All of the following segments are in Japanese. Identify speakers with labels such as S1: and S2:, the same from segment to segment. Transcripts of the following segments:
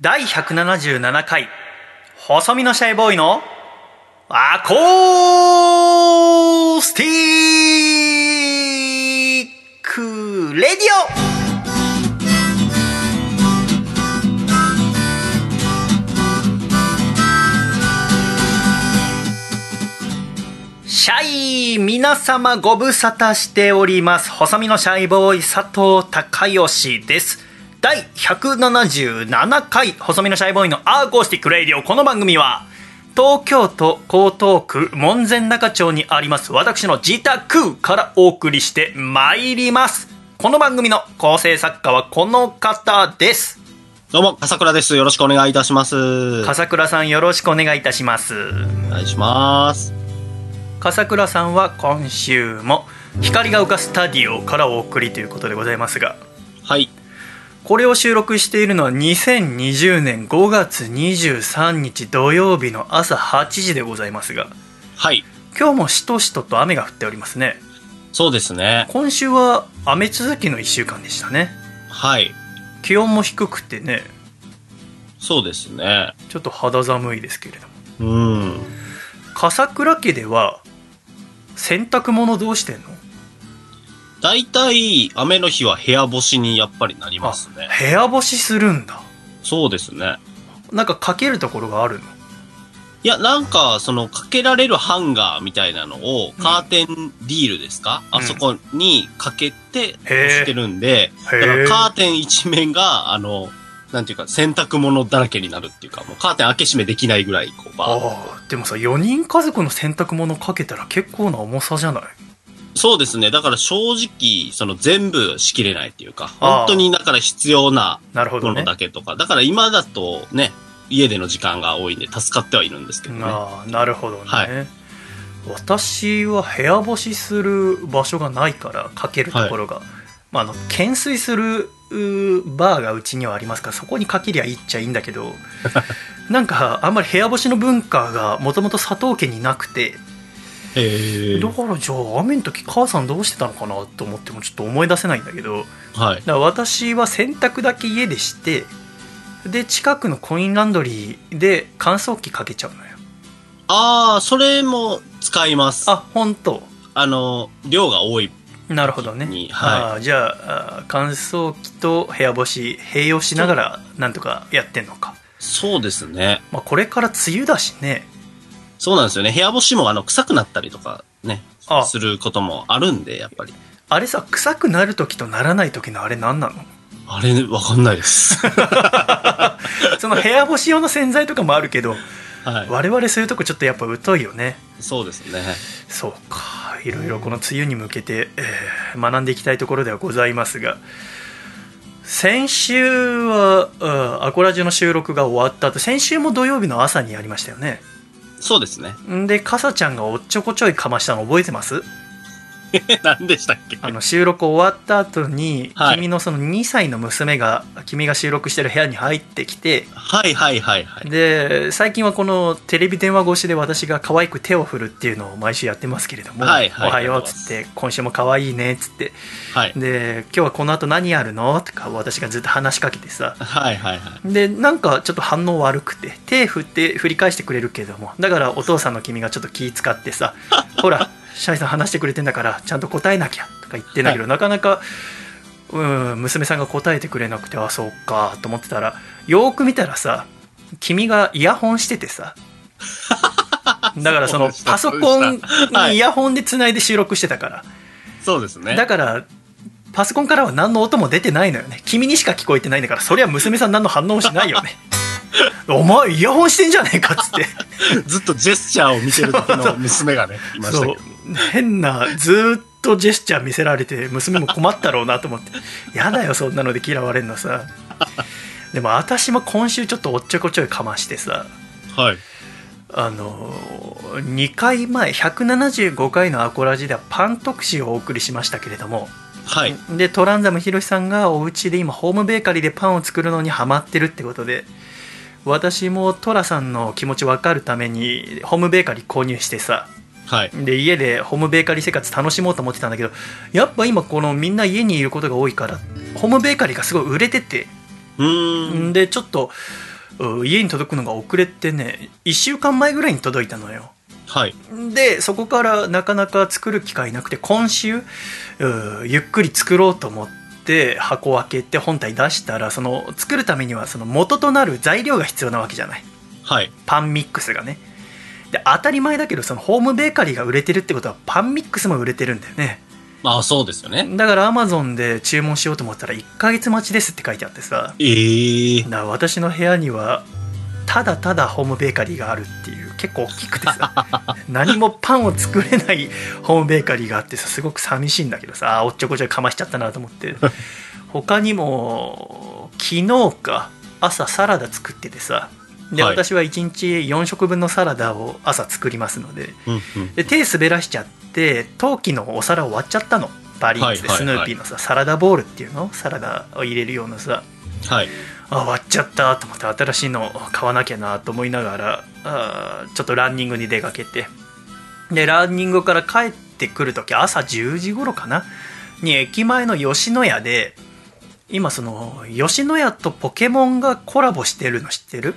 S1: 第177回細身のシャイボーイのアコースティックレディオシャイ皆様ご無沙汰しております細身のシャイボーイ佐藤孝義です第177回細身のシャイボーイのアーコースティックレディオこの番組は東京都江東区門前仲町にあります私の自宅からお送りしてまいりますこの番組の構成作家はこの方です
S2: どうも、笠倉です。よろしくお願いいたします。お願
S1: 笠倉さんよろしくお願いいたします
S2: いします。
S1: 笠倉さんは今週も光が丘スタディオからお送りということでございますが
S2: はい。
S1: これを収録しているのは2020年5月23日土曜日の朝8時でございますが
S2: はい。
S1: 今日もしとしとと雨が降っておりますね
S2: そうですね。
S1: 今週は雨続きの1週間でしたね
S2: はい。
S1: 気温も低くてね
S2: そうですね。
S1: ちょっと肌寒いですけれども
S2: うん。
S1: 笠倉家では洗濯物どうしてんの
S2: 大体、雨の日は部屋干しにやっぱりなりますね。
S1: 部屋干しするんだ
S2: そうですね。
S1: なんかかけるところがあるの
S2: いや、なんか、その、かけられるハンガーみたいなのを、カーテンリールですか、
S1: うん
S2: あそこにかけて、
S1: へー
S2: してるんで、だから
S1: へ
S2: カ
S1: ー
S2: ーテン一面が、あの、なんていうか、洗濯物だらけになるっていうか、もうカーテン開け閉めできないぐらい、こう、バーッと
S1: あーでもさ4人家族の洗濯物かけたら結構な重さじゃない
S2: そうですね。だから正直、その全部仕切れないっていうか、
S1: ああ
S2: 本当にだから必要な
S1: なるほど
S2: も
S1: ね
S2: のだけとか、だから今だとね、家での時間が多いんで助かってはいるんですけどね。あ
S1: ああなるほどね、
S2: は
S1: 私は部屋干しする場所がないからかけるところが、まあ、あの懸垂するうーバーがうちにはありますからそこにかけりゃいいっちゃいいんだけ どなんかあんまり部屋干しの文化がもともと佐藤家になくて
S2: へ
S1: だからじゃあ雨の時母さんどうしてたのかなと思ってもちょっと思い出せないんだけどだか
S2: はい。
S1: ら私は洗濯だけ家でしてで近くのコインランドリーで乾燥機かけちゃうのよ
S2: ああ、それも使います。あ
S1: あ本当
S2: の、量が多い。
S1: なるほどね、
S2: に
S1: あ
S2: は
S1: ーじゃああー乾燥機と部屋干し併用しながらなんとかやってんのか、
S2: そうですね。
S1: まあ、これから梅雨だしね
S2: そうなんですよね。部屋干しもあの、臭くなったりとかね、
S1: あ
S2: することもあるんで、やっぱり。
S1: あれさ臭くなる時とならない時のあれ何なの
S2: あれ、わかんな いです。
S1: その部屋干し用の洗剤とかもあるけど
S2: はい。
S1: 我々そういうとこちょっとやっぱ疎いよね
S2: そうですね。
S1: そうかいろいろこの梅雨に向けて、えー学んでいきたいところではございますが先週はうんアコラジオの収録が終わった後先週も土曜日の朝にやりましたよね
S2: そうですね。
S1: んでかさちゃんがおっちょこちょいかましたの覚えてます
S2: 何でしたっけ
S1: あの収録終わった後に、
S2: はい
S1: 君のその2歳の娘が君が収録してる部屋に入ってきて
S2: はいはいはいはい。
S1: で最近はこのテレビ電話越しで私が可愛く手を振るっていうのを毎週やってますけれども「
S2: はいはい
S1: おはよう」っつって「今週も可愛いね」っつって
S2: は
S1: 「
S2: い
S1: で今日はこの後何やるの?」とか私がずっと話しかけてさ
S2: はいはいはい。
S1: でなんかちょっと反応悪くて手振って振り返してくれるけどもだからお父さんの君がちょっと気使って さ「ほらシャイさん話してくれてんだからちゃんと答えなきゃ」とか言ってんだけど、なかなかうん娘さんが答えてくれなくてあそうかと思ってたらよーく見たらさ君がイヤホンしてて さだからそ
S2: そう
S1: の
S2: でした
S1: パソコ
S2: そう
S1: ン
S2: でしたは
S1: に
S2: い
S1: イヤホンでつないで収録してたから、
S2: そうですね。
S1: だからパソコンからは何の音も出てないのよね君にしか聞こえてないんだからそりゃ娘さん何の反応もしない よねお前イヤホンしてんじゃねえかっつって
S2: ずっとジェスチャーを見てる時の娘がね、い ましたけ
S1: そ
S2: ど
S1: う。変なずーっとジェスチャー見せられて娘も困ったろうなと思ってやだよそんなので嫌われんのさでも私も今週ちょっとおっちょこちょいかましてさ
S2: はい。
S1: あの2回前175回の「アコラジ」ではパン特集をお送りしましたけれども、
S2: はい。
S1: でトランザムひろしさんがお家で今ホームベーカリーでパンを作るのにハマってるってことで私もトラさんの気持ち分かるためにホームベーカリー購入してさ
S2: はい。
S1: で家でホームベーカリー生活楽しもうと思ってたんだけどやっぱ今このみんな家にいることが多いからホームベーカリーがすごい売れてて
S2: うーん。
S1: でちょっとう家に届くのが遅れてね1週間前ぐらいに届いたのよ
S2: はい。
S1: でそこからなかなか作る機会なくて今週うゆっくり作ろうと思って箱を開けて本体出したらその作るためにはその元となる材料が必要なわけじゃない
S2: はい。
S1: パンミックスがねで当たり前だけどそのホームベーカリーが売れてるってことはパンミックスも売れてるんだよね
S2: まあ、そうですよね。
S1: だからアマゾンで注文しようと思ったら1ヶ月待ちですって書いてあってさ
S2: ええ
S1: だから私の部屋にはただただホームベーカリーがあるっていう結構大きくて さ何もパンを作れないホームベーカリーがあってさすごく寂しいんだけどさあーおっちょこちょいかましちゃったなと思って他にも昨日か朝サラダ作っててさで、
S2: はい
S1: 私は1日4食分のサラダを朝作りますので
S2: うんうん。
S1: で手滑らしちゃって陶器のお皿を割っちゃったのパリーズで
S2: はい
S1: ス
S2: はい
S1: ヌ
S2: はい
S1: ーピーのさサラダボールっていうのサラダを入れるようなさ
S2: はい。
S1: あ割っちゃったと思って新しいの買わなきゃなと思いながらあーちょっとランニングに出かけてでランニングから帰ってくる時朝10時頃かなに駅前の吉野家で今その吉野家とポケモンがコラボしてるの知ってる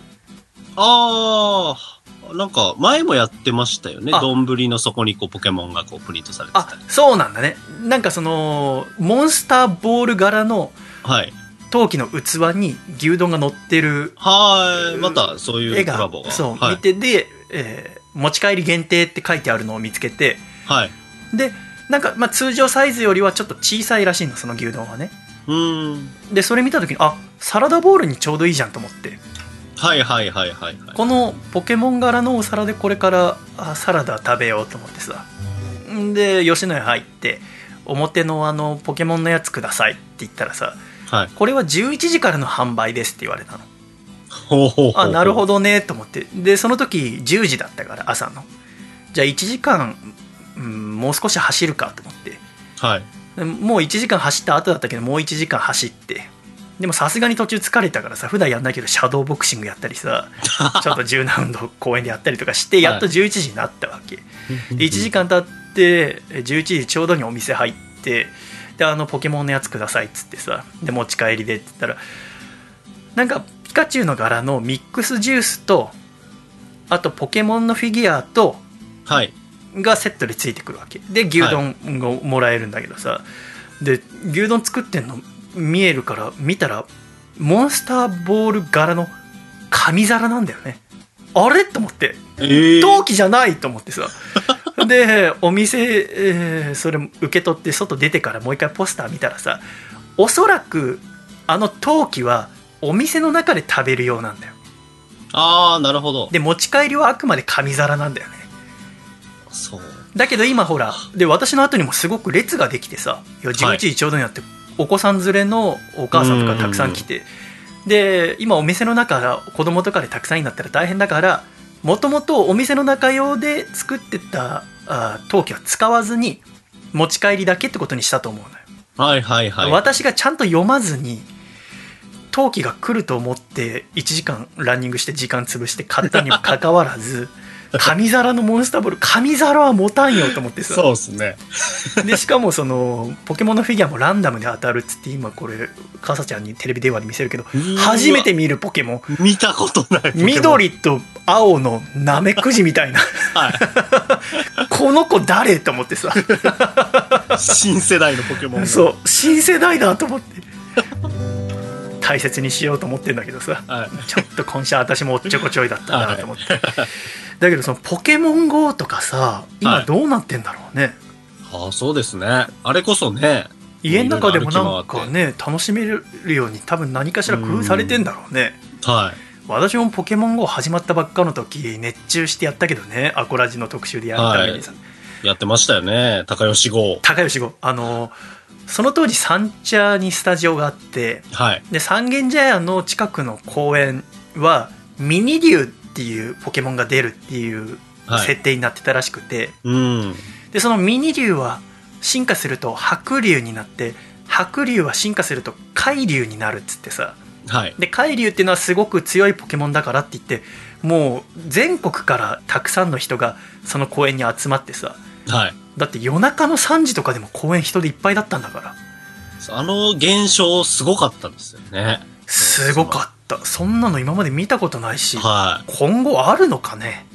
S2: ああ、なんか、前もやってましたよね。
S1: あ
S2: 丼の底にこう、ポケモンがこう、プリントされて
S1: あそうなんだねなんかそのモンスターボール柄の
S2: た。はい。
S1: 陶器の器に牛丼が乗ってる
S2: はーい。また、そうい
S1: 絵
S2: うコ
S1: が
S2: ラボが。
S1: そう、
S2: はい
S1: 見。てで、えー持ち帰り限定って書いてあるのを見つけて
S2: はい。
S1: でなんか、まあ、通常サイズよりはちょっと小さいらしいのその牛丼はね
S2: うーん。
S1: でそれ見た時にあサラダボウルにちょうどいいじゃんと思って
S2: はいはいはいはいはい。
S1: このポケモン柄のお皿でこれからあサラダ食べようと思ってさんで吉野家入って表のあのポケモンのやつくださいって言ったらさ
S2: はい。
S1: これは11時からの販売ですって言われたの
S2: ほうほうほう。
S1: あなるほ
S2: ど。
S1: どねと思ってでその時10時だったから朝のじゃあ1時間、うん、もう少し走るかと思って
S2: はい。
S1: でもう1時間走った後だったけどもう1時間走ってでもさすがに途中疲れたからさ普段やんないけどシャドーボクシングやったりさちょっと柔軟運動公園でやったりとかしてやっと11時になったわけ、で1時間経ってえ11時ちょうどにお店入ってであのポケモンのやつくださいっつってさで持ち帰りでって言ったらなんかピカチュウの柄のミックスジュースとあとポケモンのフィギュアと
S2: はい。
S1: がセットでついてくるわけで牛丼がもらえるんだけどさ、で牛丼作ってんの見えるから見たらモンスターボール柄の紙皿なんだよねあれと思って
S2: ええ
S1: 陶器じゃないと思ってさ でお店、えーそれ受け取って外出てからもう一回ポスター見たらさおそらくあの陶器はお店の中で食べるようなんだよ
S2: ああ、なるほど。
S1: で持ち帰りはあくまで紙皿なんだよね
S2: そう。
S1: だけど今ほらで私の後にもすごく列ができてさいや
S2: は
S1: 11
S2: い
S1: 時ちょうどになって、お子さん連れのお母さんとかたくさん来てで今お店の中が子供とかでたくさんになったら大変だからもともとお店の中用で作ってたあー陶器は使わずに持ち帰りだけってことにしたと思うのよ、
S2: はいはいはい。
S1: 私がちゃんと読まずに陶器が来ると思って1時間ランニングして時間潰して買ったにもかかわらず 紙皿のモンスターボール紙皿は持たんよと思ってさ
S2: そうですね。
S1: でしかもそのポケモンのフィギュアもランダムで当たるっつって今これかさちゃんにテレビ電話で見せるけど
S2: うーわ
S1: 初めて見るポケモン
S2: 見たことない。
S1: 緑と青のナメクジみたいな
S2: は
S1: この子誰と思ってさ
S2: い。新世代のポケモ ン。
S1: そう新世代だと思って大切にしようと思ってんだけどさ
S2: う。はい。
S1: ちょっと今週私もおっちょこちょいだったなと 思ってだけどそのポケモン GO とかさ今
S2: はい
S1: どうなってんだろうね、
S2: ああ、そうですね。あれこそね。
S1: 家の中でもなん
S2: いろいろ歩き回
S1: か
S2: って
S1: ね楽しめるように多分何かしら工夫されてんだろうね
S2: はい。
S1: 私もポケモン GO 始まったばっかの時熱中してやったけどねアコラジの特集でやるためにさ、
S2: やってましたよね。高吉号。
S1: 高吉5あのその当時三茶にスタジオがあって
S2: はい。
S1: で三軒茶屋の近くの公園はミニ竜っていうポケモンが出るっていう
S2: はい。
S1: 設定になってたらしくて、
S2: うん。
S1: でそのミニ竜は進化すると白竜になって白竜は進化すると海竜になるっつってさ
S2: はい。
S1: で海竜っていうのはすごく強いポケモンだからって言ってもう全国からたくさんの人がその公園に集まってさ
S2: はい。
S1: だって夜中の3時とかでも公園人でいっぱいだったんだから
S2: あの現象すごかったですよね。
S1: すごかったそんなの今まで見たことないし、
S2: はい。
S1: 今後あるのかね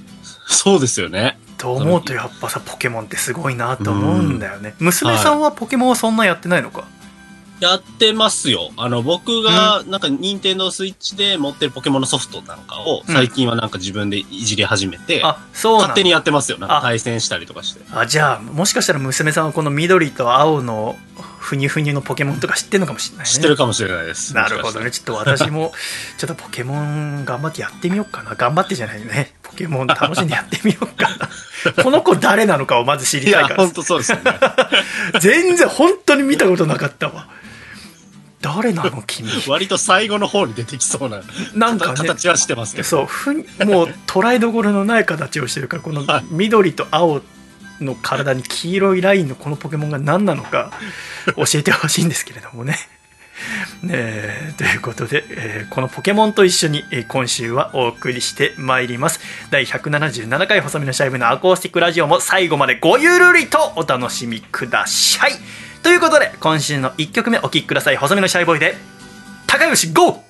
S2: そうですよね。
S1: と思うとやっぱさポケモンってすごいなと思うんだよね娘さんはポケモンはそんなやってないのか、
S2: やってますよ。あの、僕が、なんか、任天堂スイッチで持ってるポケモンのソフトなんかを、
S1: うん
S2: 最近はなんか自分でいじり始めて、
S1: あそうなん
S2: 勝
S1: だ
S2: 手にやってますよ。なんか
S1: あ
S2: 対戦したりとかして。
S1: あじゃあもしかしたら娘さんはこの緑と青のふにゅふにゅのポケモンとか知ってるのかもしれない、ね、
S2: 知ってるかもしれないです。
S1: なるほどね
S2: もしかし
S1: ちょっと私 もちょっとポケモン頑張ってやってみようかな頑張ってじゃないねポケモン楽しんでやってみようか なこの子誰なのかをまず知り
S2: た
S1: たい
S2: ら。い
S1: か
S2: や、
S1: ら
S2: ほんとそ うですよね。
S1: 全然本当に見たことなかったわ誰なの君
S2: 割と最後の方に出てきそう な、
S1: なんかね
S2: 形はしてますけど。
S1: そうふんもう捉えどころのない形をしてるからこの
S2: はい
S1: 緑と青の体に黄色いラインのこのポケモンが何なのか教えてほしいんですけれどもね。 ねえということで、えーこのポケモンと一緒に、えー今週はお送りしてまいります第177回細身のシャイブのアコースティックラジオも最後までごゆるりとお楽しみくださいということで今週の1曲目お聴きください細身のシャイボーイで高吉 GO!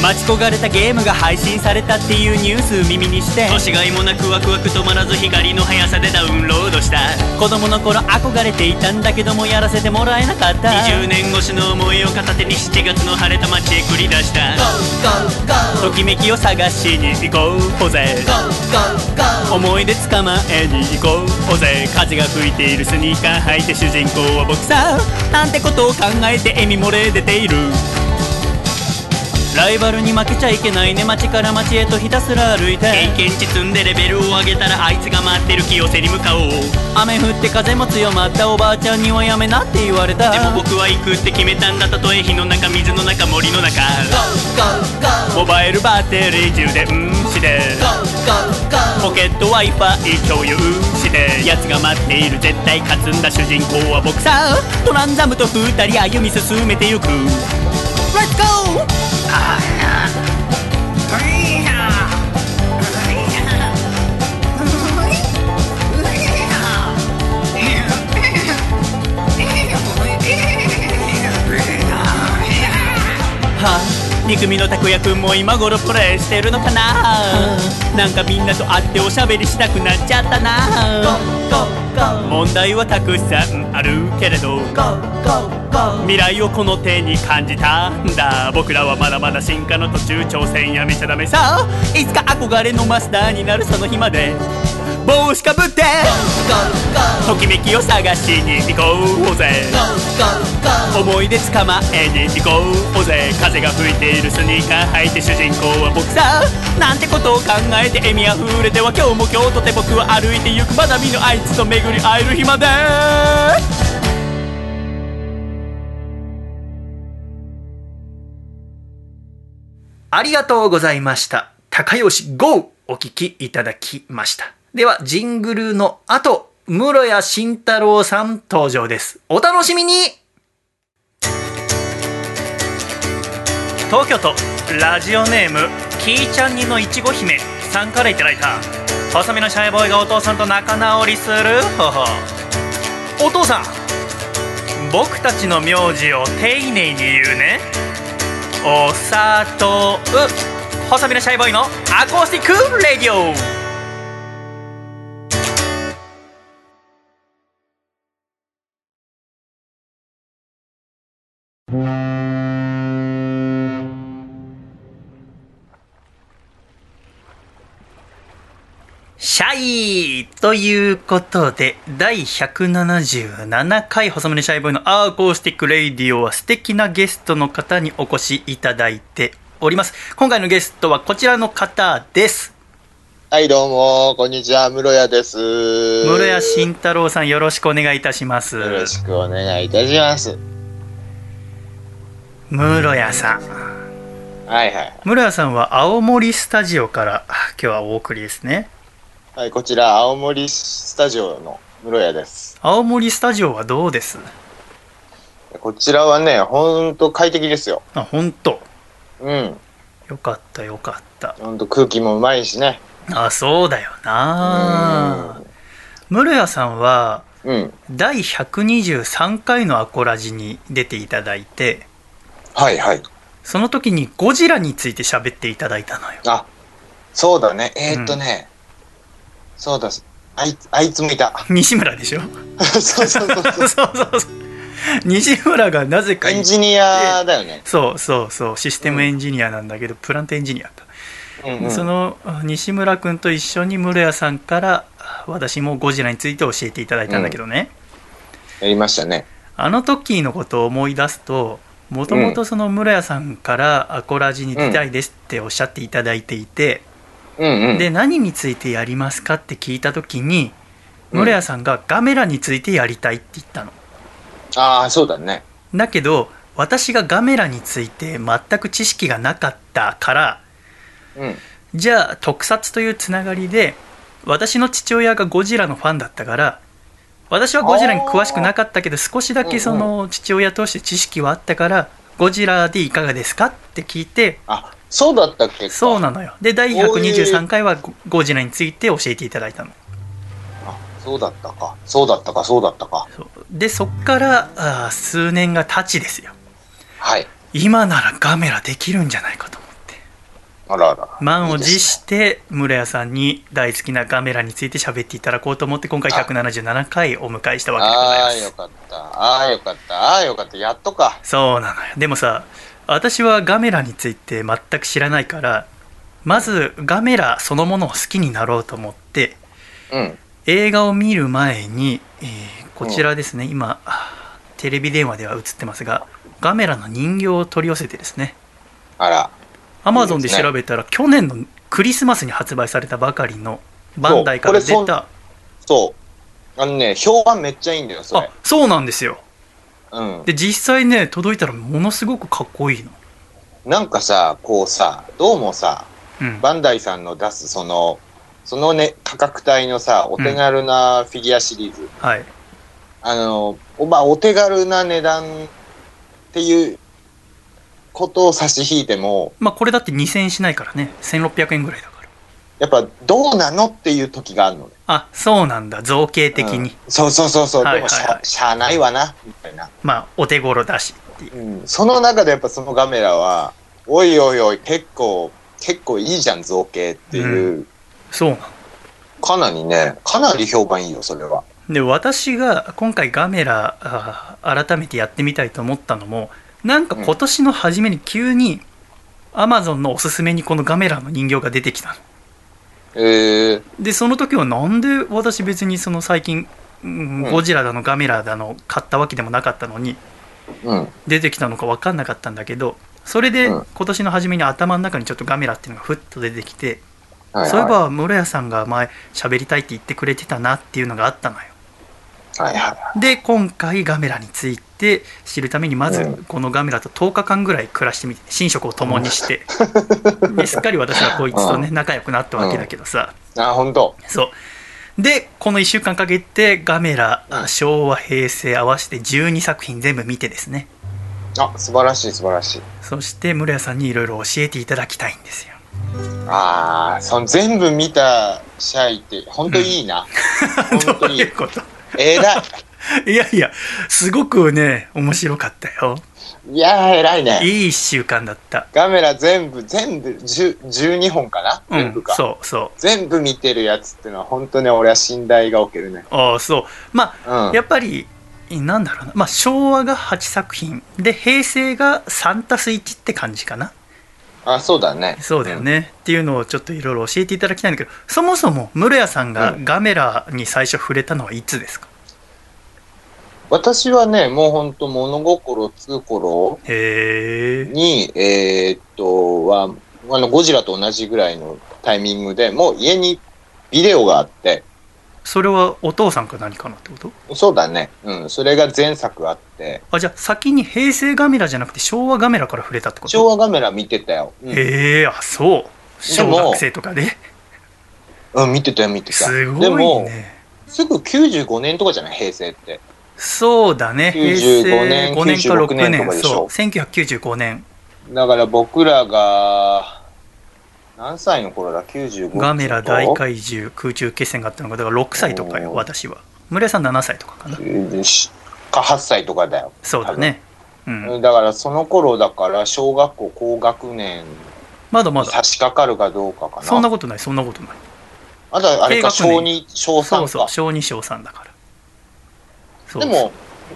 S3: 待ち焦がれたゲームが配信されたっていうニュース耳にして
S4: 年がいもなくワクワク止まらず光の速さでダウンロードした
S3: 子供の頃憧れていたんだけどもやらせてもらえなかった
S4: 20年越しの思いを片手に7月の晴れた街へ繰り出した
S3: ときめきを探しに行こうぜ思い出捕まえに行こうぜ風が吹いているスニーカー履いて主人公は僕さなんてことを考えて笑み漏れ出ているライバルに負けちゃいけないね街から街へとひたすら歩いて
S4: 経験値積んでレベルを上げたらあいつが待ってる清瀬に向かおう
S3: 雨降って風も強まったおばあちゃんにはやめなって言われた
S4: でも僕は行くって決めたんだたとえ火の中水の中森の中
S3: モバイルバッテリー充電してポケット w i f i 共有してやつが待っている絶対勝つんだ主人公は僕さトランザムと二人歩み進めてゆく Let's go! はあ二組のたこやくんも今頃プレイしてるのかななんかみんなと会っておしゃべりしたくなっちゃったな問題はたくさんあるけれど未来をこの手に感じたんだ僕らはまだまだ進化の途中挑戦やめちゃダメさいつか憧れのマスターになるその日まで帽子かぶってときめきを探しに行こうぜ思い出捕まえに行こうぜ風が吹いているスニーカー履いて主人公は僕さなんてことを考えて笑みあふれては今日も今日とて僕は歩いてゆくまだ見ぬあいつと巡り会える日まで
S1: ありがとうございました。高吉 GO! お聞きいただきました。では、ジングルの後、室谷慎太郎さん登場です。お楽しみに
S4: 東京都ラジオネームキーちゃんにのいちご姫さんからいただいた細身のシャイボーイがお父さんと仲直りするほほお父さん僕たちの名字を丁寧に言うねお砂糖細身のシャイボーイのアコースティックレディオ
S1: シャイということで、第177回細身のシャイボーイのアーコースティックレイディオは素敵なゲストの方にお越しいただいております。今回のゲストはこちらの方です。
S5: はい、どうも、こんにちは、室屋です。
S1: 室谷
S5: し
S1: 慎太郎さんよろしくお願いいたします。
S5: よろしくお願いいたします。
S1: 室谷さん。
S5: はいはい。
S1: 室谷さんは青森スタジオから今日はお送りですね
S5: はい、こちら、青森スタジオの室屋です。
S1: 青森スタジオはどうです
S5: こちらはね、ほんと快適ですよ。
S1: あ本当
S5: うん。
S1: よかったよかった
S5: ほんと空気もうまいしね。
S1: あそうだよな室屋さんは
S5: うん。
S1: 第123回のアコラジに出ていただいて
S5: はいはい。
S1: その時にゴジラについて喋っていただいたのよ
S5: あ、そうだね。えー、っとね、そうだ。あいつ、あいつもいた。
S1: 西村でしょ
S5: そうそうそう
S1: そ
S5: そ うう。
S1: そうそう西村がなぜか
S5: エンジニアだよね。
S1: そうそうそうシステムエンジニアなんだけど、プラントエンジニアか、
S5: うん、うん。
S1: その西村君と一緒に室屋さんから私もゴジラについて教えていただいたんだけどね、
S5: やりましたね。
S1: あの時のことを思い出すともともとその室屋さんから「アコラジに出たいです」っておっしゃっていただいていて、
S5: うんうん。
S1: で何についてやりますかって聞いた時に
S5: うん
S1: 室屋さんがガメラについてやりたいって言ったの。
S5: ああ、そうだね。
S1: だけど私がガメラについて全く知識がなかったから
S5: うん。
S1: じゃあ特撮というつながりで私の父親がゴジラのファンだったから私はゴジラに詳しくなかったけど少しだけその父親通して知識はあったからゴジラでいかがですかって聞いて
S5: あ、そうだったっけ
S1: そうなのよで第123回はゴゴジラについて教えていただいたの
S5: あ、そうだったか。そうだったか、そうだったか。
S1: そうでそっからあー数年が経ちですよ
S5: はい。
S1: 今ならガメラできるんじゃないかと思って
S5: あらあら。
S1: 満を
S5: いい
S1: 持
S5: ですね
S1: して村屋さんに大好きなガメラについて喋っていただこうと思って今回177回お迎えしたわけでござ
S5: ああ、
S1: いま
S5: よ
S1: す
S5: かった。ああ、よかった。ああ、よかった。やっとか。
S1: そうなのよでもさ私はガメラについて全く知らないからまずガメラそのものを好きになろうと思って
S5: うん。
S1: 映画を見る前に、えーこちらですね今テレビ電話では映ってますがガメラの人形を取り寄せてですね
S5: あら。
S1: アマゾンで
S5: いいですね
S1: 調べたら去年のクリスマスに発売されたばかりのバンダイから
S5: そう
S1: 出
S5: これ
S1: た
S5: そう。あのね、評判めっちゃいいんだよ、それ
S1: あ。そうなんですよ
S5: うん。
S1: で実際ね届いたらものすごくかっこいいの
S5: なんかさ、こうさ、どうもさ、
S1: うん
S5: バンダイさんの出すその、そのね、価格帯のさ、お手軽なフィギュアシリーズ。
S1: はい
S5: あの、おまあ、お手軽な値段っていうことを差し引いても、
S1: まあこれだって2000円しないからね1600円ぐらいだから
S5: やっぱどうなのっていう時があるのね。
S1: あそうなんだ造形的に、
S5: うんそうそうそうそう。
S1: はい
S5: でもしゃ、
S1: はいはい
S5: しゃあないわな、みたいな。
S1: まあお手頃だしっていう
S5: うん。その中でやっぱそのガメラは、おいおいおい、結構、結構いいじゃん、造形っていう。
S1: そうなの
S5: かなりね、かなり評判いいよ、それは。
S1: で私が今回ガメラあ改めてやってみたいと思ったのもなんか今年の初めに急にアマゾンのおすすめにこのガメラの人形が出てきたの
S5: えー、
S1: でその時はなんで私別にその最近、うん
S5: うん
S1: ゴジラだのガメラだの買ったわけでもなかったのに
S5: うん。
S1: 出てきたのか分かんなかったんだけどそれで
S5: うん
S1: 今年の初めに頭の中にちょっとガメラっていうのがふっと出てきて、
S5: はい、はい。
S1: そういえば室屋さんが前喋りたいって言ってくれてたなっていうのがあったのよ
S5: はいは
S1: で今回ガメラについて知るためにまず
S5: うん
S1: このガメラと10日間ぐらい暮らしてみて寝食を共にして ですっかり私はこいつとね
S5: う
S1: 仲良くなったわけだけどさ、
S5: い。あ、ほんと。
S1: そう。で、この1週間かけて、ガメラ、
S5: うん
S1: 昭和、平成合わせて12作品全部見てですね。
S5: あ、素晴らしい、素晴らしい。
S1: そして、村屋さんにいろいろ教えていただきたいんですよ。
S5: あー、その全部見たシャイって、ほんといいな。ほん
S1: ど
S5: と
S1: う
S5: い
S1: い
S5: い。
S1: うこと
S5: 偉い。
S1: いやいや、すごくね、面白かったよ。
S5: いやー、偉い
S1: い
S5: ね。
S1: い1週間だった。
S5: ガメラ全部、全部、10 12本かな
S1: う
S5: 全
S1: ん
S5: 部、か。
S1: そうそう。
S5: 全部見てるやつってのは、ほんとね、俺は信頼がおけるね。
S1: ああ、そう。ま
S5: う
S1: あ、
S5: ん。
S1: やっぱり、なんだろうな、まあ、昭和が8作品で平成が3たす1って感じかな
S5: あ、そうだね。
S1: そうだよね、っていうのをちょっといろいろ教えていただきたいんだけどそもそも室屋さんが
S5: うん
S1: ガメラに最初触れたのはいつですか、
S5: 私はね、もうほんと物心つく頃、
S1: へえ
S5: に、えーっと、は、あの、ゴジラと同じぐらいのタイミングで、もう家にビデオがあって、
S1: それはお父さんか何かなってこと
S5: そうだね。うん、それが前作あって、
S1: あじゃあ先に平成ガメラじゃなくて昭和ガメラから触れたってこと
S5: 昭和ガメラ見てたよ。うん、
S1: へえあそう
S5: で
S1: 小
S5: も
S1: 学生とかで
S5: うん見てたよ、見てた。
S1: すご
S5: で
S1: い
S5: も、
S1: ね
S5: すぐ95年とかじゃない平成って。
S1: そうだね。平
S5: 95
S1: 成
S5: 年
S1: 5年か6
S5: 96
S1: 年。
S5: 年とかでし
S1: そう。
S5: ょ
S1: 1995年
S5: だから僕らが、何歳の頃だ ?95
S1: ガメラ大怪獣空中決戦があったのがだから6歳とかよ
S5: おー
S1: 私は村井さん7歳とかかな
S5: うんしか8歳とかだよ。
S1: そうだねうん
S5: だからその頃だから小学校高学年
S1: まだまだ
S5: 差し掛かるかどうかかな。
S1: そんなことないそんなことない
S5: あとはあれか
S1: 低学
S5: 小
S1: 年
S5: 2、小
S1: そう
S5: 3
S1: そう
S5: か。
S1: 小2小3だからそう
S5: でも、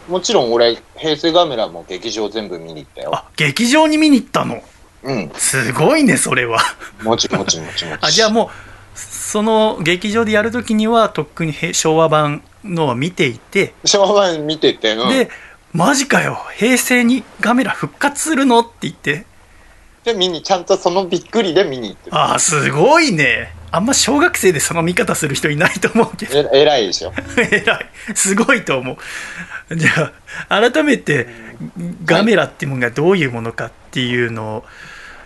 S5: もちろん俺、平成ガメラも劇場全部見に行ったよ。
S1: あ劇場に見に行ったの
S5: うん。
S1: すごいねそれは
S5: もちもちもちもち。
S1: あじゃあもうその劇場でやるときにはとっくにへ昭和版のは見ていて
S5: 昭和版見てて、うん、で
S1: でマジかよ平成にガメラ復活するのって言って
S5: 見に、ちゃんとそのびっくりで見に行ってた。
S1: ああすごいねあんま小学生でその見方する人いないと思うけど
S5: え偉いでしょ。
S1: 偉いすごいと思うじゃあ改めてガメラってものがどういうものかっていうのを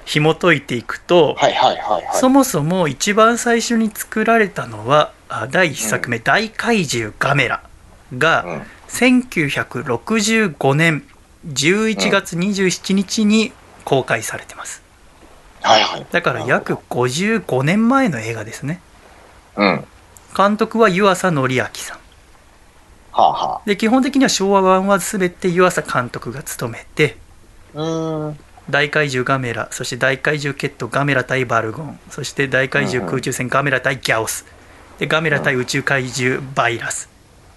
S1: 紐解いていくと、
S5: はいはいはいはい。
S1: そもそも一番最初に作られたのはあ第1作目「大怪獣ガメラ」
S5: う
S1: が
S5: ん
S1: 1965年11月27日に公開されてます
S5: はいはい。
S1: だから約55年前の映画ですね
S5: うん。は
S1: 監督は湯浅紀明さん
S5: あは
S1: で基本的には昭和版は全て湯浅監督が務めて
S5: あ。うーん。
S1: 大怪獣ガメラそして大怪獣ケットガメラ対バルゴンそして大怪獣空中戦ガメラ対ギャオスでガメラ対宇宙怪獣バイラス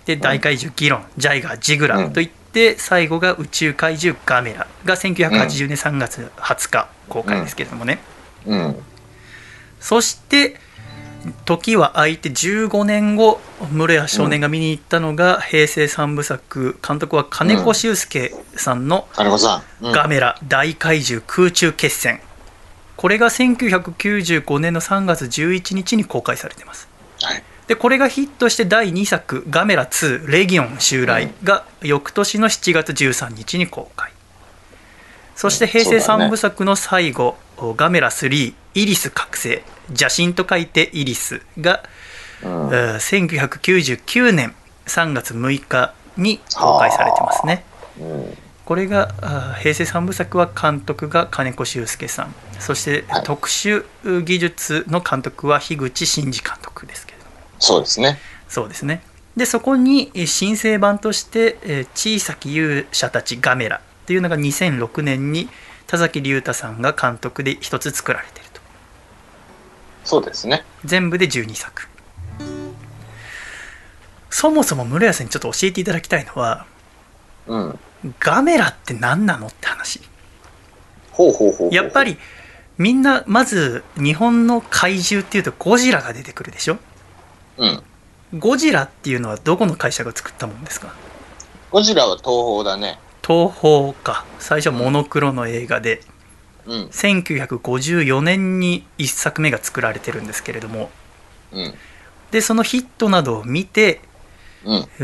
S1: で大怪獣ギロンジャイガージグラ
S5: うん
S1: といって最後が宇宙怪獣ガメラが1980年3月20日公開ですけれどもね
S5: うん。
S1: そして時は空いて15年後室谷少年が見に行ったのが平成三部作監督は金子修介さんの
S5: 金子さん。うん。
S1: ガメラ大怪獣空中決戦これが1995年の3月11日に公開されてます
S5: はい
S1: でこれがヒットして第2作「ガメラ2レギオン襲
S5: う
S1: 来
S5: ん」
S1: が翌年の7月13日に公開そして平
S5: う
S1: 成
S5: んそうだね
S1: 3部作の最後「ガメラ3イリス覚醒」「邪神」と書いて「イリス」が
S5: うん
S1: えー1999年3月6日に公開されてますね
S5: うん。
S1: これがあー平成三部作は監督が金子修介さんそして
S5: はい
S1: 特殊技術の監督は樋口真嗣監督ですけれども
S5: そうですね。
S1: そうですねでそこにえー新生版としてえー「小さき勇者たちガメラ」っていうのが2006年に田崎隆太さんが監督で一つ作られていると
S5: そうですね。
S1: 全部で12作そもそも室谷さんにちょっと教えていただきたいのは
S5: うん。
S1: ガメラって何なのって話
S5: ほうほうほうほうほう
S1: やっぱ。りみんなまず日本の怪獣っていうとゴジラが出てくるでしょ
S5: うん。
S1: ゴジラっていうのはどこの会社が作ったもんですか
S5: ゴジラは東宝だね。
S1: 東宝か最初はモノクロの映画で
S5: うん。
S1: 1954年に1作目が作られてるんですけれども
S5: うん。
S1: でそのヒットなどを見て
S5: うん。
S1: え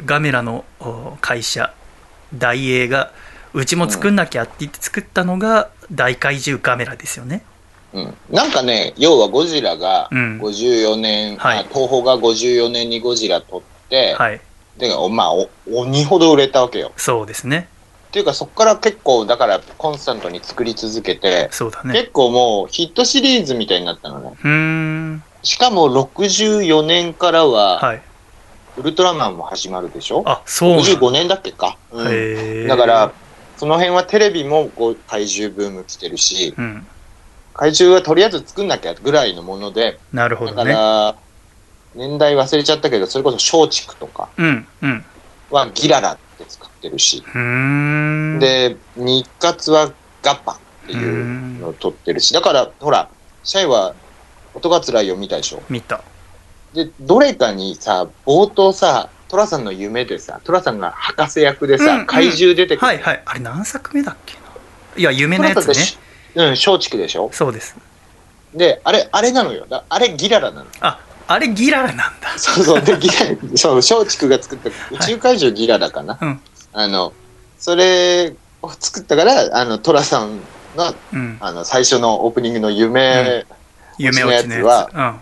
S1: ーガメラのお会社大映がうちも作んなきゃって言って作ったのが大怪獣ガメラですよね
S5: うん。なんかね、要はゴジラが
S1: うん
S5: 54年、
S1: はい
S5: あ東宝が54年にゴジラ撮って、
S1: はい
S5: で、おまあ、お鬼ほど売れたわけよ。
S1: そうですね
S5: っていうか、そこから結構、だから、コンスタントに作り続けて、
S1: そうだね
S5: 結構もうヒットシリーズみたいになったのね。
S1: うーん
S5: しかも64年からは、
S1: はい
S5: ウルトラマンも始まるでしょ、
S1: あそうなんだ
S5: ?55 年だっけか。うん
S1: へー
S5: だから、その辺はテレビもこう怪獣ブーム来てるし、
S1: うん
S5: 怪獣はとりあえず作んなきゃぐらいのもので、
S1: なるほ
S5: だ
S1: ど
S5: か
S1: ね
S5: ら、年代忘れちゃったけど、それこそ松竹とか
S1: うんうん
S5: はギララって作ってるし、
S1: うーん
S5: で、日活はガッパって
S1: うー
S5: いうんのを撮ってるし、だから、ほら、シャイは音が辛いよ見たでしょ
S1: 見た
S5: で、どれかにさ、冒頭さ、トラさんの夢でさ、トラさんが博士役で
S1: うん
S5: さ、
S1: うん
S5: 怪獣出てく
S1: はい
S5: る。
S1: はいあれ何作目だっけないや夢
S5: ト
S1: の
S5: ラ
S1: や
S5: さ
S1: つ
S5: んが
S1: ね
S5: しうん、松竹でしょ
S1: そうです
S5: で、あれ、あれなのよ。だあれ、ギララなの。
S1: ああれギララなんだ
S5: そうそう。で、 ギラ、そう、松竹が作った、宇宙怪獣ギララかな。
S1: うん
S5: あの、それを作ったから、あの、トラさんの、
S1: うん
S5: あの、最初のオープニングの夢、
S1: 夢落ちのやつ
S5: うちのやつ
S1: うん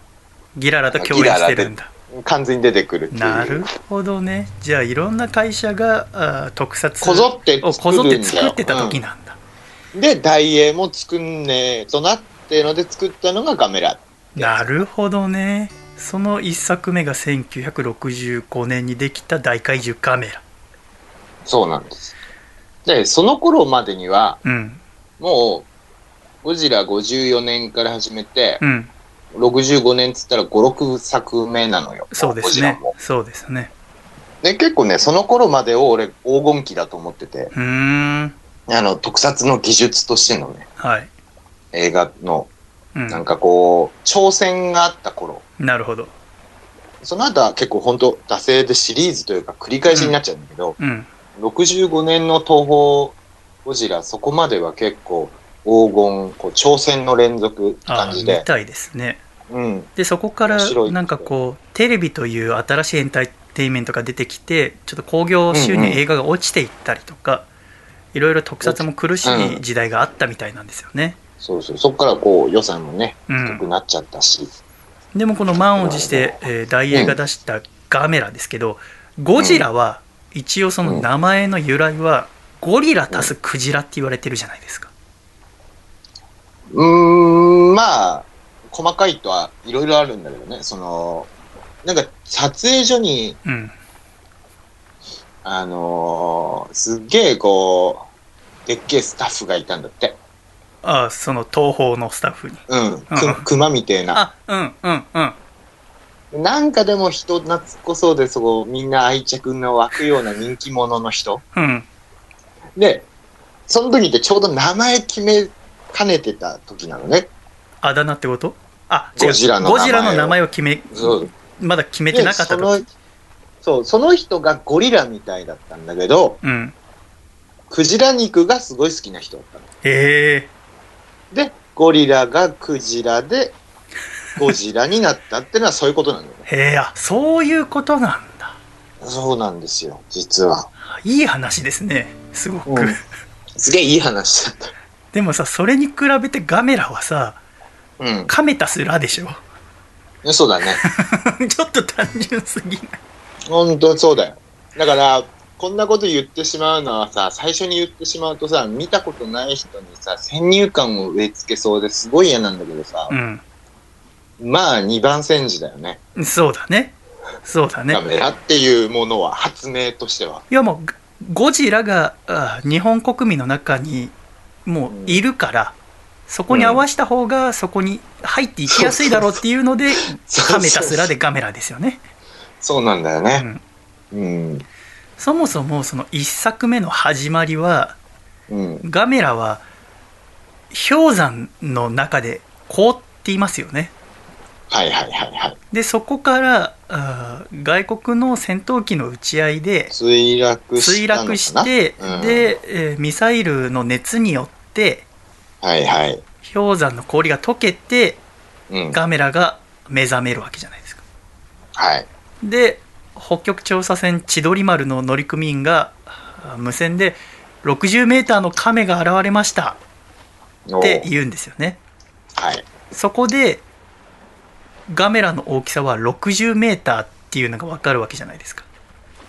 S1: ギララと共演してるんだ
S5: 完全に出てくるっていう。
S1: なるほどねじゃあいろんな会社があー特撮
S5: こぞって
S1: をこ
S5: 作る
S1: ぞ
S5: ん
S1: っ
S5: だよ
S1: て作ってた時なんだ、
S5: で、大英も作んねえとなっていうので作ったのがガメラ。
S1: なるほどねその1作目が1965年にできた大怪獣カメラ
S5: そうなんです。で、その頃までには、
S1: うん
S5: もう、ゴジラ54年から始めて、
S1: うん
S5: 65年っつったら5、6作目なのよ。
S1: そうで
S5: ゴ
S1: す
S5: ジラ
S1: ね
S5: も。
S1: そうですね
S5: で、結構ね、その頃までを俺、黄金期だと思ってて、
S1: うーん
S5: あの、特撮の技術としてのね、
S1: はい、
S5: 映画の、
S1: うん、
S5: なんかこう、挑戦があった頃、
S1: なるほど
S5: その後は結構本当惰性でシリーズというか繰り返しになっちゃうんだけど、
S1: うん
S5: 65年の東方ゴジラ、そこまでは結構黄金、こう挑戦の連続って
S1: あ
S5: 感
S1: ー
S5: じ
S1: 見
S5: で、
S1: たいですね
S5: うん、
S1: でそこから
S5: 面白い
S1: なんかこうテレビという新しいエンターテインメントが出てきてちょっと興行収入
S5: うんうん
S1: 映画が落ちていったりとかいろいろ特撮も苦し
S5: う
S1: い
S5: ん
S1: 時代があったみたいなんですよね、
S5: そうそう、そこからこう予算もね、
S1: うん
S5: 低くなっちゃったし、
S1: でもこの満を持して、えー大映が出したガメラですけどゴジラは一応その名前の由来はゴリラ足すクジラって言われてるじゃないですか
S5: うーん、まあ、細かいとはいろいろあるんだけどね、その、なんか撮影所に、
S1: うん
S5: あのーすっげえこう、でっけえスタッフがいたんだって。
S1: ああその東宝のスタッフに
S5: うん、く、熊みてえ
S1: あ
S5: な。
S1: うんうんうん
S5: なんかでも人懐っこそうで、そこ、みんな愛着の湧くような人気者の人。
S1: うん
S5: で、その時ってちょうど名前決めかねてた時なのね。
S1: あだ名ってことあ違う
S5: ゴジラの名前を
S1: ゴジラの名前を決め
S5: そう。
S1: まだ決めて
S5: で、
S1: なかった
S5: そ
S1: と
S5: の、そう、その人がゴリラみたいだったんだけど、
S1: うん
S5: クジラ肉がすごい好きな人だったの。
S1: へえ
S5: で、ゴリラがクジラで、ゴジラになったってのはそういうことなんだよね。
S1: へえあそういうことなんだ
S5: そうなんですよ、実は。
S1: いい話ですねすごく、
S5: うんすげえいい話だった。
S1: でもさそれに比べてガメラはさ
S5: うん。
S1: カメタスラでしょ
S5: そうだね。
S1: ちょっと単純すぎない
S5: 本当そうだよ。だから、こんなこと言ってしまうのはさ、最初に言ってしまうとさ、見たことない人にさ、先入観を植え付けそうですごい嫌なんだけどさ、まあ二番煎じだよね。
S1: うんそうだねそうだね
S5: カメラっていうものは、発明としては。
S1: いやもうゴジラがあ日本国民の中にもういるから、そこに合わせた方がそこに入っていきやすいだろうっていうので、カメタスラでガメラですよね。
S5: そうなんだよ
S1: う
S5: ね。
S1: ん
S5: うん。
S1: そもそもその1作目の始まりは
S5: うん。
S1: ガメラは氷山の中で凍っていますよね
S5: はいはいはいはい。
S1: でそこからあー外国の戦闘機の打ち合いで
S5: 墜落し
S1: 墜
S5: たのかな
S1: 落して、
S5: うん、
S1: で、えーミサイルの熱によって
S5: はいはい。
S1: 氷山の氷が溶けて
S5: うん。
S1: ガメラが目覚めるわけじゃないですか
S5: はい。
S1: で北極調査船千鳥丸の乗組員があー無線で 60m の亀が現れました
S5: お
S1: って
S5: ー
S1: 言うんですよね
S5: はい。
S1: そこでガメラの大きさは 60m っていうのが分かるわけじゃないですか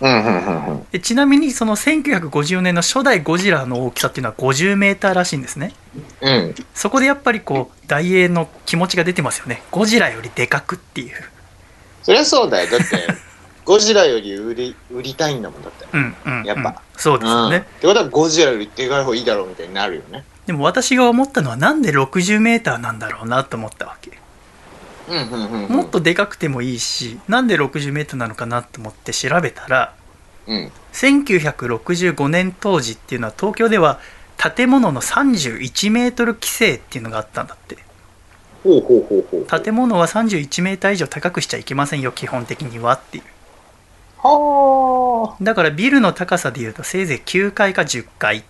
S5: うんうんうんうん。
S1: でちなみにその1954年の初代ゴジラの大きさっていうのは 50m らしいんですね
S5: うん。
S1: そこでやっぱりこう大英の気持ちが出てますよねゴジラよりでかくっていう
S5: そりゃそうだ よ。だって、ゴジラより売り、売りたいんだもんだって。
S1: うんうん、うん、
S5: やっぱ
S1: そうですよね、
S5: うん、ってことはゴジラよりでかい方いいだろうみたいになるよね。
S1: でも私が思ったのはなんで 60m なんだろうなと思ったわけ
S5: うんうんうんうん。
S1: もっとでかくてもいいしなんで 60m なのかなと思って調べたら
S5: うん。
S1: 1965年当時っていうのは東京では建物の31メートル規制っていうのがあったんだって
S5: ほうほうほうほう。
S1: 建物は31メーター以上高くしちゃいけませんよ基本的にはっていう
S5: はあ。
S1: だからビルの高さでいうとせいぜい9階か10階っ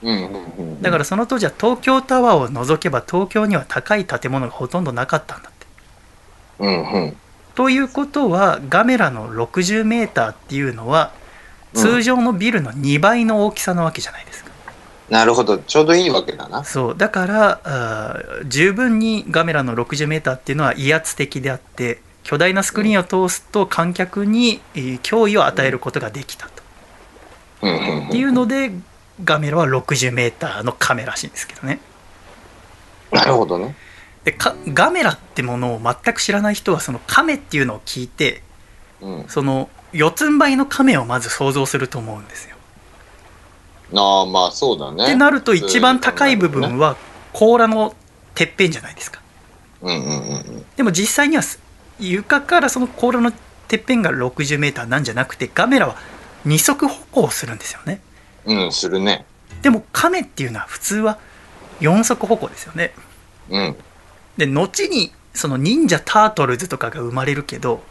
S1: ていう
S5: うんうんうん。
S1: だからその当時は東京タワーを除けば東京には高い建物がほとんどなかったんだって
S5: うんうん。
S1: ということはガメラの60メーターっていうのは通常のビルの2倍の大きさなわけじゃないですか、
S5: なるほど。ちょうどいいわけだな。
S1: そうだからあー十分にガメラの60メーターっていうのは威圧的であって巨大なスクリーンを通すと観客にえー脅威を与えることができたと。
S5: うんうん
S1: っていうのでガメラは 60m のカメラらしいんですけどね。
S5: なるほどね。
S1: でかガメラってものを全く知らない人はそのカメっていうのを聞いて
S5: うん。
S1: その四つん這いのカメをまず想像すると思うんですよ。
S5: ああ、まあそうだね。
S1: ってなると一番高い部分は甲羅のてっぺんじゃないですか。
S5: うんうんうんうん。
S1: でも実際にはす床からその甲羅のてっぺんが 60m なんじゃなくてガメラは二足歩行をするんですよね。
S5: うん、するね。
S1: でもカメっていうのは普通は四足歩行ですよね。
S5: うん。
S1: で後にその忍者タートルズとかが生まれるけど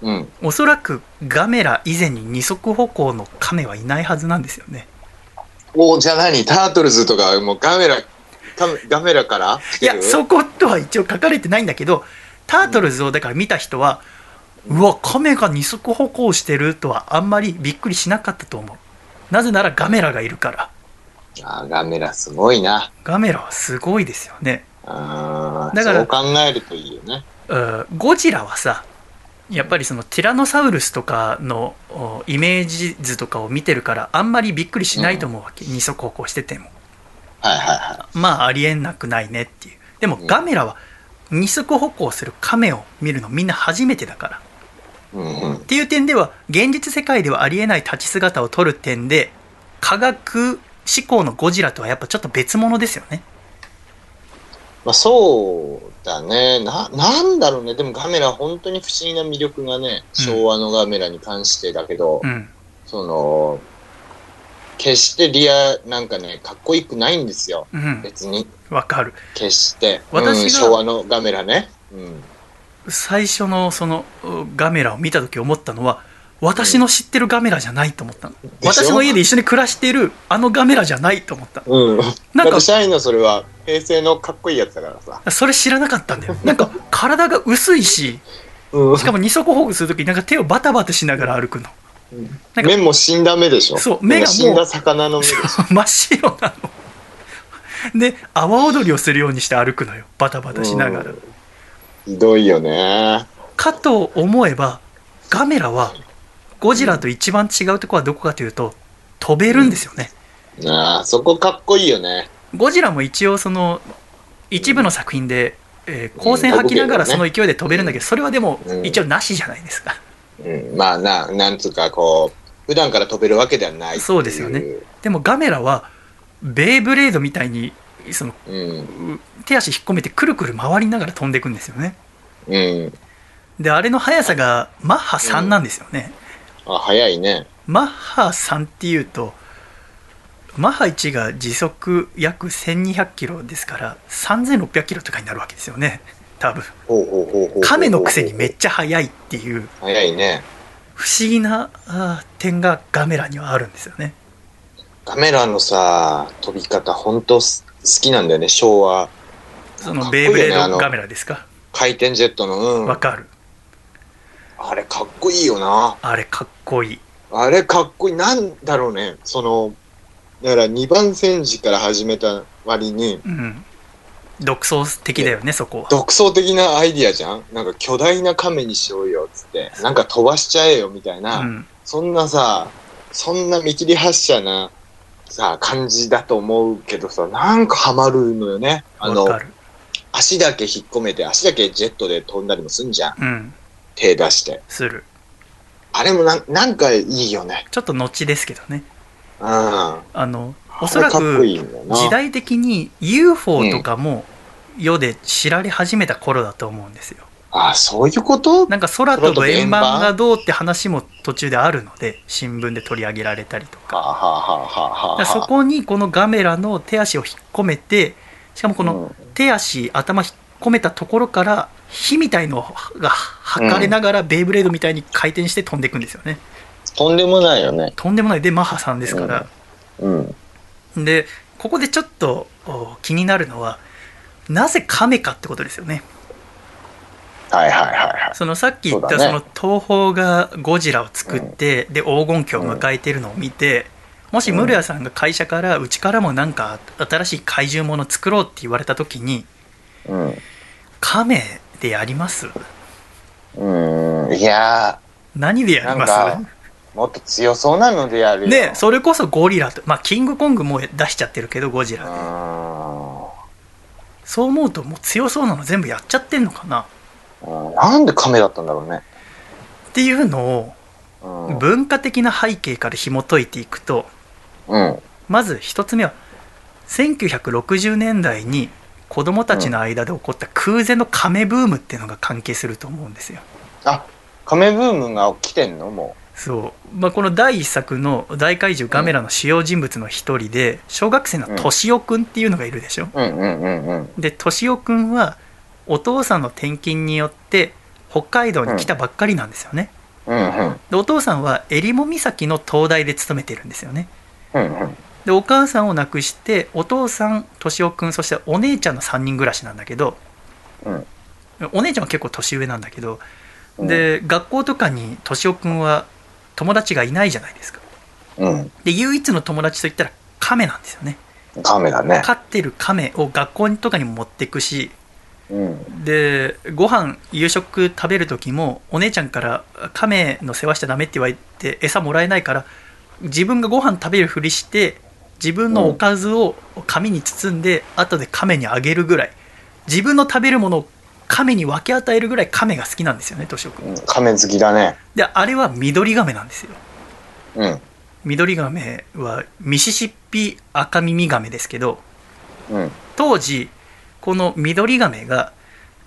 S5: うん。
S1: おそらくガメラ以前に二足歩行のカメはいないはずなんですよね。
S5: おーじゃあ何タートルズとか、もうガメラ、ガメガメラから来
S1: い
S5: てる
S1: やそことは一応書かれてないんだけどタートルズをだから見た人は、うわカメが二足歩行してるとはあんまりびっくりしなかったと思うなぜならガメラがいるから
S5: あーガメラすごいな。
S1: ガメラはすごいですよね
S5: あ
S1: だ
S5: だ
S1: か
S5: かららそう考えるといいよね。
S1: うんゴジラはさやっぱりそのティラノサウルスとかのおイメージ図とかを見てるからあんまりびっくりしないと思うわけ、二足歩行してても
S5: はいはいは
S1: まあありえなくないねっていうでもガメラは二足歩行するカメを見るのみんな初めてだから
S5: い。うんうん
S1: っ。ていう点では現実世界ではありえない立ち姿を撮る点で科学思考のゴジラとはやっぱちょっと別物ですよね
S5: まあそうだね。な、なんだろうね。でもガメラ本当に不思議な魅力がね、昭和のガメラに関してだけど、
S1: うん
S5: その、決してリア、なんかね、かっこよくないんですよ。
S1: うん
S5: 別に。
S1: わかる
S5: 決して。
S1: 私が
S5: うん、昭和のガメラね。うん。
S1: 最初のそのうガメラを見た時思ったのは私の知ってるガメラじゃないと思ったの
S5: しょ
S1: 私の家で一緒に暮らしてるあのガメラじゃないと思った
S5: うん。
S1: な
S5: なんん
S1: か
S5: か、シャイのそれは平成のかっこいいやつだからさ。
S1: それ知らなかったんだよなんか体が薄いし
S5: うん
S1: し。かも二足歩行する時なんか手をバタバタしながら歩くのなんか
S5: 目も死んだ目でしょ
S1: そう目がもう
S5: 死んだ魚の目でしょ
S1: 真っ白なので阿波踊りをするようにして歩くのよバタバタしながら
S5: うんひどいよね。
S1: かと思えばガメラはゴジラと一番違うとこはどこかというと飛べるんですよね、
S5: ああ、そこかっこいいよね。
S1: ゴジラも一応その一部の作品で、えー光線吐きながらその勢いで飛べるんだけどそれはでも
S5: うん
S1: 一応なしじゃないですか
S5: うん、まあな、なんつうかこう、普段から飛べるわけではないってい
S1: そうですよねでもガメラはベイブレードみたいにその
S5: うん。
S1: う手足引っ込めてくるくる回りながら飛んでいくんですよね
S5: うん。
S1: であれの速さがマッハ3なんですよね、
S5: あ、早いね。
S1: マッハ3っていうとマッハ1が時速約1200キロですから3600キロとかになるわけですよね多分
S5: ほうほうほうほうほう。
S1: 亀のくせにめっちゃ速いっていう
S5: 早いね。
S1: 不思議なあー点がガメラにはあるんですよね
S5: ガメラのさ、飛び方、ほんとす好きなんだよね、昭和。
S1: そ
S5: か
S1: の
S5: っこ
S1: ベイ
S5: いいよね
S1: ブレ
S5: あ
S1: ード
S5: の
S1: ガメラですか
S5: 回転ジェットの、う
S1: わ
S5: ん。
S1: かる
S5: あれかっこいいよな。
S1: あれかっこいい
S5: あれかっこいい。なんだろうね。その、だから2番戦時から始めた割に、
S1: うん独創的だよねそこは
S5: 独創的なアイディアじゃんなんか巨大な亀にしようよ、つって。なんか飛ばしちゃえよ、みたいな。
S1: うん
S5: そんなさ、そんな見切り発車な、さ、感じだと思うけどさ、なんかハマるのよね。あ
S1: わか
S5: の、
S1: る
S5: 足だけ引っ込めて、足だけジェットで飛んだりもすんじゃん。
S1: うん
S5: 手出して。
S1: する
S5: あれもなんなんかいいよね。
S1: ちょっと後ですけどね
S5: うん。あ
S1: あのおそ
S5: れ
S1: ら
S5: かっこ
S1: く
S5: いいんだよな。
S1: 時代的に UFO とかも世で知られ始めた頃だと思うんですよ。
S5: あ、そういうこと
S1: なんか空飛ぶ円盤がどうって話も途中であるので新聞で取り上げられたりと
S5: は
S1: か
S5: あ、はあはあはあは
S1: だから
S5: あ、
S1: そこにこのガメラの手足を引っ込めてしかもこの手足頭引っ込めたところから火みたいのが吐かれながらベイブレードみたいに回転して飛んでいくんですよね。
S5: とんでもないよね。
S1: とんでもないでマッハさんですから。
S5: うん。
S1: でここでちょっとお気になるのはなぜカメかってことですよね。
S5: はいはいはいは
S1: そのさっき言った
S5: そう
S1: そ
S5: だ
S1: の
S5: ね
S1: 東宝がゴジラを作って、で黄金期を迎えてるのを見て、もしムルヤさんが会社からうちからもなんか新しい怪獣もの作ろうって言われた時に
S5: い。うん。
S1: カメでやります
S5: うーん、いや
S1: 何で
S5: ー、
S1: や
S5: な
S1: り
S5: ん
S1: ます
S5: か、もっと強そうなのでやるよ。
S1: ねそれこそゴリラとまあキングコングも出しちゃってるけどゴジ
S5: う
S1: ラ
S5: ーん。
S1: そう思うともう強そうなの全部やっちゃってんのかな
S5: うんなんで亀だったんだろうね。
S1: っていうの
S5: うん
S1: を文化的な背景から紐解いていくと
S5: うん。
S1: まず一つ目は1960年代に子供たちの間で起こった空前の亀ブームっていうのが関係すると思うんですよ
S5: あ、亀ブームが起きてんのも
S1: そう、まあ、この第一作の大怪獣ガメラの主要人物の一人で小学生の敏夫くんっていうのがいるでしょ
S5: う。うんうんうんうん。
S1: で敏夫くんはお父さんの転勤によって北海道に来たばっかりなんですよね、
S5: うんうん。
S1: でお父さんは襟裳岬の灯台で勤めてるんですよね
S5: うんうん。
S1: でお母さんを亡くしてお父さん敏夫くんそしてお姉ちゃんの3人暮らしなんだけど、
S5: うん
S1: お姉ちゃんは結構年上なんだけど、
S5: うん
S1: で学校とかに敏夫くんは友達がいないじゃないですか
S5: うん。
S1: で唯一の友達といったら亀なんですよね
S5: 亀だね。
S1: 飼ってる亀を学校とかにも持ってくし
S5: うん。
S1: でご飯夕食食べる時もお姉ちゃんから「亀の世話しちゃダメ」って言われて餌もらえないから自分がご飯食べるふりして自分のおかずを紙に包んで後で亀にあげるぐらい自分の食べるものを亀に分け与えるぐらい亀が好きなんですよね敏夫君
S5: 亀好きだね。
S1: であれは緑亀なんですよ
S5: うん。
S1: 緑亀はミシシッピ赤耳亀ですけど
S5: うん。
S1: 当時このミドリガメが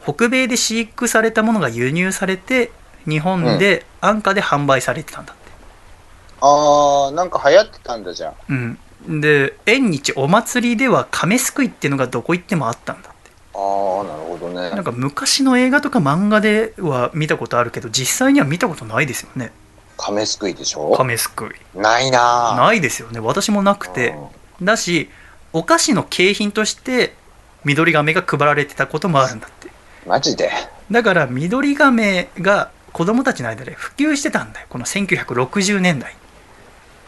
S1: 北米で飼育されたものが輸入されて日本で安価で販売されてたんだって、
S5: あー、なんか流行ってたんだじゃん。
S1: うん、で縁日お祭りでは亀すくいっていうのがどこ行ってもあったんだって
S5: あー、なるほどね。
S1: なんか昔の映画とか漫画では見たことあるけど実際には見たことないですよね
S5: 亀すくいでしょ
S1: 亀すくい
S5: ないな
S1: ないですよね私もなく
S5: ー
S1: てだしお菓子の景品としてミドリガメが配られてたこともあるんだって
S5: うんマジで。
S1: だから緑ガメが子供たちの間で普及してたんだよこの1960年代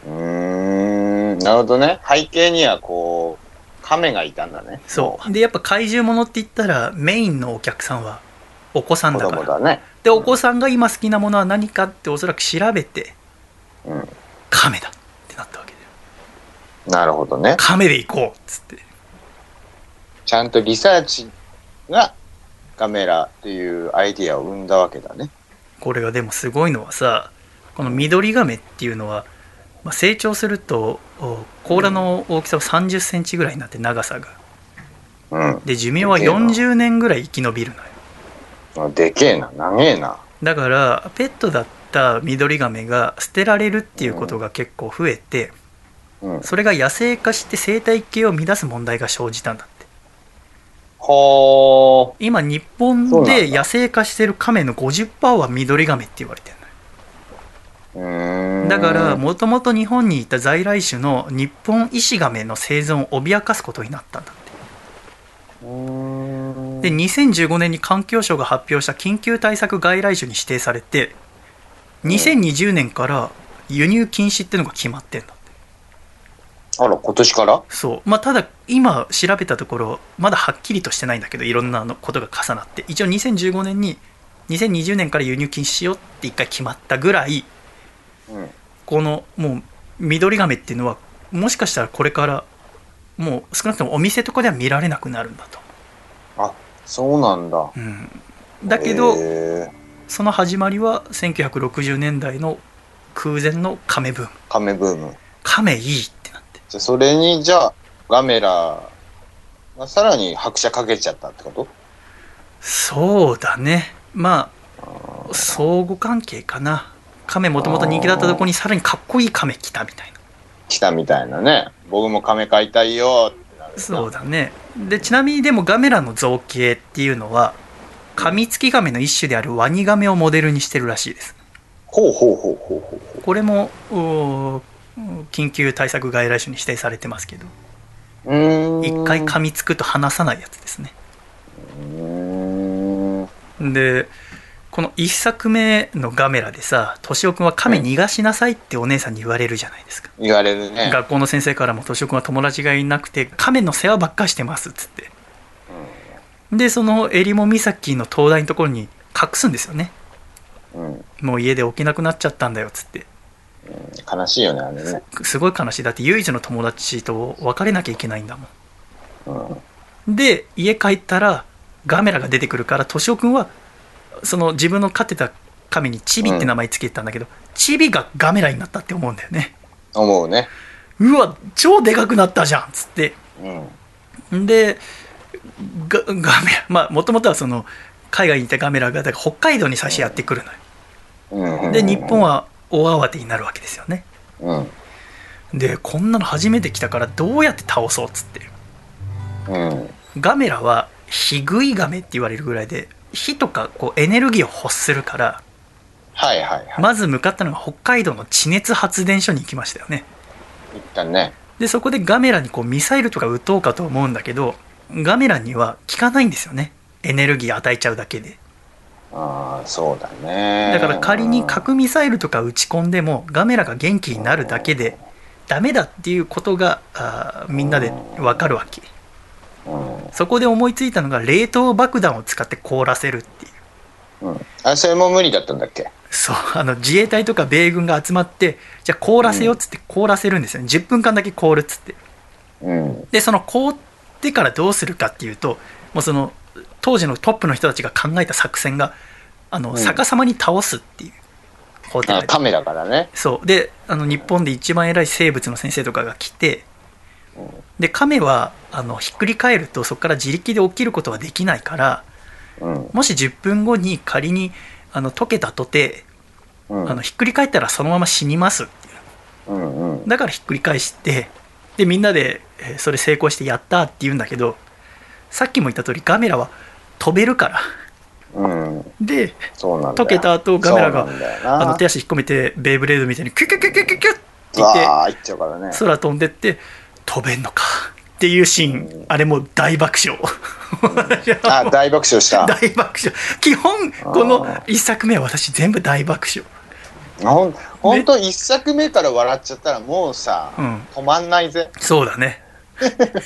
S5: うーん。なるほどね。背景にはこう、亀がいたんだね。
S1: そうでやっぱ怪獣ものって言ったらメインのお客さんはお子さん
S5: 子
S1: だか
S5: 供だ
S1: ら
S5: ね。
S1: でお子さんが今好きなものは何かっておそらく調べて
S5: うん。
S1: カメだってなったわけだよ
S5: なるほどね。
S1: カメで行こうっつって
S5: ちゃんとリサーチがカメラっていうアイディアを生んだわけだね。
S1: これがでもすごいのはさこの緑ガメっていうのは、まあ、成長するとお甲羅の大きさは3 0センチぐらいになって長さが
S5: うん。
S1: で寿命は40年ぐらい生き延びるのよ
S5: あでけえな、長えな。
S1: だからペットだったミドリガメが捨てられるっていうことが結構増えて
S5: うん。
S1: それが野生化して生態系を乱す問題が生じたんだって今日
S5: ほそう
S1: 本
S5: なん
S1: で
S5: だ
S1: 野生化してるカメの50%はミドリガメって言われてる
S5: ー。うーん。
S1: だからもともと日本にいた在来種の日本イシガメの生存を脅かすことになったんだって
S5: うーん。
S1: で2015年に環境省が発表した緊急対策外来種に指定されて2020年から輸入禁止ってのが決まってんだって
S5: あら、今年から
S1: そうまあただ今調べたところまだはっきりとしてないんだけどいろんなあのことが重なって一応2015年に2020年から輸入禁止しようって一回決まったぐらい
S5: うん。
S1: このもうミドリガメっていうのはもしかしたらこれからもう少なくともお店とかでは見られなくなるんだと、
S5: あ、そうなんだ。
S1: うん、だけど、
S5: えー、
S1: その始まりは1960年代の空前の亀ブーム
S5: カメブーム。
S1: 亀いいってなって
S5: じゃ、それに、じゃあ、ガメラがさらに拍車かけちゃったってこと
S1: そうだねまあ相互関係かな亀もともと人気だったとこにさらにかっこいい亀来たみたいな
S5: 来たみたいなね。僕もカメ飼いたいよってなるよな。
S1: そうだねでちなみにでもガメラの造形っていうのはカミツキガメの一種であるワニガメをモデルにしてるらしいです
S5: ほうほうほうほうほうほ
S1: これもおー緊急対策外来種に指定されてますけど
S5: う。うーん。
S1: 一回噛みつくと離さないやつですね
S5: うーん。
S1: でこの1作目のガメラでさ敏夫君は亀逃がしなさいってお姉さんに言われるじゃないですか、
S5: 言われるね。
S1: 学校の先生からも敏夫君は友達がいなくて亀の世話ばっかしてますっつって、でその襟裳岬の灯台のところに隠すんですよね
S5: うん。
S1: もう家で起きなくなっちゃったんだよっつって
S5: 悲しいよね、あれね。
S1: すごい悲しいだって唯一の友達と別れなきゃいけないんだも
S5: うん。
S1: んで家帰ったらガメラが出てくるから敏夫君はその自分の飼ってた亀にチビって名前つけてたんだけど、チビがガメラになったって思うんだよね
S5: 思うね。
S1: うわ超でかくなったじゃんっつって
S5: うん。
S1: でガガメラまあもともとはその海外にいたガメラがだから北海道に差しやってくるのよ
S5: うん。
S1: で日本は大慌てになるわけですよね
S5: うん。
S1: でこんなの初めて来たからどうやって倒そうっつって
S5: うん。
S1: ガメラはヒグイガメって言われるぐらいで火とかこうエネルギーを欲するから
S5: はいはいはい。
S1: まず向かったのが北海道の地熱発電所に行きましたよね
S5: 一旦ね。
S1: でそこでガメラにこうミサイルとか撃とうかと思うんだけどガメラには効かないんですよねエネルギー与えちゃうだけで
S5: ああ、そうだね。
S1: だから仮に核ミサイルとか撃ち込んでもガメラが元気になるだけでダメだっていうことがあーみんなで分かるわけ
S5: うん。うん。
S1: そこで思いついたのが冷凍爆弾を使って凍らせるっていう
S5: うん。あ、それも無理だったんだっけ
S1: そうあの自衛隊とか米軍が集まってじゃあ凍らせようっつって凍らせるんですよね10分間だけ凍るっつって
S5: うん。
S1: でその凍ってからどうするかっていうともうその当時のトップの人たちが考えた作戦があの、
S5: ん
S1: 逆さまに倒すっていうこうやっ
S5: あ、
S1: て
S5: カメだからね。
S1: そうであの日本で一番偉い生物の先生とかが来てで亀はあのひっくり返るとそこから自力で起きることはできないから
S5: うん。
S1: もし10分後に仮にあの溶けたとて
S5: うん。
S1: あのひっくり返ったらそのまま死にますっていう
S5: うんうん。
S1: だからひっくり返してでみんなでえーそれ成功してやったって言うんだけどさっきも言った通りガメラは飛べるから
S5: うん。
S1: で
S5: そうなんだよ。
S1: 溶けた後ガメラが
S5: そうなんだよな
S1: あの手足引っ込めてベイブレードみたいにキュキュキュキュキュキュって言って
S5: わーいっちゃうからね。
S1: 空飛んでって飛べんのかっていうシーンあれもう大爆笑
S5: あ、大爆笑した。
S1: 大爆笑基本この1作目は私全部大爆笑
S5: ほんほんと一作目から笑っちゃったらもうさ、
S1: うん
S5: 止まんないぜ。
S1: そうだ ね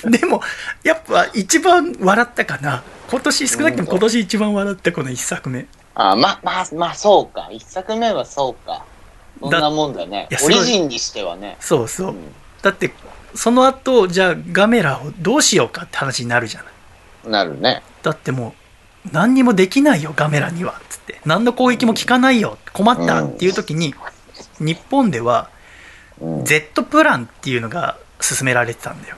S1: でもやっぱ一番笑ったかな今年少なくとも今年一番笑ったこの1作目
S5: あ、ま、まあ、まあ、そうか。一作目はそうか。そんなもんだね
S1: いや。
S5: オ
S1: そう
S5: リジンにしてはね。
S1: そうそううんだってその後じゃあガメラをどうしようかって話になるじゃない
S5: なるね。
S1: だってもう何にもできないよガメラにはつって何の攻撃も効かないよ困ったっていう時に日本では
S5: うん、
S1: Z プランっていうのが進められてたんだよ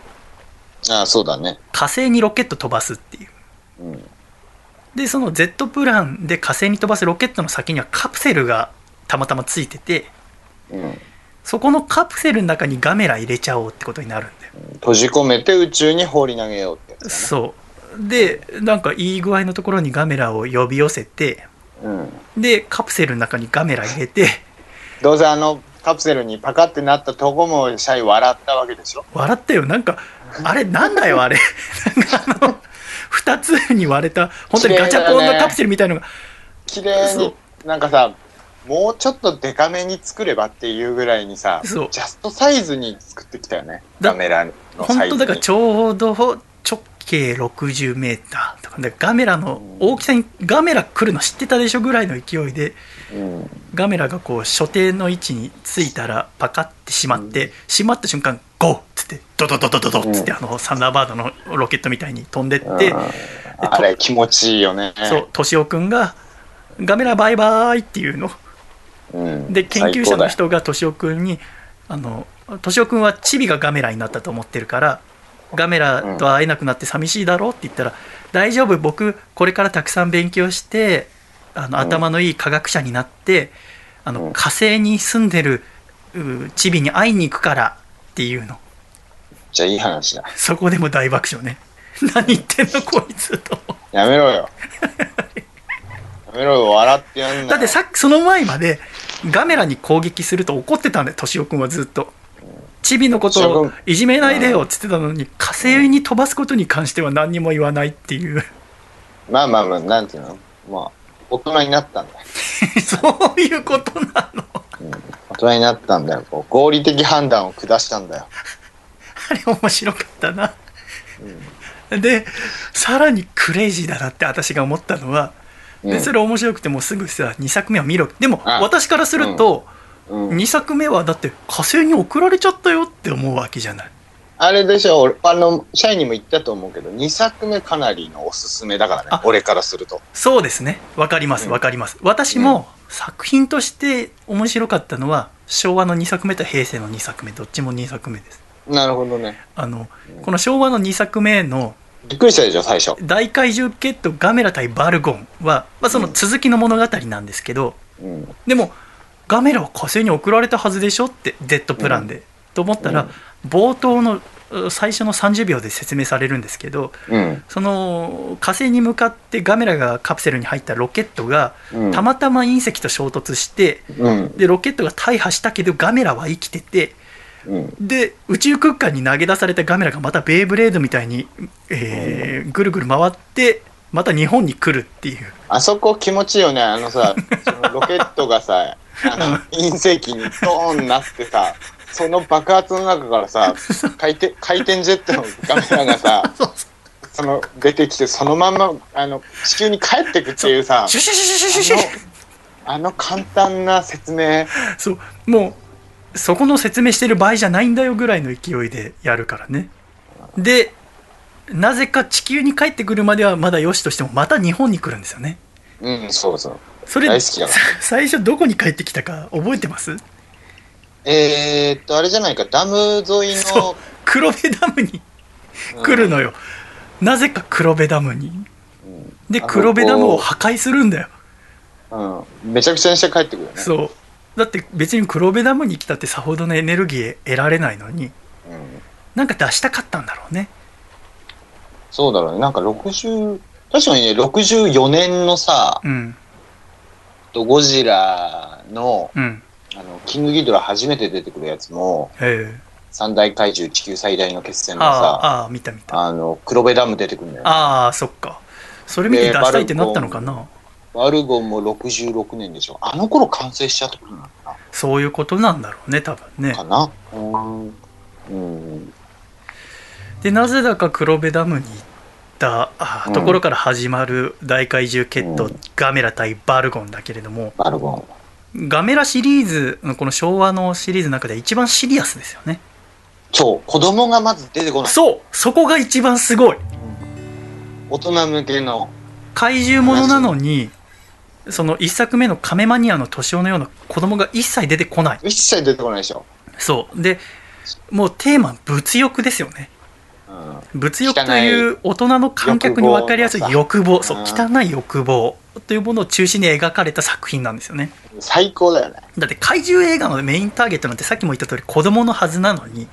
S5: あ、そうだね。
S1: 火星にロケット飛ばすっていう
S5: うん。
S1: でその Z プランで火星に飛ばすロケットの先にはカプセルがたまたまついてて
S5: うん。
S1: そこのカプセルの中にガメラ入れちゃおうってことになるんだよ
S5: 閉じ込めて宇宙に放り投げようってやつだね。
S1: そうでなんかいい具合のところにガメラを呼び寄せて
S5: うん。
S1: でカプセルの中にガメラ入れて
S5: どうせあの、カプセルにパカってなったとこもシャイ笑ったわけでしょ。
S1: 笑ったよなんかあれなんだよあれなんかあの2つに割れた本当にガチャポンのカプセルみたいのが
S5: 綺麗
S1: そう
S5: に、なんかさ、もうちょっとデカめに作ればっていうぐらいにさ、ジ
S1: そう
S5: ャストサイズに作ってきたよね。
S1: だ
S5: カメラのサ
S1: 本
S5: イズ
S1: 当
S5: に。
S1: だからちょうど直径 60m とかでガメラの大きさにガメラ来るの知ってたでしょぐらいの勢いで
S5: うん。
S1: ガメラがこう所定の位置についたらパカッてしまってしまった瞬間ゴーっつってドドドドドドっつってあのサンダーバードのロケットみたいに飛んでって
S5: うんあれ気持ちいいよね。
S1: そう敏夫君が「ガメラバイバイ」っていうの
S5: うん。
S1: で研究者の
S5: 最高
S1: 人が敏夫君に「あの敏夫君はチビがガメラになったと思ってるからガメラと会えなくなって寂しいだろ?」って言ったら「大丈夫僕これからたくさん勉強してあの
S5: うん
S1: 頭のいい科学者になってあ
S5: う
S1: の
S5: ん
S1: 火星に住んでるうチビに会いに行くから」っていうの
S5: だ。じゃあいい話だ。
S1: そこでも大爆 笑ね何言ってんのこいつと
S5: やめ ろよ。やめろよ、笑ってやんな よ。
S1: だってさっきその前までガメラに攻撃すると怒ってたんだよ敏夫君はずっとチビのことを
S5: 敏夫
S1: いじめないでよっつってたのに火星に飛ばすことに関しては何にも言わないっていう
S5: まあまあまあ、なんていうのまあ、大人になったんだよ。
S1: そういうことなの
S5: 大人になったんだよ。こう合理的判断を下したんだよ。
S1: あれ面白かったな、でさらにクレイジーだなって私が思ったのは
S5: うん
S1: でそれ面白くてもうすぐさ2作目は見ろでも
S5: あ
S1: 私からすると
S5: うん
S1: 2作目はだって火星に送られちゃったよって思うわけじゃない
S5: あれでしょ、俺あの、シャイにも言ったと思うけど、2作目かなりのおすすめだから
S1: あ
S5: ね、俺からすると。
S1: そうですねわかります
S5: うん
S1: わかります私も作品として面白かったのは昭和の2作目と平成の2作目どっちも2作目です
S5: なるほどね。
S1: あのこの昭和の2作目の
S5: びっくりしたでしょ、最初。
S1: 大怪獣ケットガメラ対バルゴンは、まあ、その続きの物語なんですけど、
S5: うん。
S1: でもガメラは火星に送られたはずでしょって Z プランで、と思ったら、冒頭のう最初の30秒で説明されるんですけど
S5: うん。
S1: その火星に向かってガメラがカプセルに入ったロケットが
S5: うん。
S1: たまたま隕石と衝突して
S5: うん。
S1: でロケットが大破したけどガメラは生きてて
S5: うん。
S1: で宇宙空間に投げ出されたガメラがまたベイブレードみたいに、えーぐるぐる回ってまた日本に来るっていう
S5: あそこ気持ちいいよね、あの さ、そのロケットがさ、あの、隕石にドーンなってさ、その爆発の中からさ、回転、回転ジェットのカメラ がさ、その、出てきて、そのまんま、あの、地球に帰ってくっていうさ、
S1: シュシュシュシュシュシュシュ
S5: あの、あの簡単な説明。
S1: そうもうそこの説明してる場合じゃないんだよぐらいの勢いでやるからねでなぜか地球に帰ってくるまではまだよしとしてもまた日本に来るんですよね
S5: うん、そうそう。
S1: それ
S5: 大好きだな
S1: さ最初どこに帰ってきたか覚えてます
S5: えー、っと、あれじゃないか、ダム沿い
S1: そう
S5: の。
S1: 黒部ダムに
S5: うん
S1: 来るのよ、なぜか黒部ダムに
S5: うん
S1: で
S5: あの
S1: 黒部ダムを破壊するんだよ
S5: うん。めちゃくちゃにして帰ってくるよね。
S1: そうだって別に黒部ダムに来たってさほどのエネルギー得られないのに
S5: うん。
S1: なんか出したかったんだろうね
S5: そうだろうね。なんか60、確かにね、64年のさ、
S1: うん
S5: とゴジラの、
S1: うん
S5: あの、キングギドラ初めて出てくるやつも、
S1: ええ
S5: 三大怪獣地球最大の決戦のさ、あ
S1: あーあー見た見た
S5: の、黒部ダム出てくるんだよ、ね。
S1: ああそっかそれ見て出したいってなったのかな
S5: ワルゴンも66年でしょ。あの頃完成しちゃったことなのか
S1: そういうことなんだろうね多分ね
S5: なかなうん。うん。
S1: でなぜだか黒部ダムに行ったあー
S5: うん
S1: ところから始まる大怪獣決闘、
S5: うん
S1: ガメラ対バルゴンだけれども
S5: ワルゴン。
S1: ガメラシリーズのこの昭和のシリーズの中で一番シリアスですよね
S5: そう、子供がまず出てこない。
S1: そうそこが一番すごい
S5: 大人向けの。
S1: 怪獣ものなのにその一作目のカメマニアの年男のような子供が一切出てこない
S5: 一切出てこないでしょ。
S1: そうでもうテーマ物欲ですよね
S5: うん。
S1: 物欲という大人の観客に分かりやすい欲望そう
S5: うん
S1: 汚い欲望というものを中心に描かれた作品なんですよね
S5: 最高だよね。
S1: だって怪獣映画のメインターゲットなんてさっきも言った通り子供のはずなのに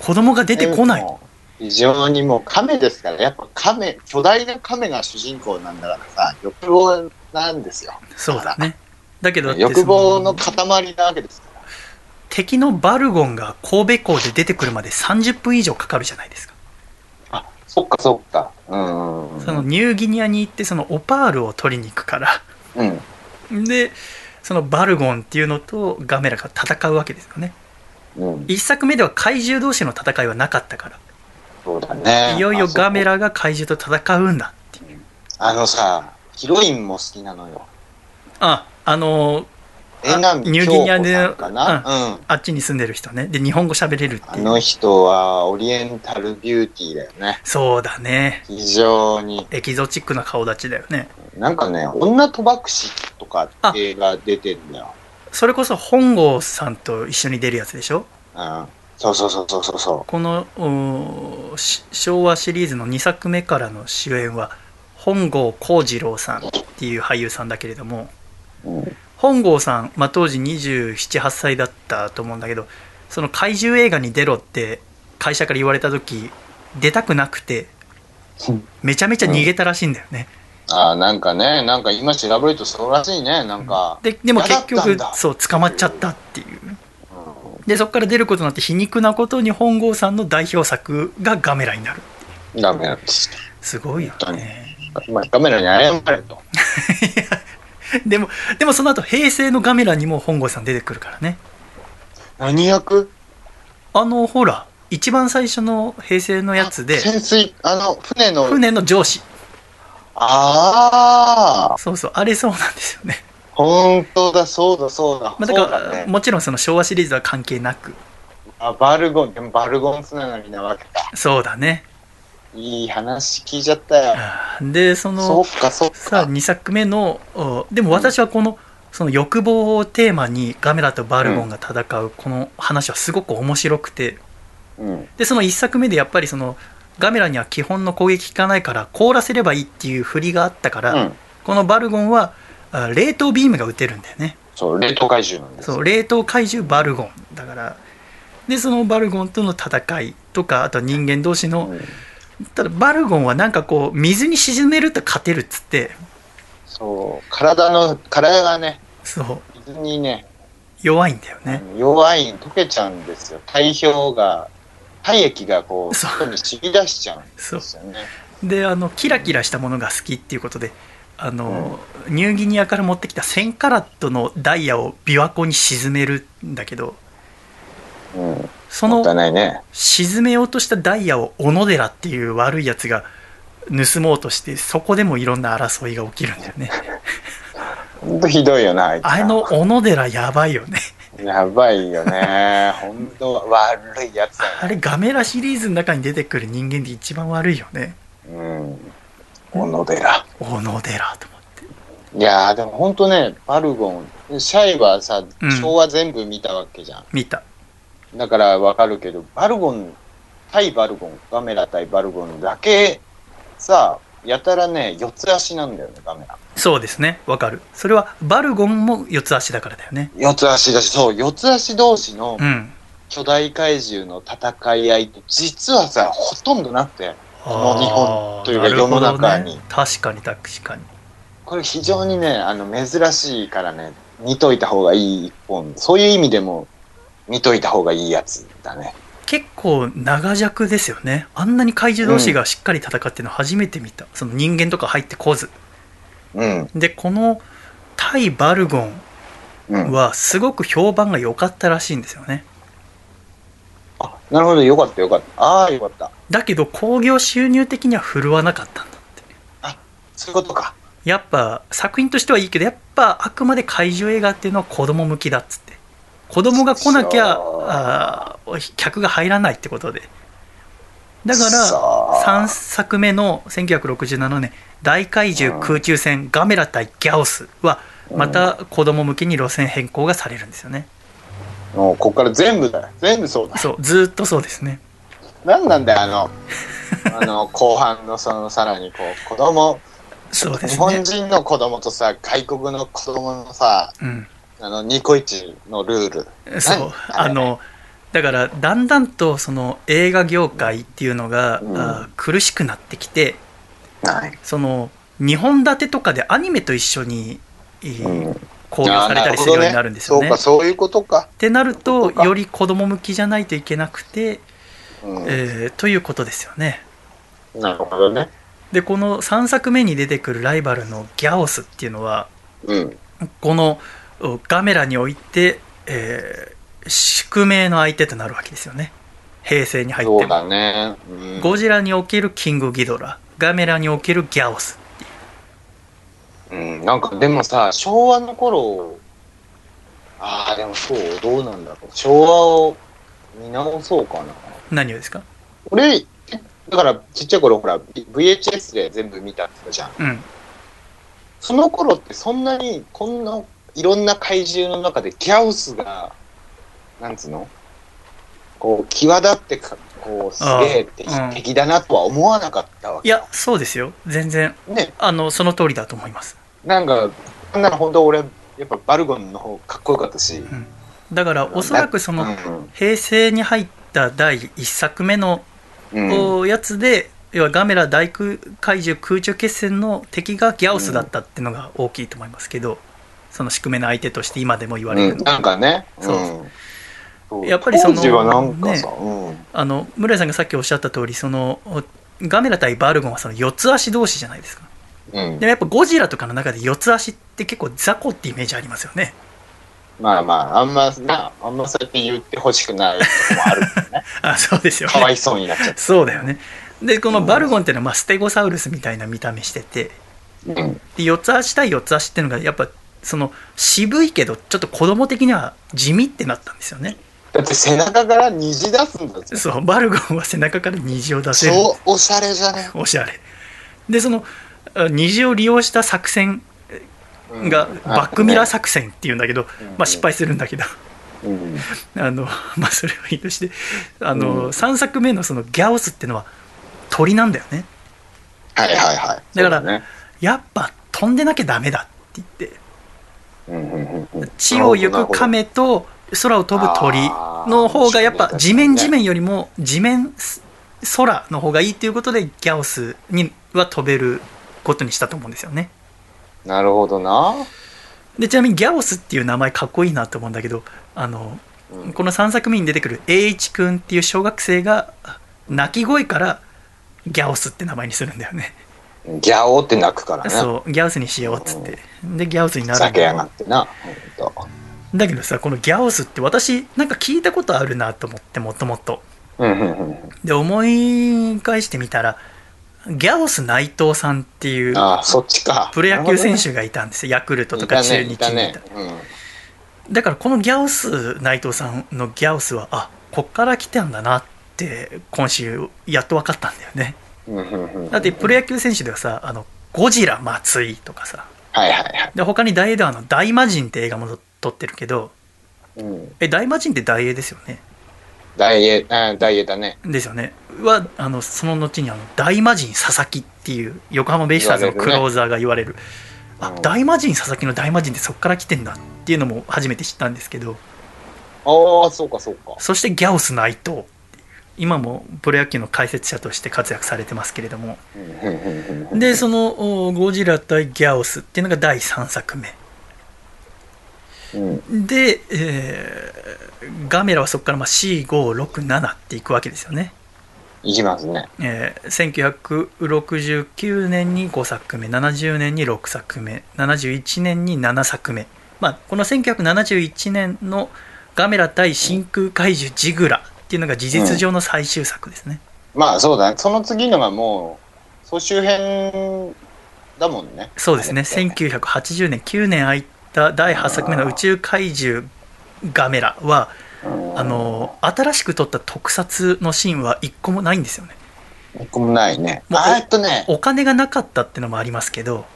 S1: 子供が出てこない
S5: でも。非常にもう亀ですから、やっぱ亀、巨大な亀が主人公なんだからさ、欲望なんですよ。
S1: そうだねだけどだって
S5: 欲望の
S1: そ
S5: 塊なわけですから。
S1: 敵のバルゴンが神戸港で出てくるまで30分以上かかるじゃないですか
S5: あ、そっかそっか。うん。
S1: そのニューギニアに行ってそのオパールを取りに行くから
S5: うん。
S1: でそのバルゴンっていうのとガメラが戦うわけですよね
S5: うん。
S1: 一作目では怪獣同士の戦いはなかったか
S5: そうだね。
S1: らいよいよガメ
S5: あ
S1: ラが怪獣と戦うんだっていう
S5: そこ。あのさ、ヒロインも好きなのよ。
S1: ああのーあ
S5: 江波
S1: ニュー
S5: 京子
S1: ギニアで
S5: さんかな。うん。
S1: あっちに住んでる人ねで日本語喋れるっ
S5: あ
S1: てい
S5: の
S1: う
S5: 人はオリエンタルビューティーだよね。
S1: そうだね
S5: 非常に。
S1: エキゾチックな顔立ちだよね
S5: なんかね、女賭博士とかって映画出てるんだよ。
S1: それこそ本郷さんと一緒に出るやつでしょ
S5: うん。そうそうそうそうそうそ
S1: このうーし昭和シリーズの2作目からの主演は本郷幸次郎さんっていう俳優さんだけれども
S5: う。うん。
S1: 本郷さん、まあ、当時278歳だったと思うんだけどその怪獣映画に出ろって会社から言われた時出たくなくてめちゃめちゃ逃げたらしいんだよね、
S5: ああ、なんかね、なんか今調べるとそうらしいね、なんか。
S1: ででも
S5: 嫌だ
S1: 結
S5: ったん
S1: 局
S5: だ
S1: そう捕まっちゃったっていう
S5: うん
S1: でそこから出ることになって皮肉なことに本郷さんの代表作がガメラになる
S5: ダメだ。
S1: すごいよね
S5: まあ、カメラに謝れと。
S1: でもでもその後平成のガメラにも本郷さん出てくるからね
S5: 何役
S1: あのほら一番最初の平成のやつで
S5: 潜水、あの、船の、
S1: 船の上司
S5: ああ、
S1: そうそう、あれそうなんです よね。
S5: 本当だ、そうだ、そうだ。
S1: まあ、だ
S5: そ
S1: か
S5: う
S1: ら、
S5: だね。
S1: もちろんその昭和シリーズは関係なく。
S5: あ、バルゴン、でもバルゴンつながりなわけだ。
S1: そうだね。
S5: いい話聞いちゃったよ。
S1: で、そ
S5: そ
S1: の、
S5: っか、そっ
S1: さあ、
S5: か。
S1: 2作目の、おでも私はこの、その欲望をテーマにガメラとバルゴンが戦うこの話はすごく面白くて、
S5: うん。
S1: でその1作目でやっぱりそのガメラには基本の攻撃効かないから凍らせればいいっていう振りがあったから、
S5: うん。
S1: このバルゴンはあ冷凍ビームが撃てるんだよね
S5: そう、冷凍怪獣なんです。
S1: そう冷凍怪獣バルゴンだからでそのバルゴンとの戦いとかあとは人間同士の
S5: うん
S1: ただバルゴンはなんかこう水に沈めると勝てるっつって
S5: そう、体の、体がね、
S1: そう
S5: 水にね、
S1: 弱いんだよね
S5: 弱い、溶けちゃうんですよ。体表が、体液がこう、
S1: そう
S5: 外に染み出しちゃうん
S1: そう
S5: ですよね。
S1: であのキラキラしたものが好きっていうことであの、ニューギニアから持ってきた1000カラットのダイヤを琵琶湖に沈めるんだけど
S5: うん。
S1: そ
S5: も
S1: の
S5: ったいないね。
S1: 沈めようとしたダイヤを小野寺っていう悪いやつが盗もうとしてそこでもいろんな争いが起きるんだよね
S5: ほんとひどいよな、あいつ。
S1: あの小野寺やばいよね
S5: やばい よね。ほんと悪いやつだ
S1: あれガメラシリーズの中に出てくる人間で一番悪いよね
S5: よ。うん。小野寺。
S1: 小野寺と思って
S5: いやー、でもほんとね、バルゴン、シャイはさ
S1: うん、
S5: 昭和全部見たわけじゃん。
S1: 見た
S5: だからわかるけど、バルゴン、対バルゴン、ガメラ対バルゴンだけ、さ、やたらね、四つ足なんだよね、ガメラ。
S1: そうですねわかるそれはバルゴンも四つ足だからだよね
S5: 四つ足だし、そう、四つ足同士の
S1: うん
S5: 巨大怪獣の戦い合いって、実はさ、ほとんどなくて、この日本というか
S1: あーなるほど
S5: 世の中に
S1: ね、確かに確かに
S5: これ非常にね、あの、珍しいからね、見といた方がいい一本。そういう意味でも、見といた方がいいやつだね。
S1: 結構長尺ですよねあんなに怪獣同士がしっかり戦ってるの初めて見た、その人間とか入ってこず
S5: うん、
S1: でこの対バルゴ
S5: うん
S1: ン。はすごく評判が良かったらしいんですよね
S5: あ、なるほど、よかったよかった。ああ、よかった。
S1: だけど興行収入的には振るわなかったんだって
S5: そういうことか。
S1: やっぱ作品としてはいいけどやっぱあくまで怪獣映画っていうのは子供向きだっつって子供が来なきゃ
S5: そう
S1: あー客が入らないってことでだか
S5: そう
S1: ら3作目の1967年「大怪獣空中戦ガメラ対ギャオス」はまた子供向けに路線変更がされるんですよね
S5: もう、こっから全部だよ。全部そうだ。
S1: そうずーっとそうですね
S5: なんなんだよ、あ の、あの、後半のその、さらにこう、子供、
S1: そうで
S5: 日
S1: す
S5: 本
S1: ね
S5: 人の子供とさ、外国の子供のさ、
S1: うん
S5: あの、ニコイチのルー ル。
S1: そう
S5: 何
S1: あのだからだんだんとその映画業界っていうのが、
S5: うん
S1: あー苦しくなってきて
S5: はい。
S1: その2本立てとかでアニメと一緒にえー
S5: うん
S1: 興行されたりするようになるんですよね。
S5: あーなるほどねそうか、そういうことか。
S1: ってなると
S5: そうか
S1: より子供向きじゃないといけなくて、
S5: うん
S1: えーということですよね。
S5: なるほどね。
S1: でこの3作目に出てくるライバルのギャオスっていうのは
S5: うん。
S1: このおガメラにおいて、えー宿命の相手となるわけですよね平成に入っ
S5: そ
S1: て
S5: う
S1: も、
S5: だね。うん
S1: ゴジラにおけるキングギドラガメラにおけるギャオス
S5: うん、なんかでもさ、昭和の頃、ああ、でもそう、どうなんだろう。昭和を見直そうかな。
S1: 何をですか
S5: 俺、だからちっちゃい頃ほら、V- VHS で全部見たって言ったじゃん。
S1: うん
S5: その頃ってそんなに、こんないろんな怪獣の中でギャオスが、なんつうのこう、際立ってか、こう、すげえ敵
S1: ああうん
S5: 敵だなとは思わなかったわ
S1: い
S5: け。
S1: やそうですよ全然
S5: ね、
S1: あのその通りだと思います
S5: なんか、あんなの本当俺、やっぱバルゴンの方かっこよかったし。
S1: だからおそらくその
S5: う
S1: 平成に入った第1作目の
S5: んうん
S1: おやつで、要はガメラ大空怪獣空中決戦の敵がギャオスだったっていうのが大きいと思いますけど、その宿命の相手として今でも言われる、
S5: うんなんかね、
S1: そうん
S5: そう
S1: やっぱりその
S5: 当時はなんかさ、うん
S1: あの村井さんがさっきおっしゃった通りそのおガメラ対バルゴンはその四つ足同士じゃないですか
S5: うん
S1: でもやっぱゴジラとかの中で四つ足って結構雑魚ってイメージありますよね
S5: まあまあ、あんまな、あんまそうやって言ってほしくないとこもあるけどね。
S1: あそうですよ
S5: か
S1: ね
S5: わいそうになっちゃっ
S1: そうだよねでこのバルゴンっていうのはまあステゴサウルスみたいな見た目してて
S5: うん。
S1: で四つ足対四つ足っていうのがやっぱその渋いけどちょっと子供的には地味ってなったんですよね
S5: だって背中から虹出すんだぜ。
S1: そうバルゴンは背中から虹を出せる
S5: 超おしゃれじゃね。
S1: おしゃれでそのあ虹を利用した作戦
S5: うん
S1: がバックミラー
S5: あ
S1: 作戦っていうんだけど、
S5: うん
S1: まあ、失敗するんだけど
S5: ったねうん
S1: あの、 まあ、それはいいとしてあ
S5: う
S1: の3作目のそのギャオスっていうのは鳥なんだよね
S5: はいはいはい。
S1: だから
S5: そうね。
S1: やっぱ飛んでなきゃダメだって言って
S5: うんうんうんうん
S1: 地を行く亀と空を飛ぶ鳥の方がやっぱ地面地面よりも地面す空の方がいいということでギャオスには飛べることにしたと思うんですよね
S5: なるほどな。
S1: でちなみにギャオスっていう名前かっこいいなと思うんだけどあの
S5: うん
S1: この3作目に出てくる栄一君っていう小学生が泣き声からギャオスって名前にするんだよね
S5: ギャオって泣くからね。
S1: そうギャオスにしようっつってでギャオスになる
S5: ふざ
S1: ん
S5: け
S1: だ
S5: や
S1: よ
S5: がってな。ほんと
S1: だけどさこのギャオスって私なんか聞いたことあるなと思ってもともと
S5: うんうんうんうん。
S1: で思い返してみたらギャオス内藤さんっていう
S5: ああ、そっちか。
S1: プロ野球選手がいたんですよ、ヤクルトとか
S5: な
S1: 中
S5: る
S1: 日
S5: ほどね
S1: に
S5: い
S1: いた
S5: たね。いたね
S1: だからこのギャオス内藤さんのギャオスはあこっから来てんだなって今週やっと分かったんだよね
S5: うんうんうんうん
S1: だってプロ野球選手ではさあのゴジラ松井とかさ
S5: はいはいはい。
S1: で他に大映ではあの大魔神って映画も撮ってるけど
S5: うん。
S1: え大魔神って大映ですよね
S5: 大英、あ大英だね。
S1: ですよねはあのその後にあの大魔神佐々木っていう横浜ベイスターズのクローザーが言われるあ
S5: うん
S1: 大魔神佐々木の大魔神ってそこから来てんだっていうのも初めて知ったんですけど
S5: ああ、そうかそうか。
S1: そしてギャオス内藤っていう今もプロ野球の解説者として活躍されてますけれども
S5: うんうんうんうん
S1: でそのおゴジラ対ギャオスっていうのが第3作目
S5: うん
S1: で、えーガメラはそこからまあ4567っていくわけですよね
S5: いきますね。
S1: えー1969年に5作目70年に6作目71年に7作目、まあ、この1971年の「ガメラ対真空怪獣ジグラ」っていうのが事実上の最終作ですね、
S5: まあそうだね。その次のがもう、総集編だもんね。
S1: そうですね1980年9年空いた第8作目の「宇宙怪獣ガメラは」
S5: うん
S1: あの新しく撮った特撮のシーンは一個もないんですよね
S5: 一個もないね。
S1: もう
S5: あえっとね、
S1: お金がなかったってのもありますけど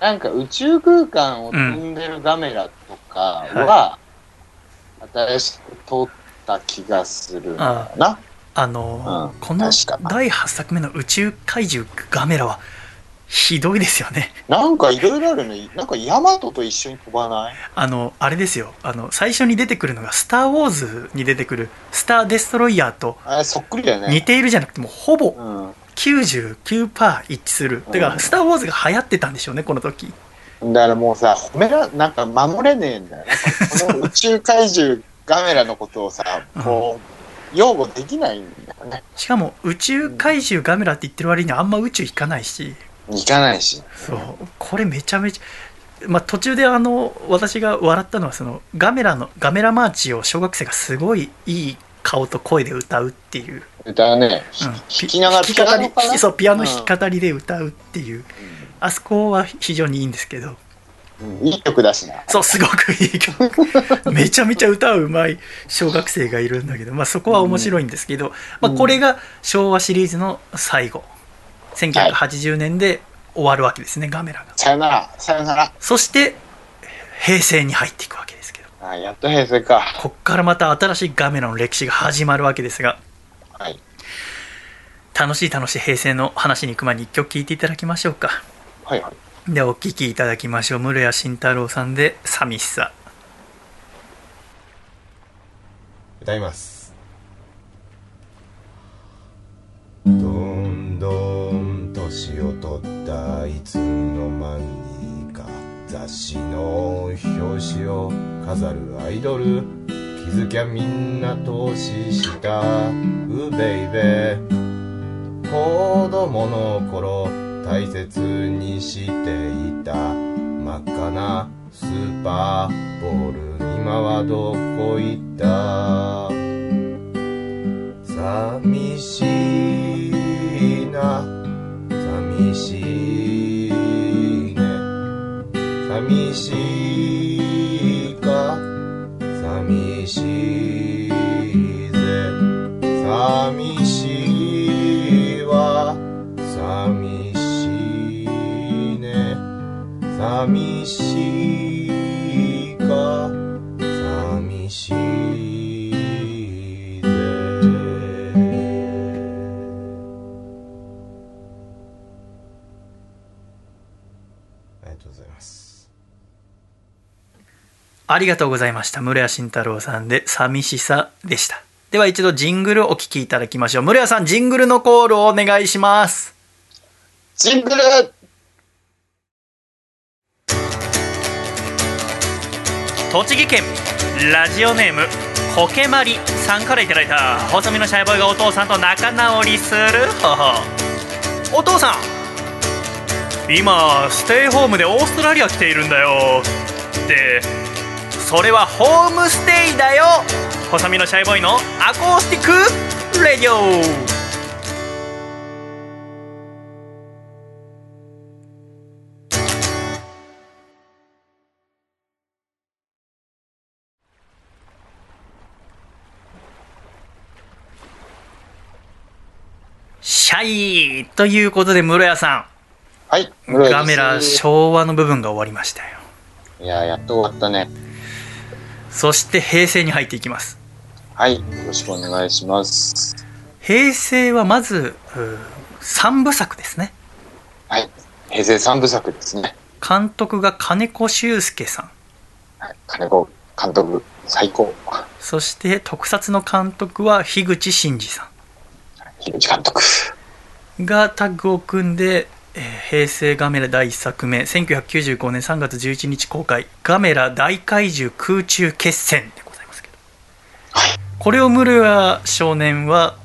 S5: なんか宇宙空間を飛んでるガメラとかは、新しく撮った気がするんだな。
S1: あのー
S5: うん
S1: この
S5: 確か
S1: 第8作目の宇宙怪獣ガメラはひどいですよね。
S5: なんかいろいろあるね。なんかヤマトと一緒に飛ばない
S1: あの、あれですよ。あの、最初に出てくるのが、スター・ウォーズに出てくる、スター・デストロイヤーと
S5: あれそっくりだよ
S1: 似
S5: ね。
S1: ているじゃなくて、もうほぼ
S5: う
S1: 99%一致する。て
S5: う
S1: か、
S5: ん
S1: スター・ウォーズが流行ってたんでしょうね、この時。
S5: ん。だからもうさ、褒めら、なんか守れねえんだよ ね。この宇宙怪獣ガメラのことをさ、こう、擁護できないんだよね。
S1: しかも、宇宙怪獣ガメラって言ってる割にあんま宇宙行かないし、
S5: いかないし。
S1: そう、これめちゃめちゃ、まあ、途中であの私が笑ったのはそのガメラのガメラマーチを小学生がすごいいい顔と声で歌うっていう、
S5: 歌うね、
S1: うん、
S5: 弾きながら
S1: 弾き語り
S5: ピアノかな
S1: ひそうピアノ弾き語りで歌うっていう、あそこは非常にいいんですけど
S5: うんいい曲だしな。
S1: そうすごくいい曲めちゃめちゃ歌うまい小学生がいるんだけど、まあ、そこは面白いんですけど、まあ、これが昭和シリーズの最後1980年で終わるわけですねガメラが。
S5: さよなら、さよなら。
S1: そして平成に入っていくわけですけど
S5: あやっと平成か。
S1: こっからまた新しいガメラの歴史が始まるわけですが
S5: はい。
S1: 楽しい楽しい平成の話に行く前に一曲聴いていただきましょうか
S5: はいはい。
S1: ではお聴きいただきましょう室谷慎太郎さんで「寂しさ
S6: 歌いますどんどん年を取ったいつの間にか雑誌の表紙を飾るアイドル気づきゃみんな投資したうべいべ子供の頃大切にしていた真っ赤なスーパーボール今はどこ行った寂しいな寂しい寂しいか寂しいでありがとうございます
S1: ありがとうございました。室谷慎太郎さんで、寂しさでした。では一度ジングルお聞きいただきましょう。室谷さん、ジングルのコールをお願いします。
S5: ジングル
S7: 栃木県ラジオネームコケマリさんからいただいた細身のシャイボーイがお父さんと仲直りする方法お父さん今ステイホームでオーストラリア来ているんだよでそれはホームステイだよ細身のシャイボーイのアコースティックレディオ
S1: シャイということで、室谷さ
S5: はい。
S1: ん、ガメラ昭和の部分が終わりましたよ。
S5: いや、やっと終わったね。
S1: そして平成に入っていきます。
S5: はい。よろしくお願いします。
S1: 平成はまず、うー三部作ですね。
S5: はい。平成三部作ですね。
S1: 監督が金子修介さん。
S5: はい金子監督、最高。
S1: そして特撮の監督は樋口真嗣さ
S5: 樋口監督。
S1: んがタッグを組んで、えー平成ガメラ第1作目1995年3月11日公開「ガメラ大怪獣空中決戦」でございますけど、これをムルア少年は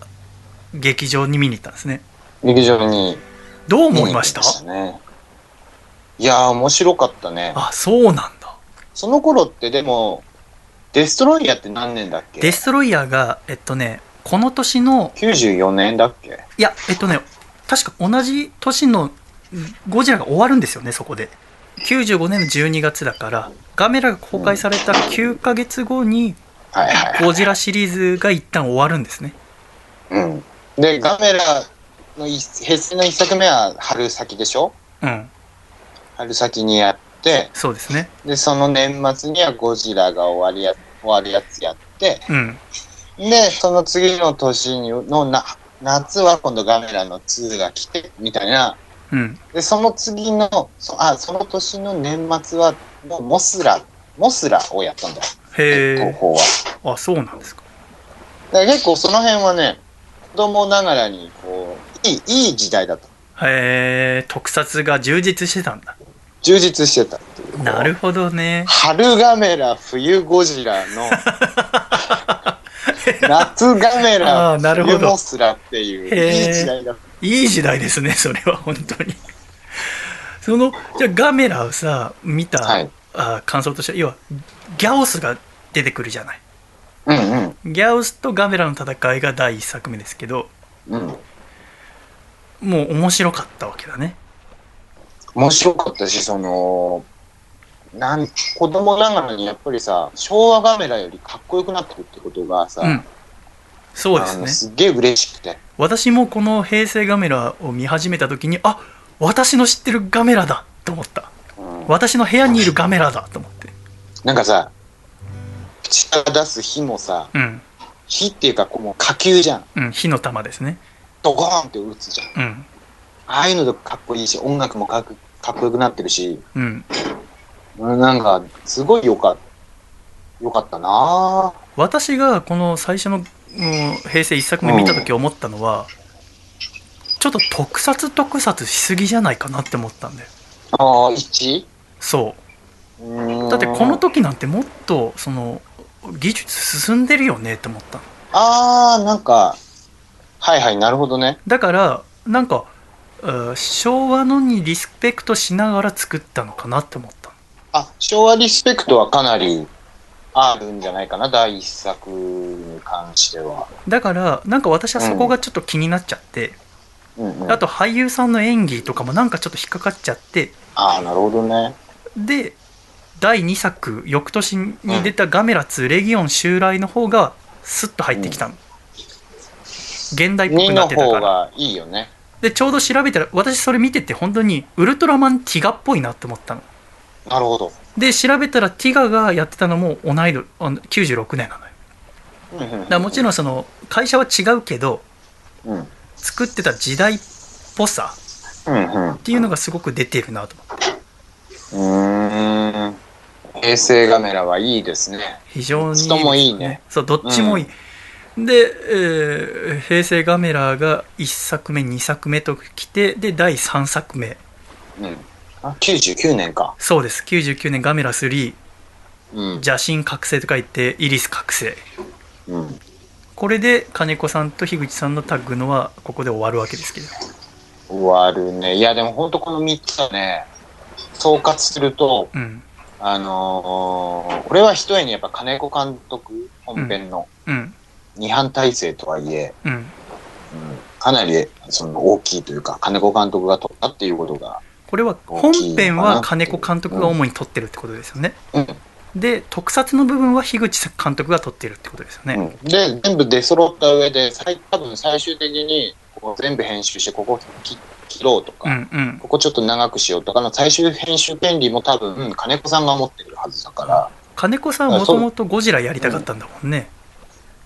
S1: 劇場に見に行ったんですね
S5: 陸上に
S1: どう
S5: 見
S1: 思
S5: に行きね。
S1: いました
S5: いやー、面白かったね。
S1: あそうなんだ
S5: その頃ってでも、デストロイヤーって何年だっけ
S1: デストロイヤーがえっとねこの年の
S5: ?94 年だっけ
S1: いやえっとね確か同じ年のゴジラが終わるんですよねそこで95年の12月だからガメラが公開された9ヶ月後に
S5: はいはい。
S1: ゴジラシリーズが一旦終わるんですね
S5: うん。で、ガメラの一平成の一作目は春先でしょ
S1: うん
S5: 春先にやって、
S1: そうですね
S5: で、その年末にはゴジラが終わりや、終わるやつやって、
S1: うん
S5: で、その次の年にのな夏は今度ガメラの2が来て、みたいな。
S1: うん
S5: で、その次の、そあ、その年の年末は、もうモスラ、モスラをやったんだよ。
S1: へ
S5: 高
S1: え
S5: 校は。
S1: あそうなんですか
S5: だから結構その辺はね、子供ながらに、こう、いい、いい時代だと。
S1: へえ特撮が充実してたんだ
S5: 充実してたっていう。
S1: なるほどね
S5: 春ガメラ、冬ゴジ ラの、夏ガメ
S1: あ
S5: ラ、
S1: ーなるほど
S5: 冬モスラっていう、
S1: へー
S5: いい時代だ。
S1: いい時代ですね それは本当にそのじゃあガメラをさ見た、
S5: はい。
S1: あ感想としては要はギャオスが出てくるじゃない
S5: うん
S1: ギャオスとガメラの戦いが第1作目ですけど
S5: うん。うん。
S1: もう面白かったわけだね
S5: 面白かったし、その、なん子供ながらにやっぱりさ、昭和ガメラよりかっこよくなってるってことがさ、
S1: うんそうで
S5: あの
S1: すね
S5: すっげえ嬉しくて。
S1: 私もこの平成ガメラを見始めた時にあ私の知ってるガメラだと思った
S5: うん
S1: 私の部屋にいるガメラだと思って
S5: なんかさ、口から出す火もさ、
S1: うん
S5: 火っていうかこうもう火球じゃん。
S1: うん火の玉ですね
S5: ドゴーンって撃つじゃん。
S1: うん
S5: ああいうのとかかっこいいし、音楽もかっこかっこよくなってるし、
S1: うん
S5: うんなんか、すごいよかった。よかったなぁ。
S1: 私がこの最初の、うん平成1作目見た時思ったのはちょっと特撮特撮しすぎじゃないかなって思ったんだよ
S5: ああ、1?
S1: そう
S5: うーん
S1: だってこの時なんてもっとその技術進んでるよねって思ったの
S5: ああ、なんか、はいはい、なるほどね。
S1: だからなんかえー昭和のにリスペクトしながら作ったのかなって思ったの
S5: あ、昭和リスペクトはかなりあるんじゃないかな、第一作に関しては。
S1: だからなんか私はそこがちょっと気になっちゃって、
S5: うんうん、
S1: あと俳優さんの演技とかもなんかちょっと引っかかっちゃって
S5: ああ、なるほどね。
S1: で第2作翌年に出た「ガメラ2レギオン襲来」の方がスッと入ってきたの、現代っぽ
S5: 2
S1: くな
S5: の
S1: ってた
S5: 方
S1: から
S5: がいいよね。
S1: でちょうど調べたら私それ見てて本当にウルトラマンティガっぽいなって思ったの
S5: なるほど。
S1: で調べたらティガがやってたのも同い年あの96年なのよ
S5: うんうん
S1: だからもちろんその会社は違うけど
S5: うん。うん
S1: 作ってた時代っぽさ
S5: うん。う
S1: っていうのがすごく出てるなと思って
S5: ーん。平成ガメラはいいですね。
S1: 非常に
S5: どっちともいいね
S1: そうどっちもいい、で、えー平成ガメラ」が1作目2作目と来てで第3作目
S5: うん。あ、99年か。
S1: そうです99年ガメラ3
S5: うん。
S1: 邪神覚醒と書いてイリス覚醒
S5: うん。
S1: これで金子さんと樋口さんのタッグのはここで終わるわけですけど
S5: 終わるね。いや、でも本当この3つはね、総括すると、
S1: うん
S5: あのー俺は一重にやっぱ金子監督本編の
S1: うん
S5: 二反体制とはいえ、
S1: うん
S5: うんかなりその大きいというか、金子監督が取ったっていうことが、
S1: これは本編は金子監督が主に撮ってるってことですよね、
S5: うん
S1: で特撮の部分は樋口監督が撮ってるってことですよね、
S5: うんで、全部出揃った上で、最多分最終的にこう全部編集して、ここ切切ろうと
S1: う
S5: か、
S1: んうん
S5: ここちょっと長くしようとかの最終編集権利も多分、金子さんが持ってるはずだから、
S1: 金子さんはもともとゴジラやりたかったんだもんね、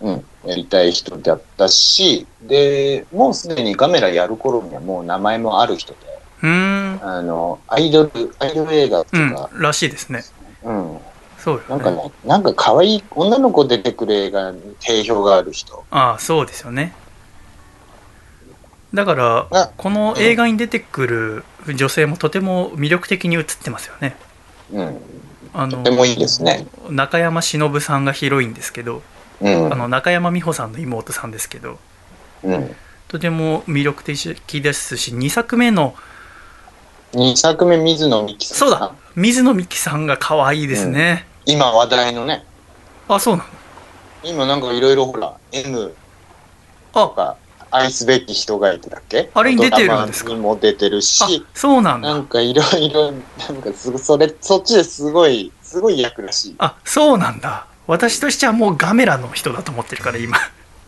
S5: うん、やりたい人だったし、で、もうすでにガメラやる頃にはもう名前もある人で、
S1: うーん
S5: あの、アイドル、アイドル映画と
S1: うん
S5: か、
S1: らしいですね
S5: うん、
S1: そうよ
S5: なんか
S1: ね
S5: ね、なんか可愛い女の子出てくる映画に定評がある人。
S1: ああそうですよねだか
S5: あ
S1: らこの映画に出てくる女性もとても魅力的に映ってますよね
S5: うん。
S1: あ
S5: と
S1: の
S5: てもいいですね。
S1: 中山忍さんがヒロインですけど、
S5: うん。
S1: あの中山美穂さんの妹さんですけど
S5: うん。
S1: とても魅力的ですし2作目の
S5: 2作目、水野美紀さ
S1: そ
S5: ん。
S1: うだ。水野美紀さんが可愛いですね、
S5: 今話題のね、
S1: あそうなの
S5: 今なんかいろいろほら、M と
S1: あ
S5: か、愛すべき人がいてだっけ
S1: あれに出てるんですか
S5: ドラマにも出てる
S1: あ
S5: し、
S1: そうなん
S5: な
S1: だ
S5: んかいろいろ、なんかすご、それ、そっちですごい、すごい役らしい。
S1: あそうなんだ私としてはもうガメラの人だと思ってるから 今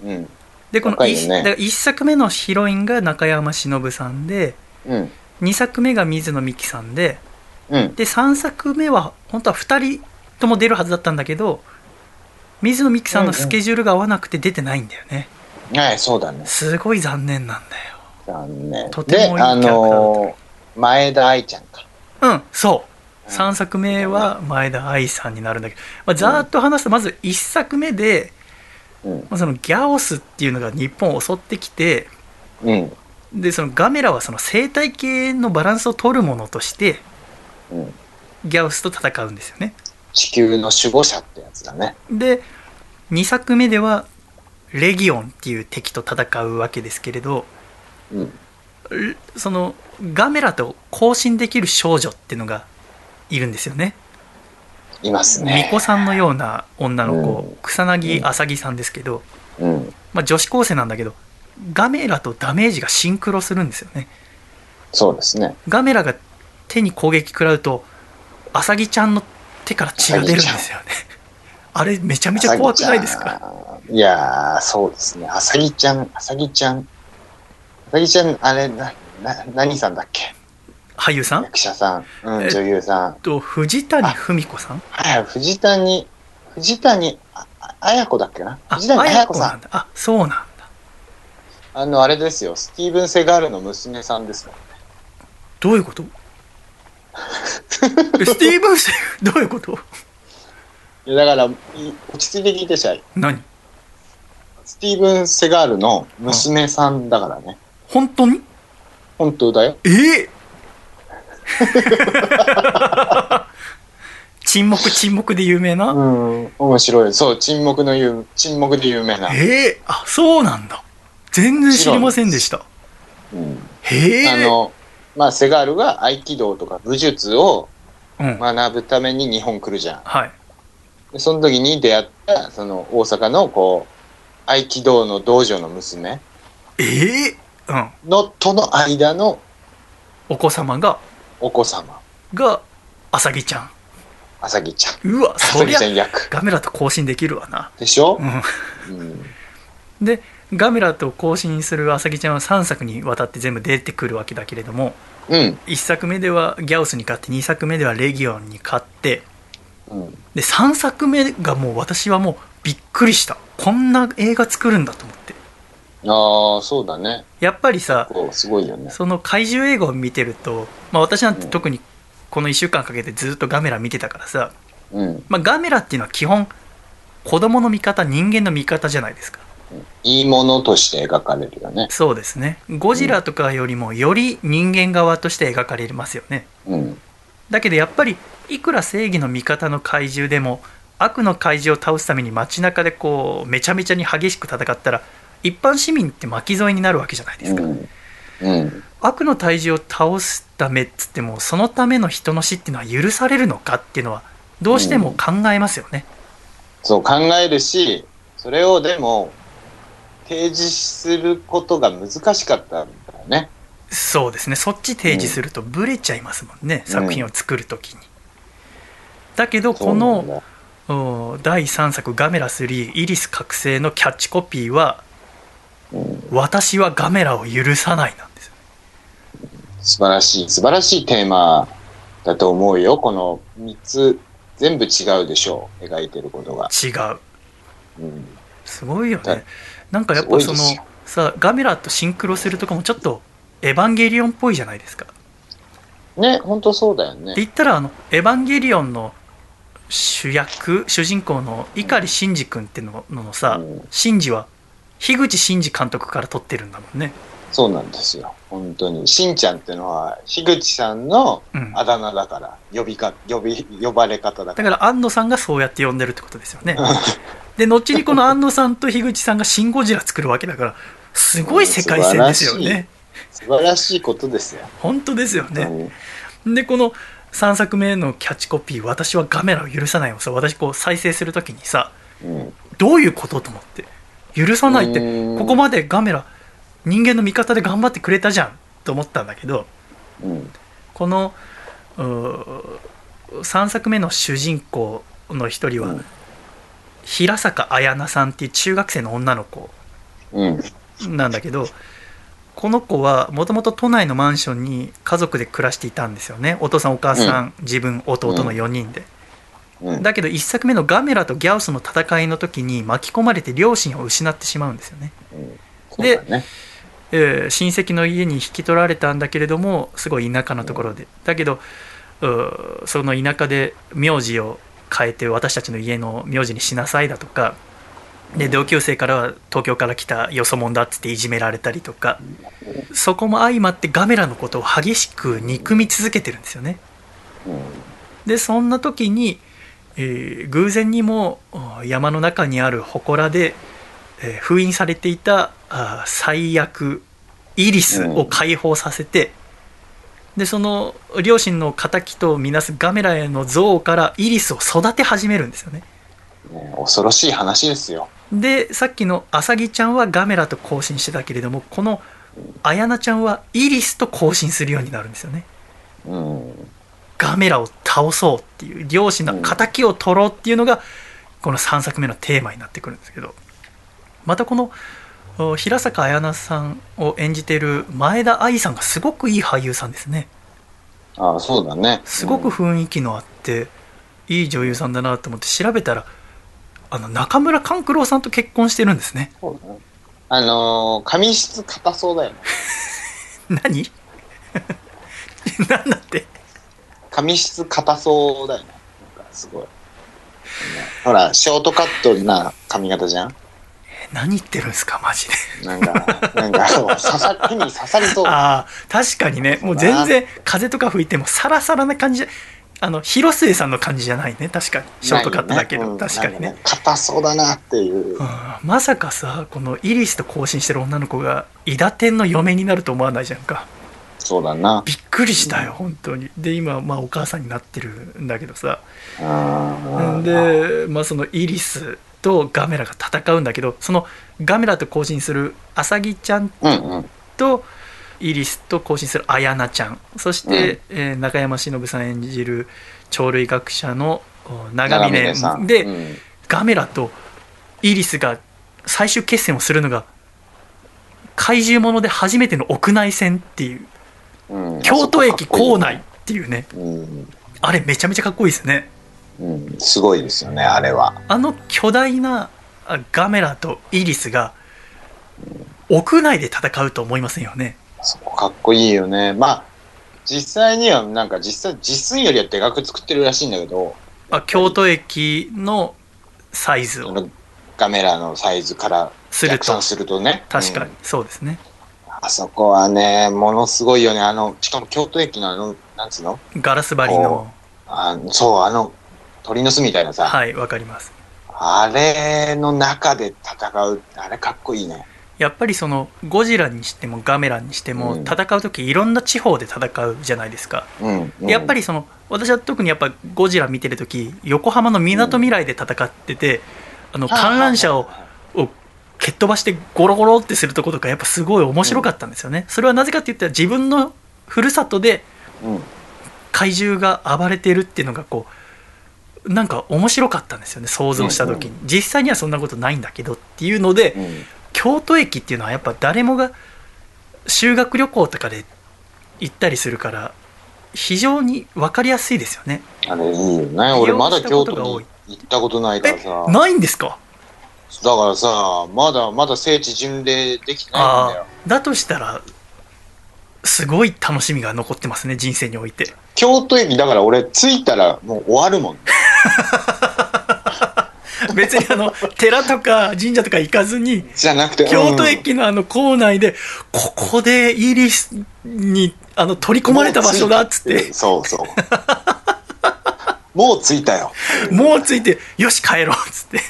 S5: うん。
S1: でこの
S5: 若いよ
S1: 1,、
S5: ね
S1: だから一作目のヒロインが中山忍さんで
S5: うん。
S1: 2作目が水野美紀さんで
S5: うん。
S1: で3作目は本当は2人とも出るはずだったんだけど水野美紀さんのスケジュールが合わなくて出てないんだよね
S5: はい、そうだね。
S1: すごい残念なんだよ
S5: 残念。
S1: とてもいいキャラクターだった
S5: で、あのー前田愛ちゃんか。
S1: うんそう
S5: うん
S1: 3作目は前田愛さんになるんだけど、まあ、ざーっと話すとまず1作目で、
S5: うん。
S1: まあ、そのギャオスっていうのが日本を襲ってきて
S5: うん。
S1: でそのガメラはその生態系のバランスを取るものとして
S5: うん。
S1: ギャオスと戦うんですよね
S5: 地球の守護者ってやつだね。
S1: で2作目ではレギオンっていう敵と戦うわけですけれど
S5: うん。
S1: レそのガメラと交信できる少女っていうのがいるんですよね
S5: います
S1: 巫
S5: ね。
S1: 女さんのような女の子、
S5: うん
S1: 草薙あさぎさんですけど、
S5: うん。
S1: まあ、女子高生なんだけどガメラとダメージがシンクロするんですよね
S5: そうですね。
S1: ガメラが手に攻撃食らうとアサギちゃんの手から血が出るんですよねあれめちゃめちゃ怖くないですか
S5: かいやー、そうですね。あさぎちゃん、あさぎちゃん。あさぎちゃん、あれ、な、な、何さんだっけ
S1: 俳優さん
S5: 役者さん。う
S1: え
S5: ん、女優さん。
S1: と藤谷文子さん
S5: はい、藤谷、藤谷、あ、あ綾子だっけな
S1: あ
S5: 藤谷綾子
S1: な
S5: さ
S1: ん
S5: ん。
S1: だあそうなんだ
S5: あの、あれですよ。スティーブン・セガールの娘さんですよ。
S1: どういうこと えスティーブンセどういうこと
S5: いやだから、い落ち着いて聞いてちゃい。
S1: 何
S5: スティーブン・セガールの娘さんだからね。
S1: 本当に
S5: 本当だよ。
S1: ええ 沈黙沈黙で有名な、
S5: うん、面白い。そう、沈黙の有、沈黙で有名な。
S1: ええあそうなんだ全然知りませんでした
S5: うん
S1: へえ
S5: あの、まあ、セガールが合気道とか武術を
S1: うん
S5: 学ぶために日本来るじゃん。
S1: はい
S5: でその時に出会った、その大阪のこう、合気道の道場の娘
S1: ええうん
S5: のとの間の
S1: お子様が
S5: お子様、
S1: があさぎちゃん
S5: あさぎちゃん。
S1: うわ
S5: あ
S1: そ
S5: さぎ
S1: りゃ
S5: ちゃん役。
S1: ガメラと交信できるわな
S5: でしょ
S1: う、ん
S5: うん、
S1: でガメラと交信するアサギちゃんは3作にわたって全部出てくるわけだけれども
S5: うん。
S1: 1作目ではギャオスに勝って2作目ではレギオンに勝って
S5: うん。
S1: で3作目がもう私はもうびっくりしたこんな映画作るんだと思って
S5: ああ、そうだね。
S1: やっぱりさ
S5: こう、すごいよね。
S1: その怪獣映画を見てると、まあ、私なんて特にこの1週間かけてずっとガメラ見てたからさ、
S5: うん。
S1: まあ、ガメラっていうのは基本子供の味方人間の味方じゃないですか
S5: いいものとして描かれるよね。
S1: そうですねゴジラとかよりもより人間側として描かれますよね
S5: うん。
S1: だけどやっぱりいくら正義の味方の怪獣でも悪の怪獣を倒すために街中でこうめちゃめちゃに激しく戦ったら一般市民って巻き添えになるわけじゃないで
S5: う
S1: すか、
S5: ん。うん。
S1: 悪の体重を倒すためっつってもそのための人の死っていうのは許されるのかっていうのはどうしても考えますよね、
S5: そう考えるし、それをでも、提示することが難しかったんだよね。
S1: そうですねそっち提示するとブレちゃいますもんね、作品を作る時にだけどこ
S5: そう
S1: の
S5: なんだ
S1: お第3作「ガメラ3イリス覚醒」のキャッチコピーは「私はガメラを許さない」なんですよ
S5: 素晴らしい、素晴らしいテーマだと思うよ。この3つ、全部違うでしょう。描いてることが。
S1: 違う
S5: うん。
S1: すごいよ
S5: は
S1: ね
S5: い
S1: なんかやっぱ
S5: す
S1: そ
S5: ごい
S1: の
S5: ですよ
S1: さガメラとシンクロするとかもちょっと「エヴァンゲリオン」っぽいじゃないですか
S5: ね、ほんとそうだよ
S1: って
S5: ね。
S1: 言ったらあの「エヴァンゲリオン」の主役主人公の碇シンジ君ってのののさ、
S5: うん
S1: シンジは樋口真嗣監督から撮ってるんだもんね、
S5: そうなんですよ。本当に。しんちゃんってのは、樋口さんの
S1: うん、
S5: あ
S1: だ
S5: だ名だから、呼びか、呼び、呼ばれ方だか
S1: から安野さんがそうやって呼んでるってことですよねで後にこの安野さんと樋口さんが「シン・ゴジラ」作るわけだからすごい世界線ですよ
S5: 素晴らし
S1: ね
S5: ら。素晴らしいことですよ。
S1: 本当ですよね、
S5: うん
S1: でこの3作目のキャッチコピー「私はガメラを許さない」をさ私こう再生するときにさ
S5: うん。
S1: どういうことと思って許さないって
S5: うん
S1: ここまでガメラ人間の味方で頑張ってくれたじゃんと思ったんだけど
S5: うん。
S1: この3作目の主人公の一人は、
S5: うん
S1: 平坂綾菜さんっていう中学生の女の子
S5: うん。
S1: なんだけどこの子はもともと都内のマンションに家族で暮らしていたんですよねお父さんお母さん、自分弟の4人で、
S5: うん。
S1: だけど1作目のガメラとギャオスの戦いの時に巻き込まれて両親を失ってしまうんですよね、
S5: そうだね。
S1: えー親戚の家に引き取られたんだけれどもすごい田舎のところでだけどうーその田舎で名字を変えて私たちの家の名字にしなさいだとかで同級生からは東京から来たよそ者だっつっていじめられたりとかそこも相まってガメラのことを激しく憎み続けてるんですよね。でそんな時に、えー偶然にもあー山の中にある祠で、えー封印されていたあー最悪イリスを解放させて、でその両親の敵とみなすガメラへの憎悪からイリスを育て始めるんですよね。
S5: ね恐ろしい話ですよ。
S1: でさっきのアサギちゃんはガメラと交信してたけれどもこのアヤナちゃんはイリスと交信するようになるんですよね。
S5: うん。
S1: ガメラを倒そうっていう両親の敵を取ろうっていうのがこの3作目のテーマになってくるんですけどまたこのお平坂綾菜さんを演じている前田愛さんがすごくいい俳優さんですね
S5: ああ、そうだね。
S1: すごく雰囲気のあっていい女優さんだなと思って調べたらあの中村勘九郎さんと結婚してるんですね
S5: そうだね。あのー、髪質硬そうだよね。
S1: 何 なんだって
S5: 髪質硬そうだよね。なんかすごい。ほら、ショートカットな髪型じゃん
S1: 何言ってるんですかマジで
S5: な んか、なんか、刺さ、手に刺さりそう。
S1: ああ確かにねもう全然風とか吹いてもサラサラな感じあの広末さんの感じじゃないね確かにショートカットだけど、
S5: うん
S1: 確かにね
S5: なん硬そうだなっていう。
S1: うんまさかさこのイリスと交信してる女の子が伊ダ天の嫁になると思わないじゃんか
S5: そうだな。
S1: びっくりしたよ本当にで今、まあ、お母さんになってるんだけどさ
S5: うん。
S1: で、まあ、そのイリスとガメラが戦うんだけどそのガメラと交信するアサギちゃん
S5: うんうん。
S1: とイリスと交信する綾菜ちゃんそして、えー中山忍さん演じる鳥類学者のお長峰
S5: さん。
S1: で、
S5: うん
S1: ガメラとイリスが最終決戦をするのが怪獣もので初めての屋内線っていう
S5: うん
S1: 京都駅構。内
S5: あ
S1: っていうね
S5: そこかっこいいうん
S1: あれめちゃめちゃかっこいいですね
S5: うん、すごいですよね、あれは。
S1: あの巨大なあガメラとイリスが屋内で戦うと思いませんよね
S5: そこかっこいいよね。まあ、実際には、なんか実際、実寸よりはでかく作ってるらしいんだけど、
S1: あ京都駅のサイズ
S5: そ
S1: を
S5: のガメラのサイズから
S1: する
S5: 逆
S1: と
S5: 算するとね。
S1: 確か
S5: う
S1: に
S5: ん
S1: そうですね
S5: あそこはね、ものすごいよね。あの、しかも京都駅のあの、なんつうの
S1: ガラス張りの
S5: あのそう、あの、鳥の巣みたいなさ、
S1: はいわかります
S5: あれの中で戦う、あれかっこいいね。
S1: やっぱりそのゴジラにしてもガメラにしても
S5: うん
S1: 戦う時いろんな地方で戦うじゃないですか、
S5: うん。うん
S1: でやっぱ、りその私は特にやっぱゴジラ見てる時横浜のみなとみらいで戦ってて、あの観覧車を
S5: はいはいはい
S1: を蹴っ飛ばしてゴロゴロってするところとかやっぱすごい面白かったんですよね、それはなぜかって言ったら自分のふるさとで
S5: うん。
S1: 怪獣が暴れてるっていうのがこうなんか面白かったんですよね想像した時に、実際にはそんなことないんだけどっていうので、
S5: うん。
S1: 京都駅っていうのはやっぱ誰もが修学旅行とかで行ったりするから非常に分かりやすいですよね
S5: あれいいよね。俺まだ京都に行ったことないからさ。
S1: ないんですか
S5: だからさ、まだまだ聖地巡礼できてないんだ
S1: あ
S5: よ。
S1: あだとしたらすごい楽しみが残ってますね人生において
S5: 京都駅だから俺着いたらもう終わるもん。
S1: 別にあの寺とか神社とか行かずに
S5: じゃなくて、
S1: 京都
S5: うん
S1: 駅のあの構内でここでイリスにあの取り込まれた場所だっつって。
S5: そ うそう。もう着いたよ。
S1: もうついてよし帰ろうっつって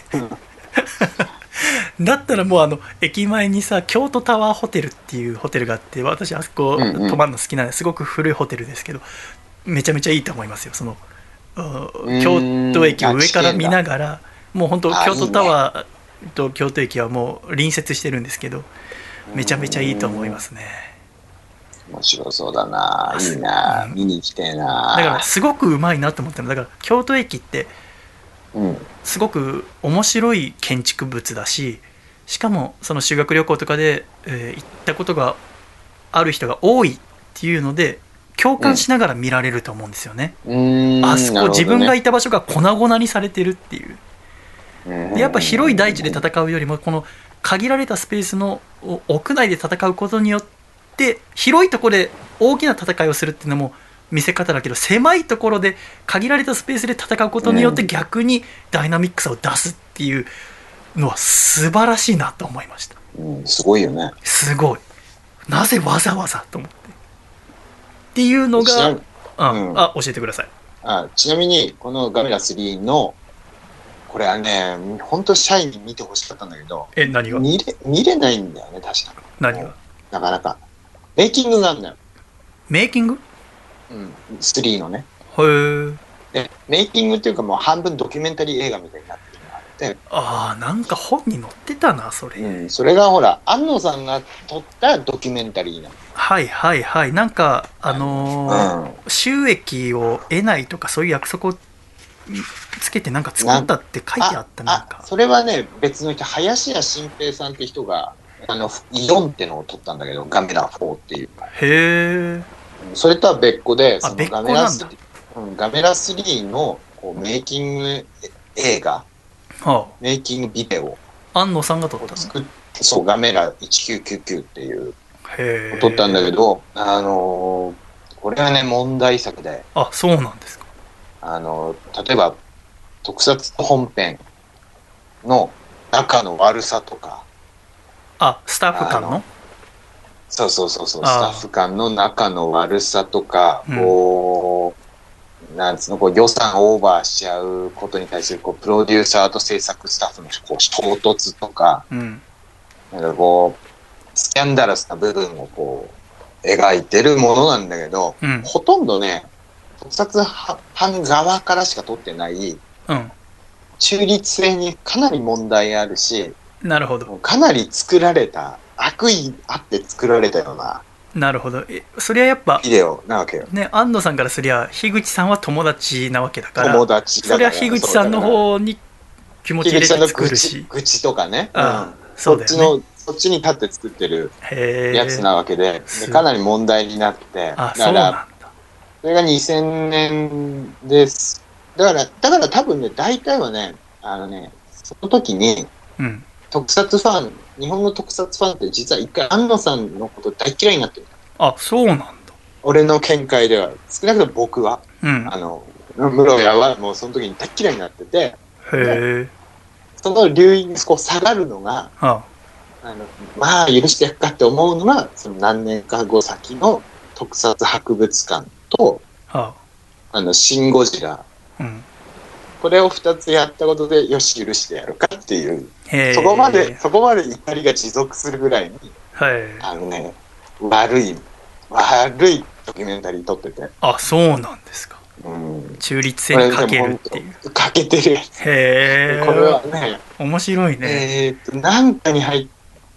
S1: だったらもうあの駅前にさ京都タワーホテルっていうホテルがあって私あそこ
S5: うんうん
S1: 泊まるの好きなんですごく古いホテルですけどめちゃめちゃいいと思いますよそのうん
S5: ん
S1: 京都駅を上から
S5: あ地形だ
S1: 見ながらもう本当
S5: あ
S1: 京都タワーと京都駅はもう隣接してるんですけどめちゃめちゃいいと思いますね
S5: 面白そうだな。いいな。見に来てえな。
S1: だからすごくうまいなと思ったのだから京都駅って
S5: うん。
S1: すごく面白い建築物だししかもその修学旅行とかで、えー行ったことがある人が多いっていうので共感しながら見られると思うんですよね、
S5: うーん
S1: あそこ、自分が
S5: なる
S1: いた場所が粉々にされてるっていう
S5: ほどね
S1: でやっぱ広い大地で戦うよりもこの限られたスペースのお屋内で戦うことによって広いところで大きな戦いをするっていうのも見せ方だけど狭いところで限られたスペースで戦うことによって逆にダイナミックさを出すっていうのは素晴らしいなと思いました
S5: うんすごいよね。
S1: すごいなぜわざわざと思ってっていうの
S5: ち
S1: が
S5: な
S1: あ,、
S5: うん
S1: あ教えてください
S5: あちなみに、このガメラ3の、これはね、本当シャイに見てほしかったんだけど、
S1: え何が
S5: 見れ、見れないんだよね、確か。
S1: 何が
S5: なかなか。メイキングがあるんだよ。
S1: メイキング
S5: うん。3のね。
S1: へえ
S5: で、メイキングっていうかもう半分ドキュメンタリー映画みたいになってるのがあって、
S1: ああなんか本に載ってたなそれ、
S5: うん。それがほら、安野さんが撮ったドキュメンタリーな
S1: はいはいはいなんかあのー
S5: の。うん。
S1: 収益を得ないとかそういう約束をつけてなんか作ったって書いてあったなん
S5: あ
S1: か、
S5: それはね、別の人、林家新平さんって人が、あの、4ってのを撮ったんだけど、ガメラ4っていう。
S1: へえ
S5: それとは別個で、その
S1: 別個
S5: ガメラ
S1: なんだ
S5: 3、うんガメラ3のこうメイキング映画、
S1: は
S5: メイキングビデオ
S1: あ安野さんが撮っ
S5: を
S1: たの
S5: 作って、そう、ガメラ1999っていう、
S1: へえ
S5: 撮ったんだけど、あのーこれはね、問題作で、
S1: あそうなんですか
S5: あのー例えば、特撮本編の仲の悪さとか、
S1: あスタッフ間の
S5: あのそうそうそうそう、スタ
S1: あー
S5: ッフ間の仲の悪さとか、
S1: うん
S5: こう、なんつうの、こう予算オーバーしちゃうことに対する、こう、プロデューサーと制作スタッフのこう衝突とか、
S1: うん
S5: なんかこう、スキャンダラスな部分をこう、描いてるものなんだけど、
S1: うん
S5: ほとんどね、特撮班側からしか撮ってない、
S1: うん
S5: 中立性にかなり問題あるし、
S1: なるほど
S5: かなり作られた、悪意あって作られたような
S1: なるほどえそりゃやっぱ
S5: ビデオなわけよ。
S1: ね安野さんからすりゃ樋口さんは友達なわけだから
S5: 友達だ
S1: そ
S5: か
S1: りゃ
S5: ら。
S1: 樋口さんの
S5: そう
S1: 方に気持ち
S5: だ
S1: 入
S5: から
S1: れて作
S5: 樋口さんの愚
S1: る
S5: 痴
S1: し
S5: 愚痴とかね。
S1: あ
S5: うん
S1: そう
S5: こ
S1: だ
S5: っ
S1: よ
S5: ち
S1: ね
S5: の、そっちに立って作ってる
S1: へえ
S5: やつなわけで、ですかなり問題になって、だ
S1: あ
S5: か
S1: そう
S5: ら、
S1: なんだ
S5: それが2000年です。だから、だから多分ね、大体はね、あのね、その時に、
S1: うん
S5: 特撮ファン、日本の特撮ファンって実は一回安野さんのこと大嫌いになってる。
S1: あそうなんだ
S5: 俺の見解では、少なくとも僕は、
S1: うん
S5: あの、室谷はもうその時に大嫌いになってて、
S1: へえ
S5: その留飲にこう下がるのが、
S1: あ
S5: あのまあ許してやっかって思うのが、その何年か後先の特撮博物館と、
S1: あ
S5: あの、シン・ゴジラ。
S1: うん
S5: これを二つやったことで、よし、許してやるかっていう、
S1: へえ
S5: そこまで、そこまで怒りが持続するぐらいに、
S1: はい
S5: あのね、悪い、悪いドキュメンタリー撮ってて、
S1: あそうなんですか
S5: うん。
S1: 中立性に欠けるっていう
S5: う。かけてるやつ。
S1: へえ
S5: これはね、
S1: 面白いね、
S5: えーっと、なんかに入っ、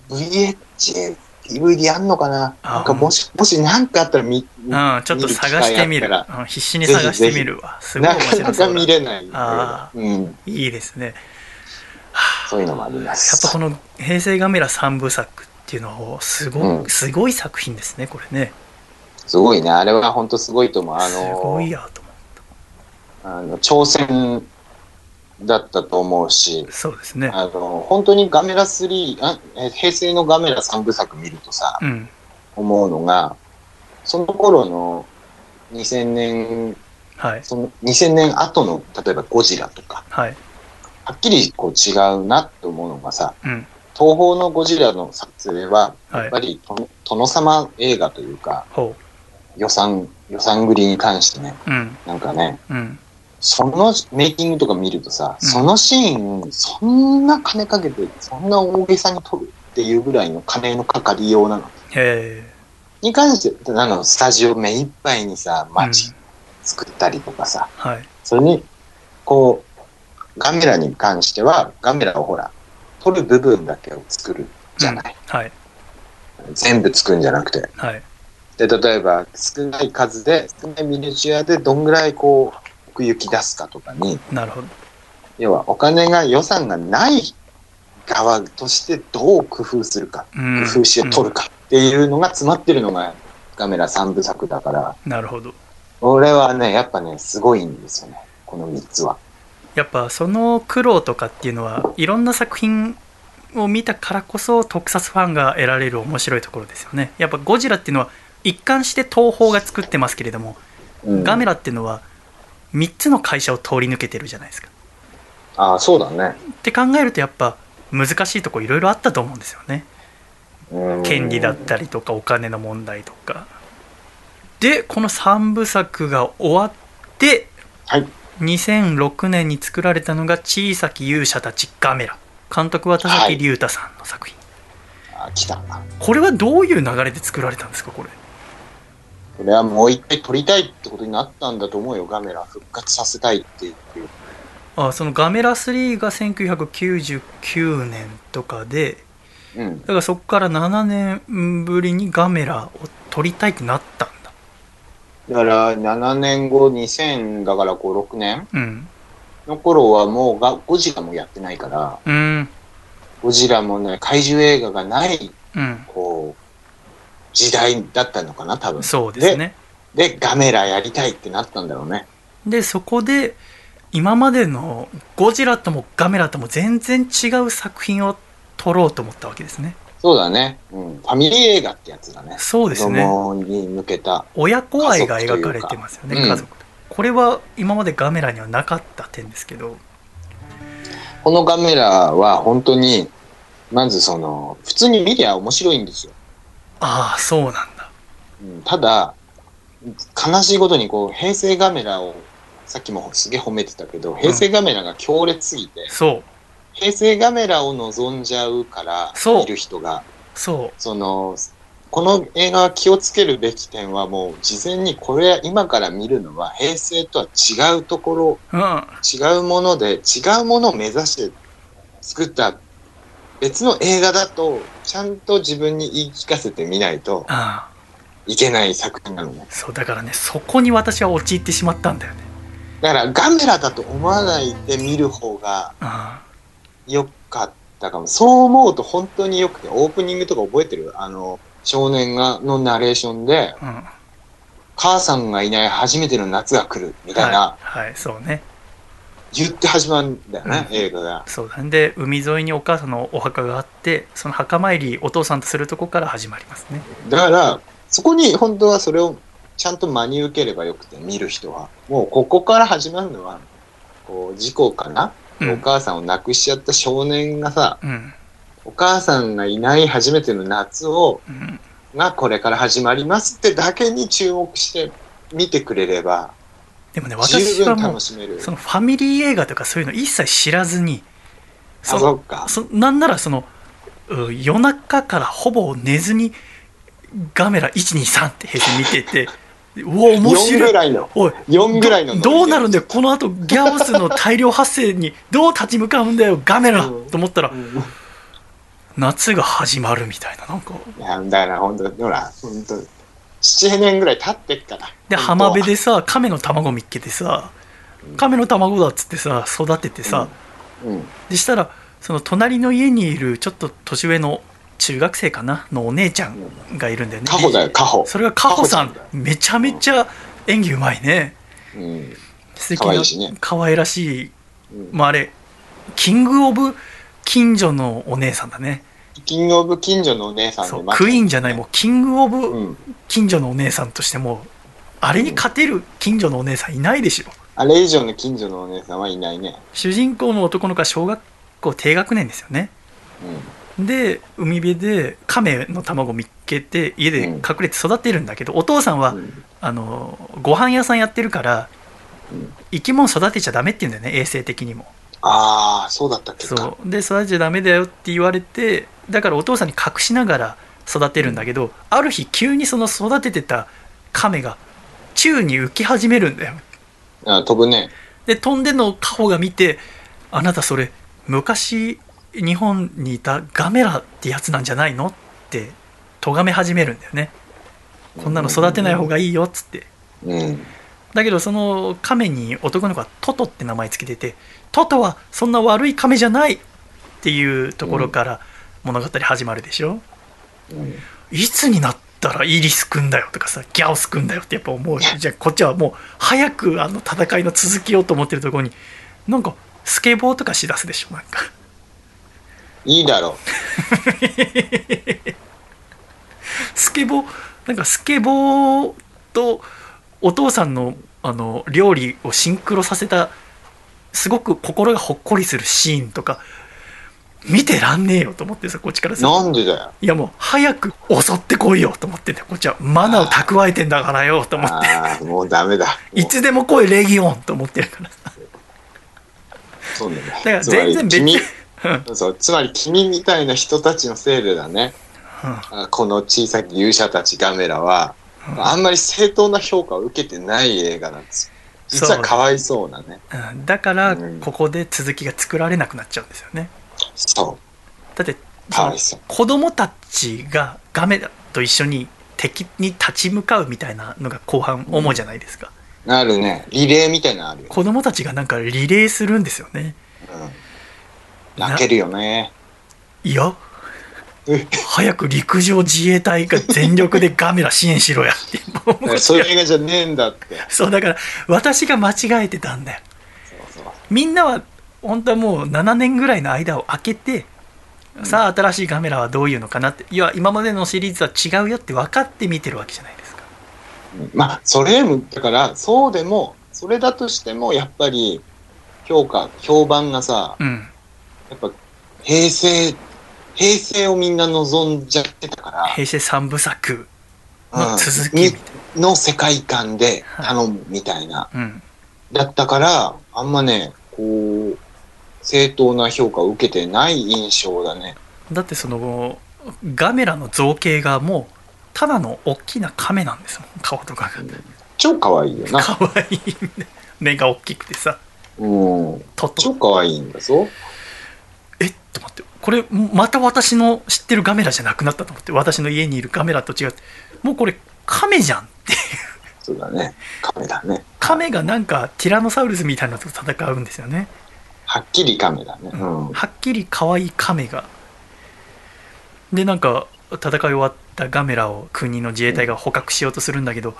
S5: VHS、DVD あんのかな
S1: あ
S5: なんかもし、もしなんかあったら見、
S1: うんちょっと探してみる
S5: 見る機会あった
S1: うん必死に探してみるわすごい
S5: な
S1: 面
S5: かな
S1: 白
S5: か
S1: そう
S5: 見
S1: だ
S5: れないんだ
S1: あ
S5: けど。うん。
S1: いいですね
S5: そういうのもありま
S1: やっぱ
S5: す
S1: こ。の「平成ガメラ三部作」っていうのはすご,、
S5: うん
S1: すごい作品ですねこれね
S5: すごいね。あれは本当すごいと思う。あ
S1: すごい
S5: の、
S1: やと思う
S5: あの挑戦だったと思うし、
S1: そうですね
S5: あの、本当にガメラ3、あえ平成のガメラ3部作見るとさ、
S1: うん
S5: 思うのが、その頃の2000年、
S1: はい
S5: その2000年後の、例えばゴジラとか、
S1: はい
S5: はっきりこう違うなって思うのがさ、
S1: うん
S5: 東宝のゴジラの撮影は、
S1: は
S5: や
S1: い
S5: っぱりと殿様映画というか、
S1: ほ
S5: 予算、予算繰りに関してね、
S1: ううん
S5: なんかね、
S1: うん
S5: そのメイキングとか見るとさ、
S1: うん
S5: そのシーン、そんな金かけて、そんな大げさに撮るっていうぐらいの金のかかりようなの。
S1: へ
S5: に関して、あの、スタジオ目いっぱいにさ、街作ったりとかさ、
S1: ーはい
S5: それに、こう、ガメラに関しては、ガメラをほら、取る部分だけを作るじゃない。
S1: はい
S5: 全部作るんじゃなくて。
S1: はい
S5: で、例えば、少ない数で、少ないミニチュアでどんぐらいこう、奥行き出すかとかに、
S1: なるほど
S5: 要はお金が予算がない側としてどう工夫するか、
S1: うん
S5: 工夫しを取るかっていうのが詰まってるのが、ガメラ三部作だから、
S1: なるほど
S5: 俺はね、やっぱね、すごいんですよね。この三つは。
S1: やっぱその苦労とかっていうのはいろんな作品を見たからこそ特撮ファンが得られる面白いところですよねやっぱゴジラっていうのは一貫して東宝が作ってますけれども
S5: うん、
S1: ガメラっていうのは3つの会社を通り抜けてるじゃないですか
S5: ああ、そうだね。
S1: って考えるとやっぱ難しいとこいろいろあったと思うんですよね
S5: うん
S1: 権利だったりとかお金の問題とかでこの3部作が終わって
S5: はい。
S1: 2006年に作られたのが「小さき勇者たちガメラ」監督は田
S5: はい
S1: 崎隆太さんの作品、
S5: あ、来た。
S1: これはどういう流れで作られたんですかこれ
S5: これはもう一回撮りたいってことになったんだと思うよ、ガメラ。復活させたいっていう。
S1: あそのガメラ3が1999年とかで
S5: うん
S1: だ。からそこから7年ぶりにガメラを撮りたいってなったんだ
S5: だから、7年後、2000、だから5、6年
S1: うん
S5: の頃はもうがゴジラもやってないから、
S1: うん
S5: ゴジラもね、怪獣映画がない、
S1: うん
S5: こう、時代だったのかな、多分。
S1: そうですね
S5: で。で、ガメラやりたいってなったんだろうね。
S1: でそこで今までのゴジラともガメラとも全然違う作品を撮ろうと思ったわけですね
S5: そうだね。うん。ファミリー映画ってやつだね。
S1: そうですね
S5: 子供に向けた。
S1: 親子愛が描かれてますよね
S5: 家族と
S1: 家
S5: いうかうん
S1: 族とこれは今までガメラにはなかった点ですけど
S5: このガメラは本当に、まずその、普通に見りゃ面白いんですよ。
S1: ああそうなんだ
S5: うん、ただ、悲しいことにこう、平成ガメラを、さっきもすげえ褒めてたけど、平成ガメラが強烈すぎて、
S1: そう
S5: 平成ガメラを望んじゃうから、
S1: そう
S5: 見る人が、
S1: そう
S5: その、この映画は気をつけるべき点はもう事前にこれ今から見るのは平成とは違うところ
S1: うん
S5: 違うもので違うものを目指して作った別の映画だとちゃんと自分に言い聞かせてみないと
S1: ああ
S5: いけない作品なのね
S1: そうだからねそこに私は陥ってしまったんだよね
S5: だからガメラだと思わないで見る方が
S1: あ
S5: 良かっだからそう思うと本当によくて、オープニングとか覚えてるあの、少年が、のナレーションで、
S1: うん
S5: 母さんがいない初めての夏が来る、みたいな、
S1: はい、はい、そうね
S5: 言って始まるんだよね、映画が。
S1: そうだねで海沿いにお母さんのお墓があってその墓参りお父さんとするとこから始まりますね
S5: だから、そこに本当はそれをちゃんと真に受ければよくて、見る人は。もうここから始まるのは、こう、事故かな、
S1: うん
S5: お母さんを亡くしちゃった少年がさ、
S1: うん
S5: お母さんがいない初めての夏を、
S1: うん
S5: がこれから始まりますってだけに注目して見てくれれば、
S1: でもね
S5: 十
S1: 私はも
S5: 分
S1: う
S5: 楽しめる。
S1: そのファミリー映画とかそういうの一切知らずに
S5: あ、そっか。
S1: そなんならそのう夜中からほぼ寝ずにガメラ123って平成見ててうお面
S5: 4
S1: 白
S5: ぐ
S1: い
S5: らいの。
S1: おい
S5: 4ぐらいのノリで
S1: どどうなるんだよこのあとギャオスの大量発生にどう立ち向かうんだよガメラ
S5: うん
S1: と思ったら
S5: うん
S1: 夏が始まるみたいななんか
S5: いや、だから本当ほら、本当7年ぐらい経ってっから。
S1: で
S5: 本当
S1: 浜
S5: は
S1: 辺でさ亀の卵見っけてさ亀の卵だっつってさ育ててさ、
S5: うん。
S1: でしたらその隣の家にいるちょっと年上の中学生かなのお姉ちゃんがいるんだよね
S5: カホだよ、カホ。
S1: それがカホさ
S5: カホちゃ
S1: んめちゃめちゃ演技うまいね
S5: うん。
S1: 素敵
S5: 可愛
S1: ない
S5: しね
S1: 可愛らしい、
S5: うん
S1: まあ、あれキング・オブ近所のお姉さんだね
S5: キングオブ近所のお姉さん
S1: そう
S5: また
S1: クイーンじゃないもうキング・オ
S5: う
S1: ブ
S5: ん。
S1: 近所のお姉さんとしてもあれに勝てる近所のお姉さんいないでしょ
S5: あれ以上の近所のお姉さんはいないね。
S1: 主人公の男の子は小学校低学年ですよねで海辺で亀の卵見っけて家で隠れて育てるんだけど、お父さんは、
S5: うん。うん
S1: あのご飯屋さんやってるから、
S5: うん
S1: 生き物育てちゃダメって言うんだよね衛生的にも
S5: ああ、そうだったっけか。
S1: そうで育てちゃダメだよって言われてだからお父さんに隠しながら育てるんだけど、ある日急にその育ててた亀が宙に浮き始めるんだよ
S5: あ飛ぶね。
S1: で飛んでんのをカホが見て「あなたそれ昔日本にいたガメラってやつなんじゃないの?」って咎め始めるんだよねこんなの育てない方がいいよっつって
S5: うん。
S1: だけどその亀に男の子はトトって名前つけててトトはそんな悪い亀じゃないっていうところから物語始まるでしょ、
S5: うん
S1: いつになったらイリスくんだよとかさギャオスくんだよってやっぱ 思うしじゃあこっちはもう早くあの戦いの続きをと思ってるところになんかスケボーとかしだすでしょなんか
S5: いいだろ
S1: スケボーなんかスケボーとお父さんのあの料理をシンクロさせたすごく心がほっこりするシーンとか見てらんねえよと思ってさこっちから
S5: う。
S1: さ
S5: なん でだよ。
S1: いやもう早く襲ってこいよと思ってんだよこっちはマナーを蓄えてんだからよと思って
S5: ああ、もうダメだ。
S1: いつでも来いレギオンと思ってるからさ
S5: そうなんだ。だ
S1: から全然別に
S5: そう、つまり君みたいな人たちのせいでだね。あこの小さき勇者たちガメラは、あんまり正当な評価を受けてない映画なんですよ。実はかわいそうなね。
S1: うんだから
S5: うん
S1: ここで続きが作られなくなっちゃうんですよね
S5: そ
S1: だって
S5: う。かわいそう。
S1: 子供たちがガメラと一緒に敵に立ち向かうみたいなのが後半思うじゃないですか、
S5: あるね。リレーみたいなのあるよ。
S1: 子供たちがなんかリレーするんですよね
S5: うん。泣けるよね。
S1: いや
S5: え
S1: 早く陸上自衛隊が全力でガメラ支援しろやってもう
S5: そういう映画じゃねえんだって。
S1: そうだから私が間違えてたんだよ
S5: そうそう
S1: みんなは本当はもう7年ぐらいの間を空けて、さあ新しいカメラはどういうのかなっていや今までのシリーズは違うよって分かって見てるわけじゃないですか
S5: うんまあ、それも、だから、そうでも、それだとしても、やっぱり、評価、評判がさ、
S1: うん
S5: やっぱ、平成、平成をみんな望んじゃってたから、
S1: 平成三部作
S5: う
S1: の
S5: ん
S1: 続きみたい
S5: みの世界観で
S1: はい
S5: 頼むみたいな。
S1: な、うん
S5: だったから、あんまね、こう、正当な評価を受けてない印象だね。
S1: だってそのガメラの造形がもうただの大きな亀なんですもん顔とか
S5: 超可愛いよ
S1: が
S5: な。
S1: かわいい目が大きくてさ
S5: うん。
S1: ト
S5: 超
S1: ト
S5: 可愛いんだぞ。
S1: えっと待ってこれまた私の知ってるガメラじゃなくなったと思って私の家にいるガメラと違ってもうこれ亀じゃんって
S5: そうだね。亀だね。
S1: 亀がなんかティラノサウルスみたいなのと戦うんですよね
S5: はっきり亀だね。うん。
S1: はっきり可愛い亀がでなんか戦い終わったガメラを国の自衛隊が捕獲しようとするんだけど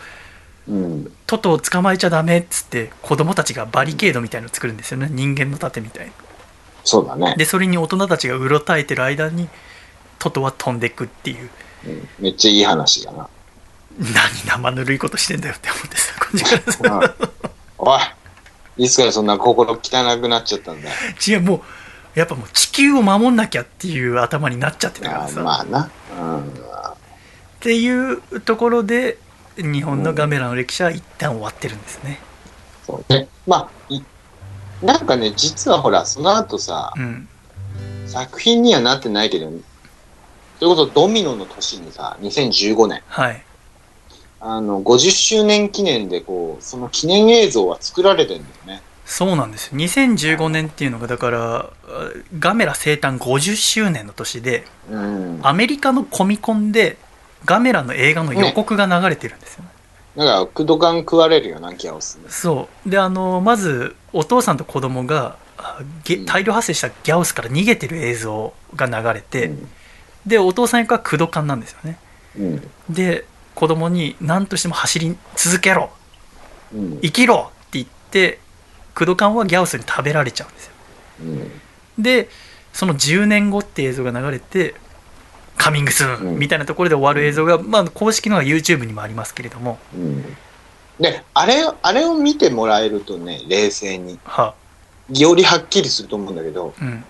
S5: うん。
S1: トトを捕まえちゃダメっつって子供たちがバリケードみたいの作るんですよね人間の盾みたいな
S5: そうだね。
S1: でそれに大人たちがうろたえてる間にトトは飛んでくっていう
S5: うんめっちゃいい話だな。
S1: 何生ぬるいことしてんだよって思ってさこっちからさ
S5: うんおい、いつからそんな心汚くなっちゃったんだよ。
S1: 違うもうやっぱもう地球を守んなきゃっていう頭になっちゃってたから
S5: あ
S1: さ、
S5: まあな。
S1: っていうところで日本のガメラの歴史は一旦終わってるんですね
S5: そうね。まあ、いなんかね、実はほら、その後さ
S1: う、ん
S5: 作品にはなってないけど、それこそドミノの年にさ、2015年、
S1: はい
S5: あの、50周年記念で、こう、その記念映像は作られてんだよね。
S1: そうなんですよ2015年っていうのがだからあガメラ生誕50周年の年で
S5: うん。だ
S1: アメリカのコミコンでガメラの映画の予告が流れてるんですよね、
S5: から、クドカン食われるよな気がする。
S1: そうであのまずお父さんと子供があげ
S5: うん
S1: 大量発生したギャオスから逃げてる映像が流れて、
S5: うん
S1: でお父さん役はクドカンなんですよね
S5: うん。
S1: で子供に何としても走り続けろ
S5: うん。
S1: 生きろって言ってクドカンはギャオスに食べられちゃうんですよ
S5: うん。
S1: でその10年後って映像が流れて「カミングスー
S5: う
S1: ン」
S5: ん
S1: みたいなところで終わる映像が、まあ、公式のが YouTube にもありますけれども
S5: うん。で、あれ、あれを見てもらえるとね、冷静に。
S1: は
S5: よりはっきりすると思うんだけど、
S1: うん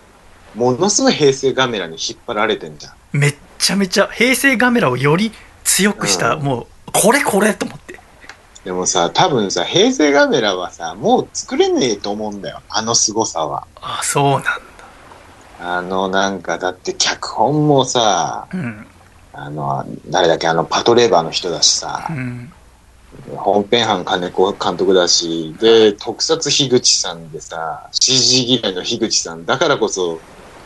S5: ものすごい平成ガメラに引っ張られてんじゃん。
S1: めっちゃめちゃ平成ガメラをより強くした、
S5: うん
S1: もうこれこれと思って
S5: でもさ、多分さ、平成ガメラはさ、もう作れねえと思うんだよ。あの凄さは。
S1: あそうなんだ
S5: あの、なんか、だって脚本もさ、
S1: うん
S5: あの、誰だっけ、あの、パトレーバーの人だしさ
S1: う、ん
S5: 本編班金子監督だし、で、特撮樋口さんでさ、CG 嫌いの樋口さんだからこそ、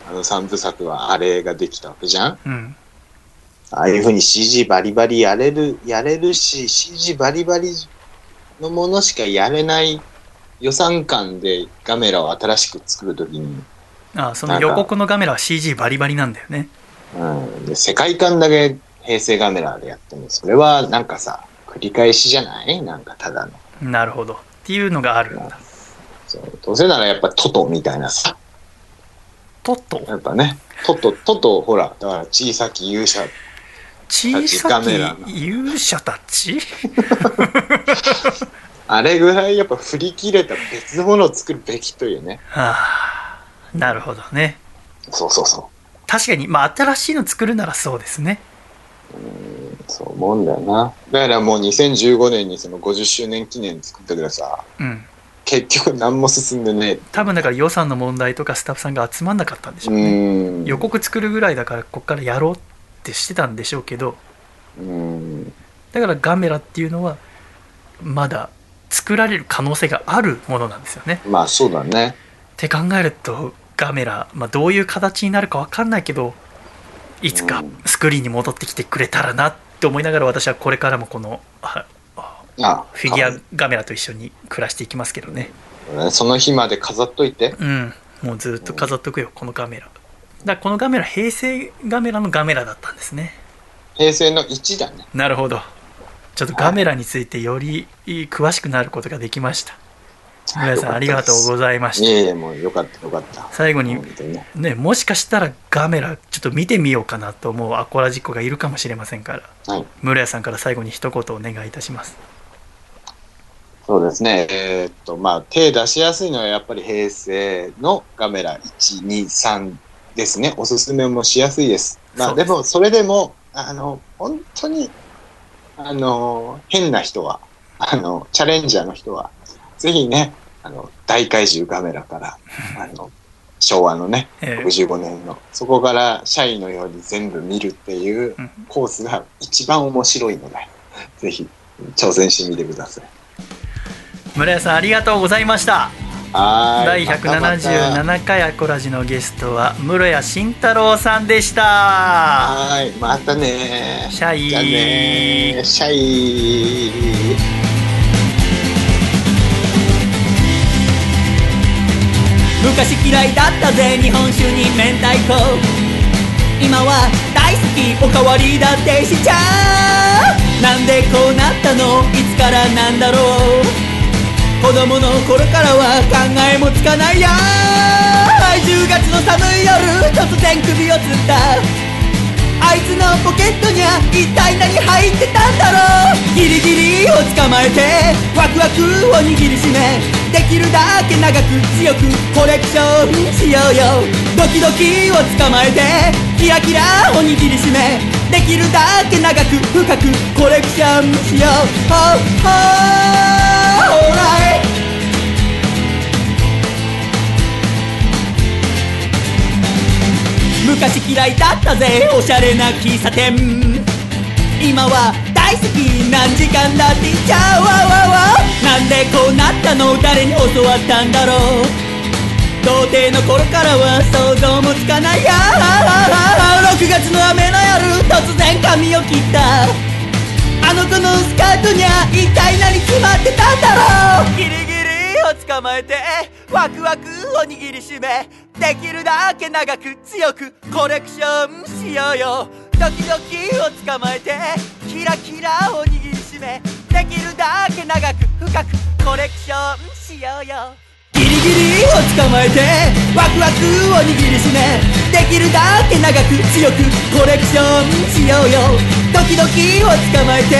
S5: あの三部作はあれができたわけじゃん
S1: うん
S5: ああいうふうに CG バリバリやれる、やれるし、CG バリバリのものしかやれない予算感でガメラを新しく作るときに、
S1: あその予告のガメラは CG バリバリなんだよね
S5: うん、で世界観だけ平成ガメラでやっても、それはなんかさ、繰り返しじゃないなんかただの。
S1: なるほどっていうのがあるんだ
S5: そうどうせならやっぱトトみたいなさ、
S1: トット
S5: やっぱね、トト、トト、ほら、だから小さき勇者、
S1: 小
S5: ガ
S1: さ
S5: メラ
S1: き勇者たち
S5: あれぐらいやっぱ振り切れた別のものを作るべきというね。
S1: ああなるほどね
S5: そうそうそう。
S1: 確かにまあ新しいの作るならそうですね
S5: そう思うんだよな。だからもう2015年にその50周年記念作ったけどさ、
S1: うん
S5: 結局何も進んでね
S1: 多分だから予算の問題とかスタッフさんが集まんなかったんでしょ
S5: え。
S1: うね
S5: ん
S1: 予告作るぐらいだからこっからやろうってしてたんでしょうけど
S5: うん。
S1: だからガメラっていうのはまだ作られる可能性があるものなんですよね
S5: まあそうだね。
S1: って考えるとガメラ、まあ、どういう形になるか分かんないけどいつか
S5: うん
S1: スクリーンに戻ってきてくれたらなって思いながら私はこれからもこのあ
S5: あ
S1: フィギュアガメラと一緒に暮らしていきますけどね
S5: ア。その日まで飾っといて。
S1: うんもうずっと飾っとくよこのガメラだからこのガメラ平成ガメラのガメラだったんですね
S5: 平成の1だね。
S1: なるほどちょっとガメラについてより詳しくなることができました村井さんありがとうございま
S5: い
S1: した
S5: えいえ、もうよかったよかった。
S1: 最後に
S5: 本当にね。
S1: ね、もしかしたらガメラちょっと見てみようかなと思うアコラジッコがいるかもしれませんから
S5: はい。
S1: 室屋さんから最後に一言お願いいたします
S5: そうですね。えーっと、まあ手出しやすいのはやっぱり平成のガメラ1、2、3ですね。おすすめもしやすいです。ま
S1: そ
S5: あ
S1: うで
S5: ですもそれでも、あの、本当に、あの、変な人は、あの、チャレンジャーの人は、ぜひね、あの、大怪獣ガメ ラから、あの、昭和のね、
S1: えー
S5: 65年の、そこからシャイのように全部見るっていう
S1: うん
S5: コースが一番面白いので、ぜひ挑戦してみてください。
S1: 村屋さんありがとうございました
S5: は
S1: 第
S5: い。またまた
S1: 177回アコラジのゲストは室屋慎太郎さんでした
S5: はい、またね
S1: シャイ
S5: じゃあねシャイ
S3: 昔嫌いだったぜ日本酒に明太子今は大好きおかわりだってしちゃうなんでこうなったのいつからなんだろう子供の頃からは考えもつかないや10月の寒い夜突然首を吊ったあいつのポケットには一体何入ってたんだろうギリギリを捕まえてワクワクを握りしめできるだけ長く強くコレクションしようよドキドキを捕まえてキラキラを握りしめできるだけ長く深くコレクションしよう Oh, oh, alright 昔嫌いだったぜおしゃれな喫茶店今は大好き何時間だっていっちゃうわわわなんでこうなったの誰に教わったんだろう童貞の頃からは想像もつかないや6月の雨の夜突然髪を切ったあの子のスカートにゃ一体何決まってたんだろうギリギリを捕まえてワクワクを握りしめできるだけ長く強くコレクションしようよドキドキを捕まえてキラキラを握りしめできるだけ長く深くコレクションしようよギリギリを捕まえてワクワクを握りしめできるだけ長く強くコレクションしようよドキドキを捕まえて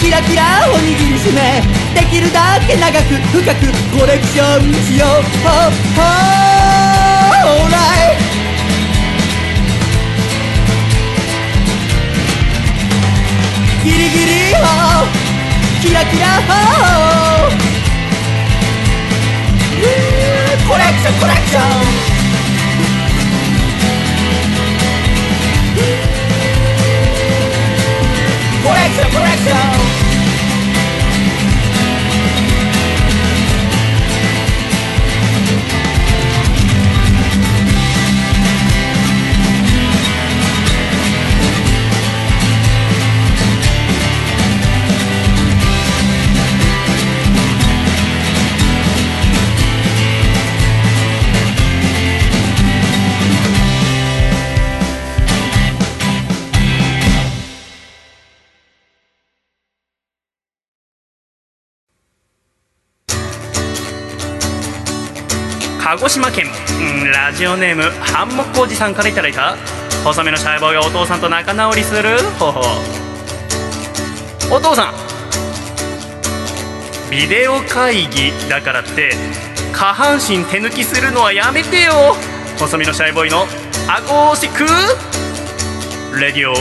S3: キラキラを握りしめできるだけ長く深くコレクションしよう Oh, oh, alright ギリギリをキラキラをコレクションコレクションコレクションコレクション
S1: 鹿児島県うんラジオネームハンモックおじさんからいただいた細めのシャイボーイがお父さんと仲直りする方法お父さんビデオ会議だからって下半身手抜きするのはやめてよ細身のシャイボーイのあごーしくレディオ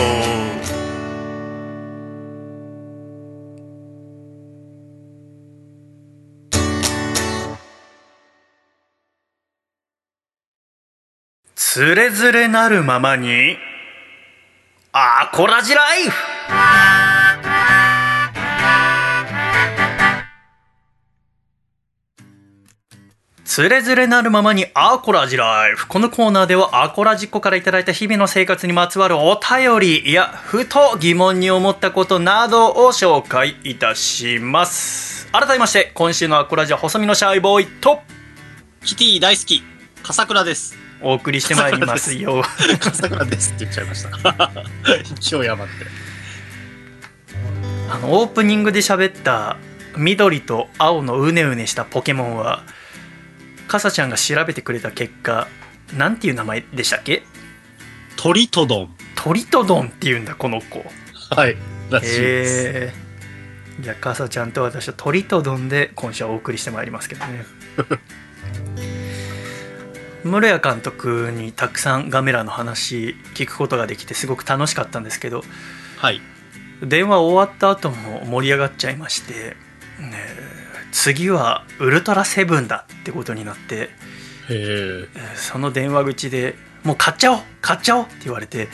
S1: つれづれなるままにアコラジライフつれづれなるままにアコラジライフこのコーナーではアコラジっ子からいただいた日々の生活にまつわるお便りいやふと疑問に思ったことなどを紹介いたします改めまして今週のアコラジは細身のシャイボーイと
S2: キティ大好き、笠倉です。
S1: お送りしてまいりますよ
S2: 笠倉ですって言っちゃい ました。勢い余って。
S1: あのオープニングで喋った緑と青のうねうねしたポケモンはかさちゃんが調べてくれた結果なんていう名前でしたっけ
S2: トリトドン。
S1: トリトドンっていうんだこの子へ
S2: はい。らしいです。
S1: えじゃあかさちゃんと私はトリトドンで今週はお送りしてまいりますけどね 室谷監督にたくさんガメラの話聞くことができてすごく楽しかったんですけど
S2: はい。
S1: 電話終わった後も盛り上がっちゃいまして、ねえ次はウルトラセブンだってことになって
S2: へえ。
S1: えーその電話口で「もう買っちゃおう買っちゃおう」って言われて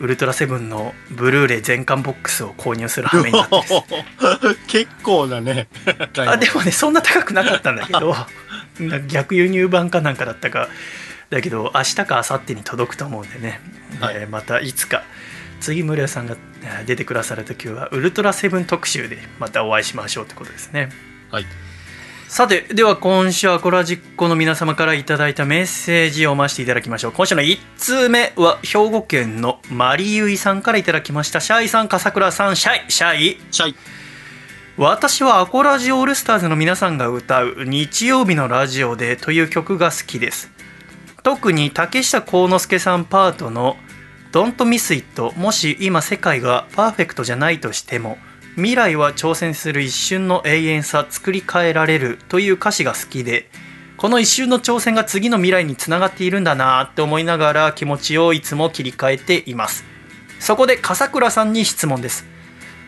S1: ウルトラセブンのブルーレイ全巻ボックスを購入する羽目になってです
S2: 結構なね。
S1: あでもねそんな高くなかったんだけ どな逆輸入版かなんかだったかだけど明日か明後日に届くと思うんでね、
S2: はい
S1: えーまたいつか次村屋さんがえー出てくださる時はウルトラセブン特集でまたお会いしましょうってことですね
S2: はい。
S1: さてでは今週はコラジッコの皆様からいただいたメッセージを読ませていただきましょう今週の1通目は兵庫県のマリユイさんからいただきましたシャイさん笠倉さんシャイシャイ
S2: シャイ。
S1: 私はアコラジオールスターズの皆さんが歌う「日曜日のラジオで」という曲が好きです特に竹下幸之助さんパートの「Don't Miss It」もし今世界がパーフェクトじゃないとしても未来は挑戦する一瞬の永遠さ作り変えられるという歌詞が好きでこの一瞬の挑戦が次の未来につながっているんだなって思いながら気持ちをいつも切り替えていますそこで笠倉さんに質問です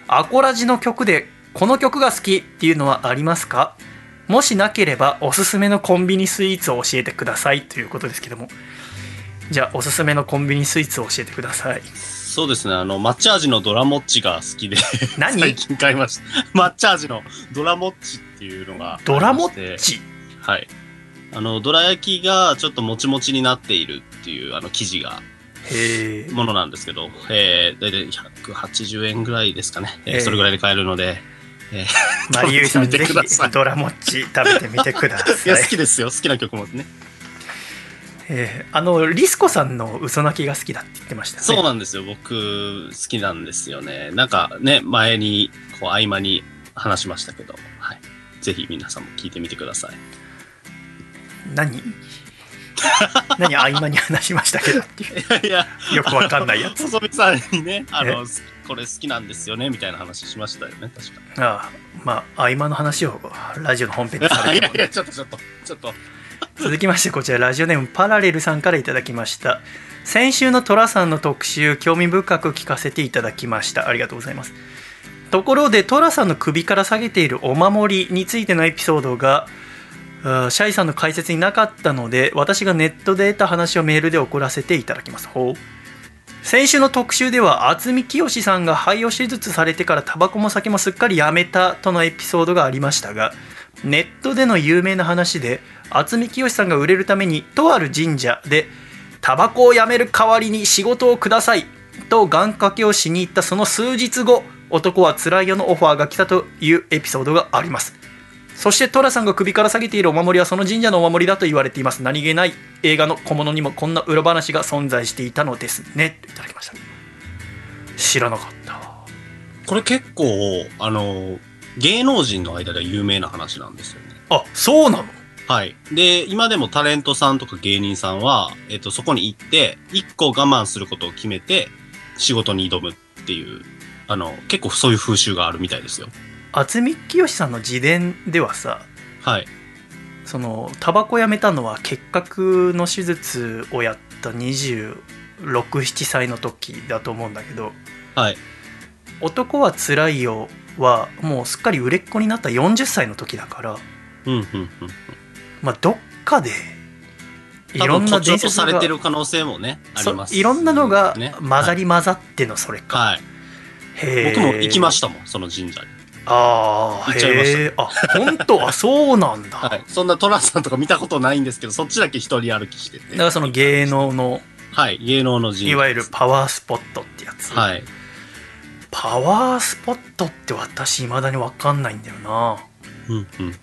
S1: アコラジの曲でこの曲が好きっていうのはありますかもしなければおすすめのコンビニスイーツを教えてくださいということですけどもじゃあおすすめのコンビニスイーツを教えてください
S2: そうですね、あの、抹茶味のドラモッチが好きで、
S1: 何
S2: 最近買いました。 抹茶味のドラモッチっていうのがありまして。
S1: ドラモッチ
S2: はい。あの、どら焼きがちょっともちもちになっているっていう、あの、生地が、
S1: へえ
S2: ものなんですけど、えー、だいたい180円ぐらいですかね。えー
S1: えー
S2: それぐらいで買えるので、
S1: マリユイさん
S2: 食べ
S1: ぜ
S2: てみ
S1: ひ
S2: てください
S1: ドラモッチ食べてみてくだ
S2: い
S1: さ
S2: や、
S1: い
S2: 好きですよ。好きな曲もね。
S1: えーあのリスコさんの嘘泣きが好きだって言ってましたよね
S2: そうなんですよ。僕、好きなんですよね。なんかね、前に、こう、合間に話しましたけど、はい。ぜひ皆さんも聞いてみてください。
S1: 何何合間に話しましたけどっていう
S2: いや、
S1: よくわかんないやつ
S2: 細見さんにね、あ
S1: え
S2: の、これ好きなんですよね、みたいな話しましたよね、確か。
S1: ああまあ合間の話をラジオの本編でされ
S2: い
S1: て
S2: や
S1: も
S2: いや、ちょっとちょっと、ちょっと。
S1: 続きましてこちらラジオネームパラレルさんからいただきました先週の寅さんの特集興味深く聞かせていただきましたありがとうございますところで寅さんの首から下げているお守りについてのエピソードがあーシャイさんの解説になかったので私がネットで得た話をメールで送らせていただきますほう先週の特集では渥美清さんが肺を手術されてからタバコも酒もすっかりやめたとのエピソードがありましたがネットでの有名な話で渥美清さんが売れるためにとある神社で「タバコをやめる代わりに仕事をください」と願掛けをしに行ったその数日後男はつらいよのオファーが来たというエピソードがありますそして寅さんが首から下げているお守りはその神社のお守りだと言われています何気ない映画の小物にもこんな裏話が存在していたのですねといただきました知らなかったわ
S2: これ結構、あの、芸能人の間では有名な話なんですよね。
S1: あそうなの
S2: はい。で、今でもタレントさんとか芸人さんは、えっと、そこに行って、一個我慢することを決めて、仕事に挑むっていう、あの、結構そういう風習があるみたいですよ。
S1: 渥美清さんの自伝ではさ
S2: はい。
S1: そのタバコやめたのは結核の手術をやった267歳の時だと思うんだけど
S2: はい。
S1: 「男はつらいよ」はもうすっかり売れっ子になった40歳の時だから、
S2: うん、うん、うん。
S1: まあ、どっかでい
S2: 多
S1: ろん
S2: 分
S1: な
S2: 誇張
S1: 伝
S2: と
S1: 説
S2: さ
S1: が
S2: れてる可能性もね、あ
S1: そ
S2: り
S1: う
S2: ます、
S1: いろんなのが
S2: ね
S1: 混ざり混ざってのそれか、
S2: はい。
S1: へ
S2: 僕も行きま
S1: し
S2: したもん、その神社に。
S1: たああ
S2: 行っちゃいました
S1: へえあ本当あそうなんだ、
S2: はい。そんなトラさんとか見たことないんですけど、そっちだけ一人歩きして
S1: だ
S2: て
S1: か。らその芸能の
S2: はい。芸能の神社。
S1: いわゆるパワースポットってやつ、
S2: はい。
S1: パワースポットって私未だに分かんないんだよな
S2: うんうん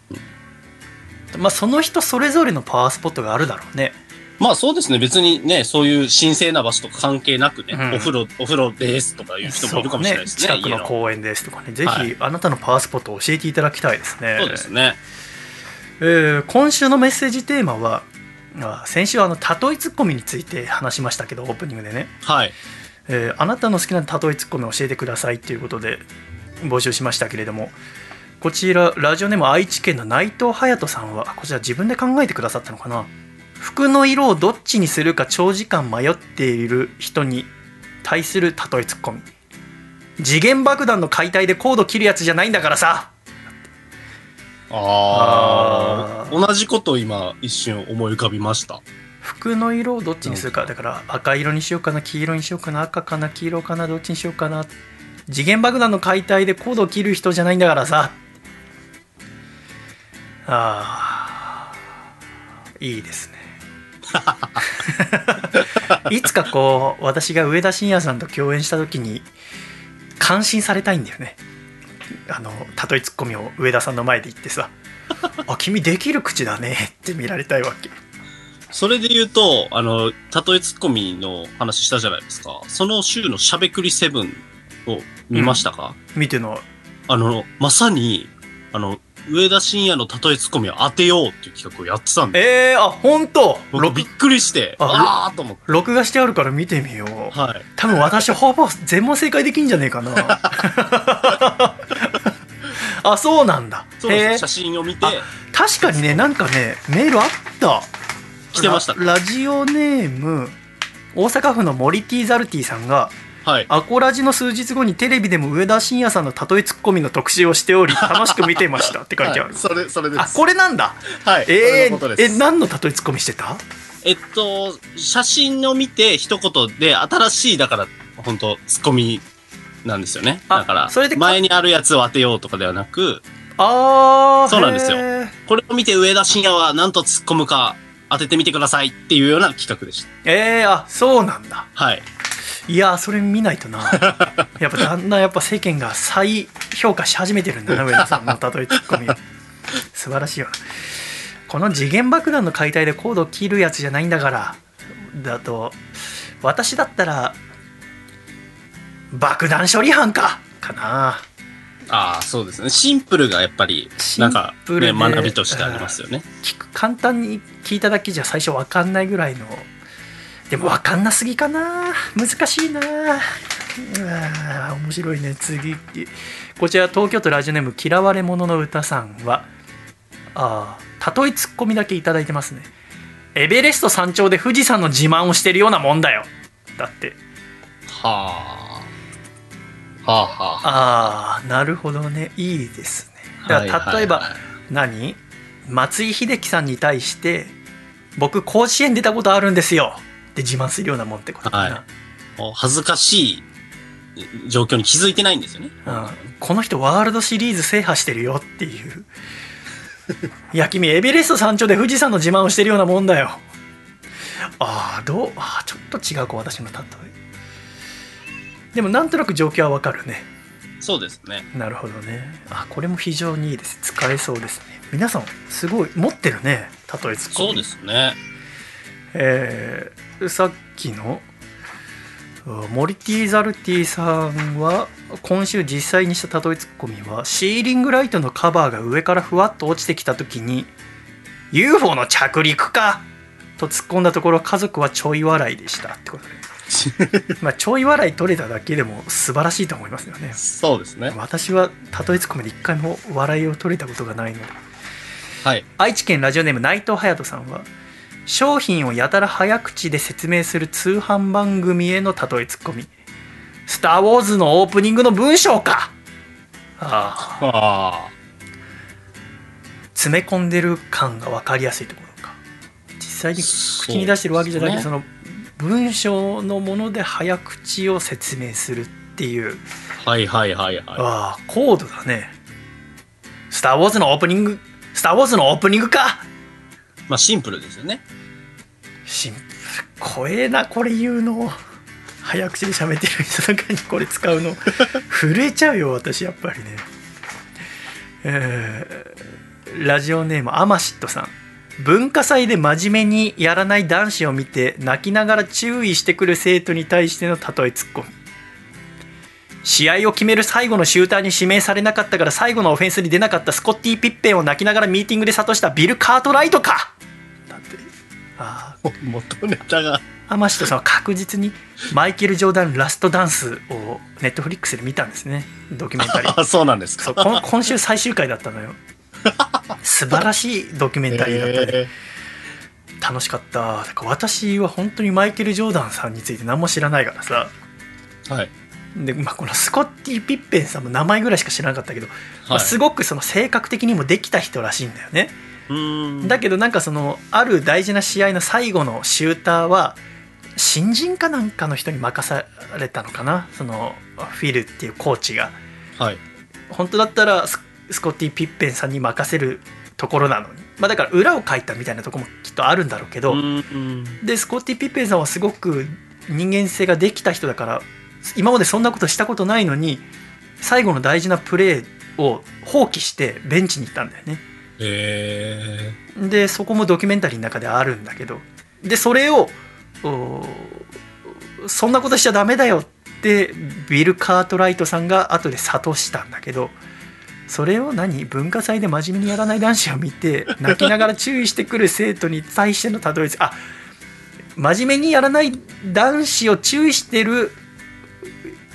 S2: うん。
S1: まあその人それぞれのパワースポットがあるだろうね
S2: まあそうですね。別にね、そういう神聖な場所とか関係なくね、
S1: うん
S2: お風呂、お風呂ですとかいう人もいるかもしれないですね。
S1: そうね近くの公園ですとかねぜひあなたのパワースポットを教えていただきたいですね、
S2: 家のそうですね。
S1: えー今週のメッセージテーマはあ先週あの例えツッコミについて話しましたけどオープニングでね、
S2: はい。
S1: えーあなたの好きな例えツッコミを教えてくださいっていうことで募集しましたけれどもこちらラジオネーム愛知県の内藤隼人さんはこちら自分で考えてくださったのかな服の色をどっちにするか長時間迷っている人に対する例えツッコミ次元爆弾の解体でコード切るやつじゃないんだからさ
S2: あ
S1: あ
S2: あ。同じことを今、一瞬思い浮かびました。
S1: 服の色をどっちにするかだから赤色にしようかな黄色にしようかな赤かな黄色かなどっちにしようかな次元爆弾の解体でコードを切る人じゃないんだからさあーいいですねいつかこう私が上田晋也さんと共演した時に感心されたいんだよねあの例えツッコミを上田さんの前で言ってさあ君できる口だねって見られたいわけ
S2: それで言うと、あの、たとえツッコミの話したじゃないですか。その週のしゃべくりセブンを見ましたか、
S1: 見てない
S2: あの、まさに、あの、上田晋也のたとえツッコミを当てようっていう企画をやってたんで、
S1: えー、あ本当
S2: 僕
S1: 録
S2: びっくりして、
S1: あ
S2: あーっと思って。
S1: 録画してあるから見てみよう
S2: はい。
S1: 多分私ほぼ全問正解できんじゃねえか なあそうなんだ
S2: そうなんですよ
S1: へ
S2: 写
S1: え
S2: 真を見て、
S1: あ確かにねなんかねメールあった
S2: 来てました。
S1: ララジオネーム大阪府のモリティザルティさんが
S2: はい。
S1: アコラジの数日後にテレビでも上田晋也さんのたとえツッコミの特集をしており楽しく見てましたって書いてあ
S2: は
S1: る
S2: い、それ、それで
S1: あ
S2: す。
S1: これなんだ
S2: はい。それ
S1: え
S2: のこと
S1: ー、
S2: で
S1: え
S2: す
S1: 何のたとえツッコミしてた
S2: えっと、写真を見て一言で、新しい、だから、本当ツッコミなんですよね。
S1: あ
S2: だから、
S1: それでか
S2: 前にあるやつを当てようとかではなく、
S1: あー
S2: そうなんですよ
S1: へー
S2: これを見て上田晋也は何と突っ込むか当ててみてくださいっていうような企画でした。
S1: えー、あそうなんだ
S2: はい。
S1: いやーそれ見ないとなやっぱだんだんやっぱ世間が再評価し始めてるんだな上田さんのたとえツッコミを素晴らしいわこの次元爆弾の解体でコードを切るやつじゃないんだからだと私だったら爆弾処理班かかな
S2: ああ、そうですね。シンプルがやっぱり、なんか、
S1: シンプル
S2: ね、
S1: で
S2: 学びとしてありますよね。
S1: 聞く簡単に聞いただけじゃ最初わかんないぐらいのでもわかんなすぎかな難しいなうわ面白いね次こちら東京都ラジオネーム「嫌われ者の歌さんは」あーたとえツッコミだけいただいてますねエベレスト山頂で富士山の自慢をしてるようなもんだよだって
S2: はあ。はあは
S1: ああなるほどねいいですね
S2: あ。
S1: だから例えば、
S2: はいはいはい
S1: 何松井秀喜さんに対して僕甲子園出たことあるんですよって自慢するようなもんってことかな、
S2: もう恥ずかしい状況に気づいてないんですよね。
S1: うん、この人ワールドシリーズ制覇してるよっていういや君エベレスト山頂で富士山の自慢をしてるようなもんだよああどうあーちょっと違うか私の例えでもなんとなく状況はわかるね
S2: そうですね。
S1: なるほどねあこれも非常にいいです使えそうですね皆さんすごい持ってるね例えつ
S2: そうですね。
S1: えーさっきのうんモリティ・ザルティさんは今週実際にした例えツッコミはシーリングライトのカバーが上からふわっと落ちてきた時に「UFO の着陸か!」と突っ込んだところ家族はちょい笑いでしたってことでまあちょい笑い取れただけでも素晴らしいと思いますよね
S2: そうですね。
S1: 私は例えツッコミで一回も笑いを取れたことがないので
S2: はい。
S1: 愛知県ラジオネーム内藤隼人さんは商品をやたら早口で説明する通販番組への例えツッコミ「スター・ウォーズ」のオープニングの文章かああ
S2: あ
S1: 詰め込んでる感が分かりやすいところか実際に口に出してるわけじゃなくてそ,、
S2: そ
S1: の文章のもので早口を説明するっていう、
S2: あ。はいはいはいは
S1: ああコードだね「スター・ウォーズ」のオープニング「スター・ウォーズ」のオープニングか
S2: い。まあシンプルですよね。
S1: シンプル怖えなこれ言うの早口で喋ってる人の中にこれ使うの震えちゃうよ私やっぱりねえーラジオネームアマシットさん文化祭で真面目にやらない男子を見て泣きながら注意してくる生徒に対しての例えツッコミ試合を決める最後のシューターに指名されなかったから最後のオフェンスに出なかったスコッティ・ピッペンを泣きながらミーティングで諭したビル・カートライトかだってああ
S2: 元ネタが。
S1: アマシトさんは確実にマイケル・ジョーダンラストダンスをネットフリックスで見たんですねドキュメンタリ ー
S2: あ、そうなんです
S1: そう
S2: か。
S1: こん今週最終回だったのよ素晴らしいドキュメンタリーだったね、
S2: え
S1: 楽しかっただから私は本当にマイケル・ジョーダンさんについて何も知らないからさ
S2: ーはい。
S1: で、まあ、このスコッティ・ピッペンさんも名前ぐらいしか知らなかったけど、ま
S2: は
S1: あ
S2: い。
S1: すごくその性格的にもできた人らしいんだよね
S2: うーん
S1: だけどなんかそのある大事な試合の最後のシューターは新人かなんかの人に任されたのかなそのフィルっていうコーチが
S2: はい。
S1: 本当だったらススコッティ・ピッペンさんに任せるところなのに、まあ、だから裏をかいたみたいなとこもきっとあるんだろうけど、
S2: うん
S1: でスコッティ・ピッペンさんはすごく人間性ができた人だから今までそんなことしたことないのに最後の大事なプレーを放棄してベンチに行ったんだよね
S2: え
S1: でそこもドキュメンタリーの中であるんだけどでそれをおーそんなことしちゃダメだよってビル・カートライトさんが後で諭したんだけどそれを何文化祭で真面目にやらない男子を見て泣きながら注意してくる生徒に対してのたどり着きあ真面目にやらない男子を注意してる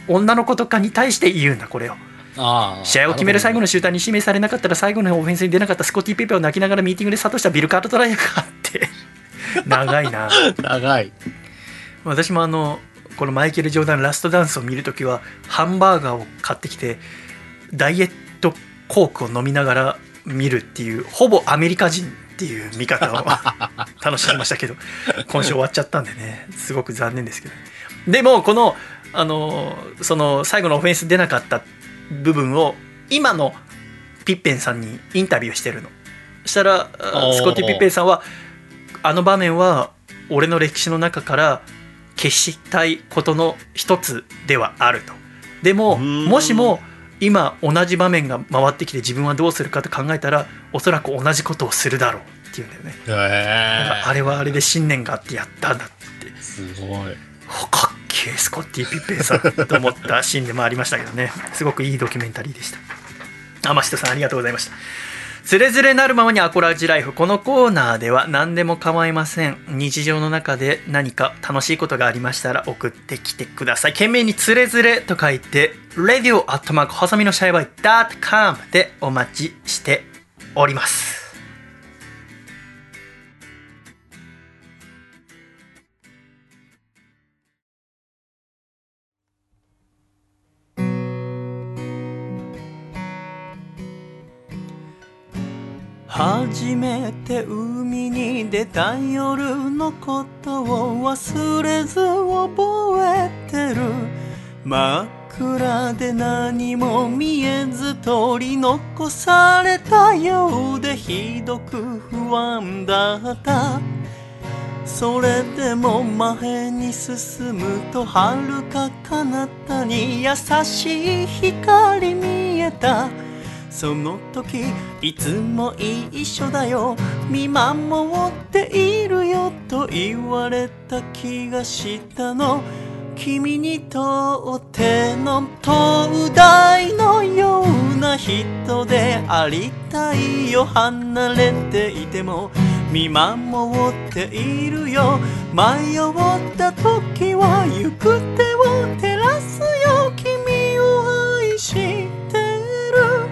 S1: 女の子とかに対して言うんだこれを。
S2: ー、ああ。
S1: 試合を決める最後
S2: の。
S1: の集団に指名されなかったら最後のオフェンスに出なかったスコッティ・ペペを泣きながらミーティングで諭したビル・カートライアーがあって 長いな
S2: 長い。
S1: 私もあのこのマイケル・ジョーダンラストダンスを見るときはハンバーガーを買ってきてダイエットコークを飲みながら見るっていうほぼアメリカ人っていう見方を 楽しみましたけど今週終わっちゃったんでねすごく残念ですけどでもこのあのその最後のオフェンス出なかった部分を今のピッペンさんにインタビューしてるのそしたら
S2: おー
S1: スコティ・ピッペンさんはあの場面は俺の歴史の中から消したいことの一つではあるとでも
S2: うーん
S1: もしも今同じ場面が回ってきて自分はどうするかと考えたらおそらく同じことをするだろうっていうんだよね、
S2: え
S1: なんかあれはあれで信念があってやったんだって
S2: え。すごい。
S1: おかっけえスコッティ・ピッペンさんと思ったシーンでもありましたけどねすごくいいドキュメンタリーでした天下さんありがとうございましたつれづれなるままにアコラジライフこのコーナーでは何でも構いません日常の中で何か楽しいことがありましたら送ってきてください懸命につれづれと書いて radio アットマークハサミのシャイバイ .com でお待ちしております初めて海に出た夜のことを忘れず覚えてる真っ暗で何も見えず取り残されたようでひどく不安だったそれでも前に進むと遥か彼方に優しい光見えたその時いつも一緒だよ見守っているよと言われた気がしたの君にとっての灯台のような人でありたいよ離れていても見守っているよ迷った時は行く手を照らすよ君を愛してる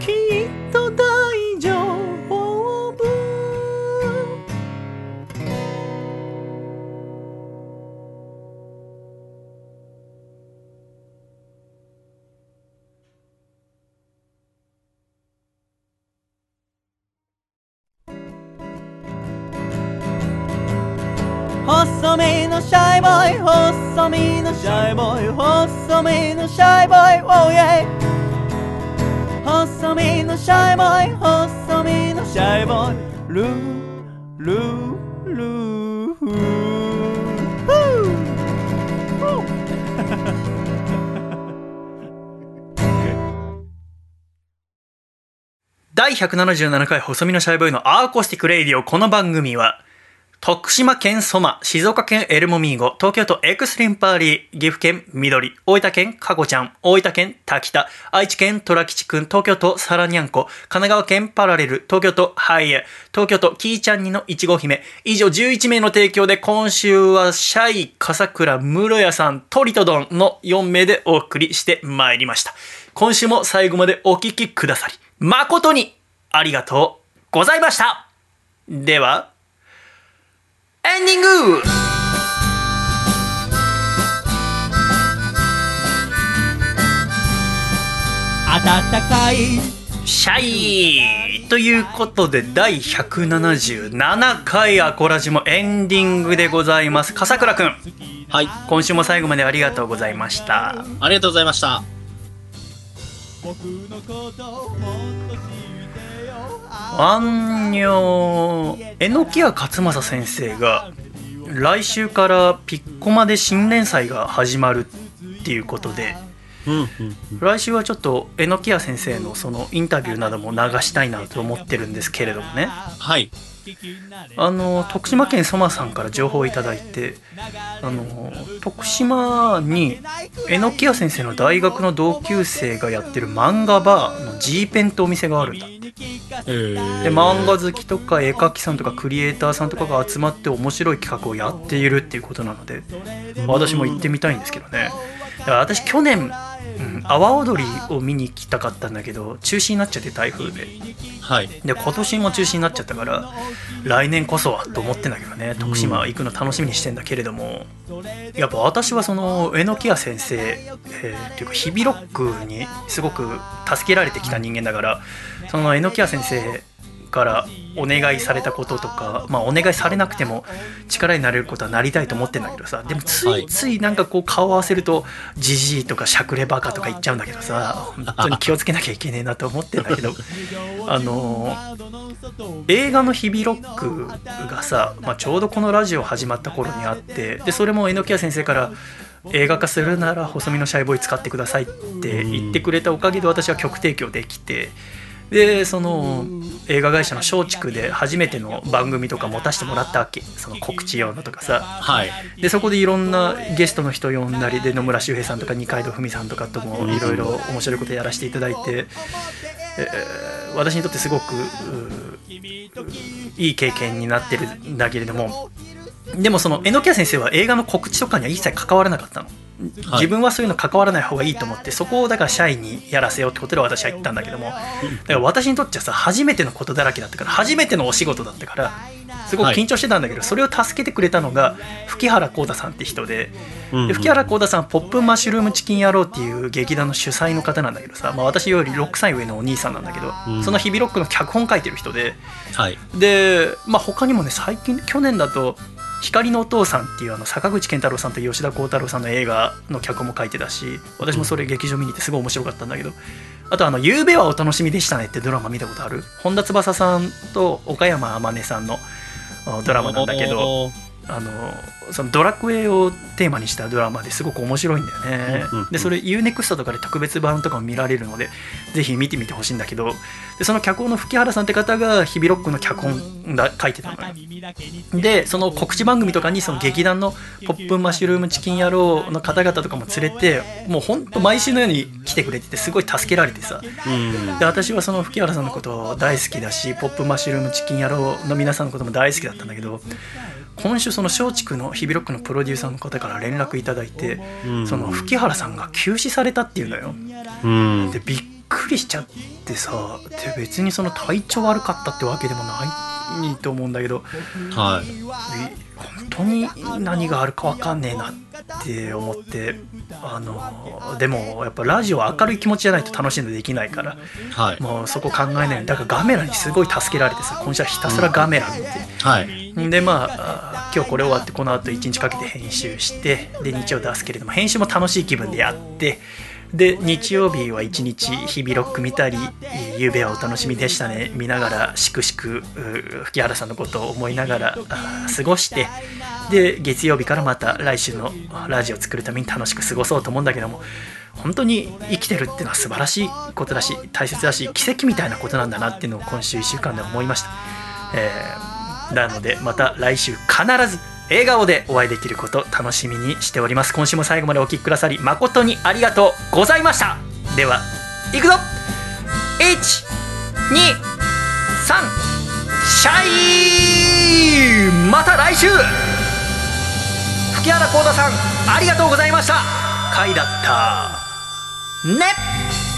S1: きっと大丈夫
S3: 細身のシャイボーイ細身のシャイボーイ細身のシャイボーイ oh yeah 細身のシャイボーイ細身のシャイボーイルールールーフーフー
S1: 第177回細身のシャイボーイのアーコースティックレイディオこの番組は徳島県ソマ、静岡県エルモミーゴ、東京都エクストリンパーリー、岐阜県緑、大分県かこちゃん、大分県滝田、愛知県虎吉くん、東京都サラニャンコ、神奈川県パラレル、東京都ハイエ、東京都キーちゃんにのいちご姫、以上11名の提供で今週はシャイ、笠倉、室屋さん、トリトドンの4名でお送りしてまいりました。今週も最後までお聞きくださり、誠にありがとうございましたでは、エンディング
S3: 暖かい
S1: シャイということで第177回アコラジもエンディングでございます笠倉くん
S2: はい。
S1: 今週も最後までありがとうございました
S2: ありがとうございました。
S1: あんにょーえのきや勝正先生が来週からピッコマで新連載が始まるっていうことで
S2: ううんうんうん
S1: 来週はちょっと榎谷先生のそのインタビューなども流したいなと思ってるんですけれどもね
S2: はい
S1: あの徳島県ソマさんから情報をいただいてあの徳島に榎谷先生の大学の同級生がやってる漫画バーの G ペンってお店があるんだって
S2: えー
S1: で漫画好きとか絵描きさんとかクリエイターさんとかが集まって面白い企画をやっているっていうことなので私も行ってみたいんですけどねだから私去年うん阿波、踊りを見に行きたかったんだけど中止になっちゃって台風で
S2: はい
S1: で今年も中止になっちゃったから来年こそはと思ってんだけどね徳島行くの楽しみにしてんだけれども、やっぱ私はその榎谷先生、えーっていうか日比ロックにすごく助けられてきた人間だからその榎谷先生からお願いされたこととか、まあ、お願いされなくても力になれることはなりたいと思ってんだけどさでもつ
S2: はい
S1: いついなんかこう顔を合わせるとじじいとかしゃくれバカとか言っちゃうんだけどさ本当に気をつけなきゃいけねえなと思ってんだ けどあのー映画の「日々ロック」がさ、まあ、ちょうどこのラジオ始まった頃にあってでそれも榎谷先生から映画化するなら細身のシャイボーイ使ってくださいって言ってくれたおかげで私は曲提供できてでその映画会社の松竹で初めての番組とか持たせてもらったわけその告知用のとかさ
S2: はい
S1: でそこでいろんなゲストの人呼んだりで野村周平さんとか二階堂ふみさんとかともいろいろ面白いことやらせていただいて、えー私にとってすごくうーいい経験になってるんだけれどもでもその榎谷先生は映画の告知とかには一切関わらなかったの。
S2: はい
S1: 自分はそういうの関わらない方がいいと思ってそこをだからシャイにやらせようってことで私は言ったんだけどもだから私にとってはさ初めてのことだらけだったから初めてのお仕事だったからすごく緊張してたんだけど、それを助けてくれたのが吹原浩太さんって人で
S2: うんうん
S1: で吹原浩太さんはポップマッシュルームチキン野郎っていう劇団の主催の方なんだけどさ、まあ、私より6歳上のお兄さんなんだけど、
S2: うん
S1: その日々ロックの脚本書いてる人で
S2: はい
S1: で、まあ、他にもね最近去年だと「光のお父さん」っていうあの坂口健太郎さんと吉田鋼太郎さんの映画の脚本も書いてたし私もそれ劇場見に行ってすごい面白かったんだけどあとあの「夕べはお楽しみでしたね」ってドラマ見たことある本田翼さんと岡山天音さんのあドラマなんだけど
S2: おー
S1: あのそのドラクエをテーマにしたドラマですごく面白いんだよね
S2: うんうんうん
S1: でそれ UNEXT とかで特別版とかも見られるのでぜひ見てみてほしいんだけどでその脚本の吹原さんって方が日々ロックの脚本だ書いてたのよでその告知番組とかにその劇団のポップンマッシュルームチキン野郎の方々とかも連れてもうほんと毎週のように来てくれててすごい助けられてさ
S2: うん
S1: で私はその吹原さんのこと大好きだしポップマッシュルームチキン野郎の皆さんのことも大好きだったんだけど今週その松竹の日比ロックのプロデューサーの方から連絡いただいて
S2: うん
S1: その吹原さんが休止されたっていうのよ
S2: うん
S1: でびっくりしちゃってさで別にその体調悪かったってわけでもないと思うんだけど
S2: はい
S1: え本当に何があるか分かんねえなって思ってあのでもやっぱラジオは明るい気持ちじゃないと楽しんでできないから
S2: はい
S1: もうそこ考えないようにだからガメラにすごい助けられてさ今週はひたすらガメラ見て
S2: はい
S1: でまああー今日これ終わってこのあと1日かけて編集してで日曜出すけれども編集も楽しい気分でやってで日曜日は1日日々ロック見たり「ゆうべはお楽しみでしたね」見ながらしくしくうー吹原さんのことを思いながらあー過ごしてで月曜日からまた来週のラジオを作るために楽しく過ごそうと思うんだけども本当に生きてるっていうのは素晴らしいことだし大切だし奇跡みたいなことなんだなっていうのを今週1週間で思いました。えーなのでまた来週必ず笑顔でお会いできること楽しみにしております今週も最後までお聞きくださり誠にありがとうございましたではいくぞ123シャイまた来週吹原幸太さんありがとうございました回だったね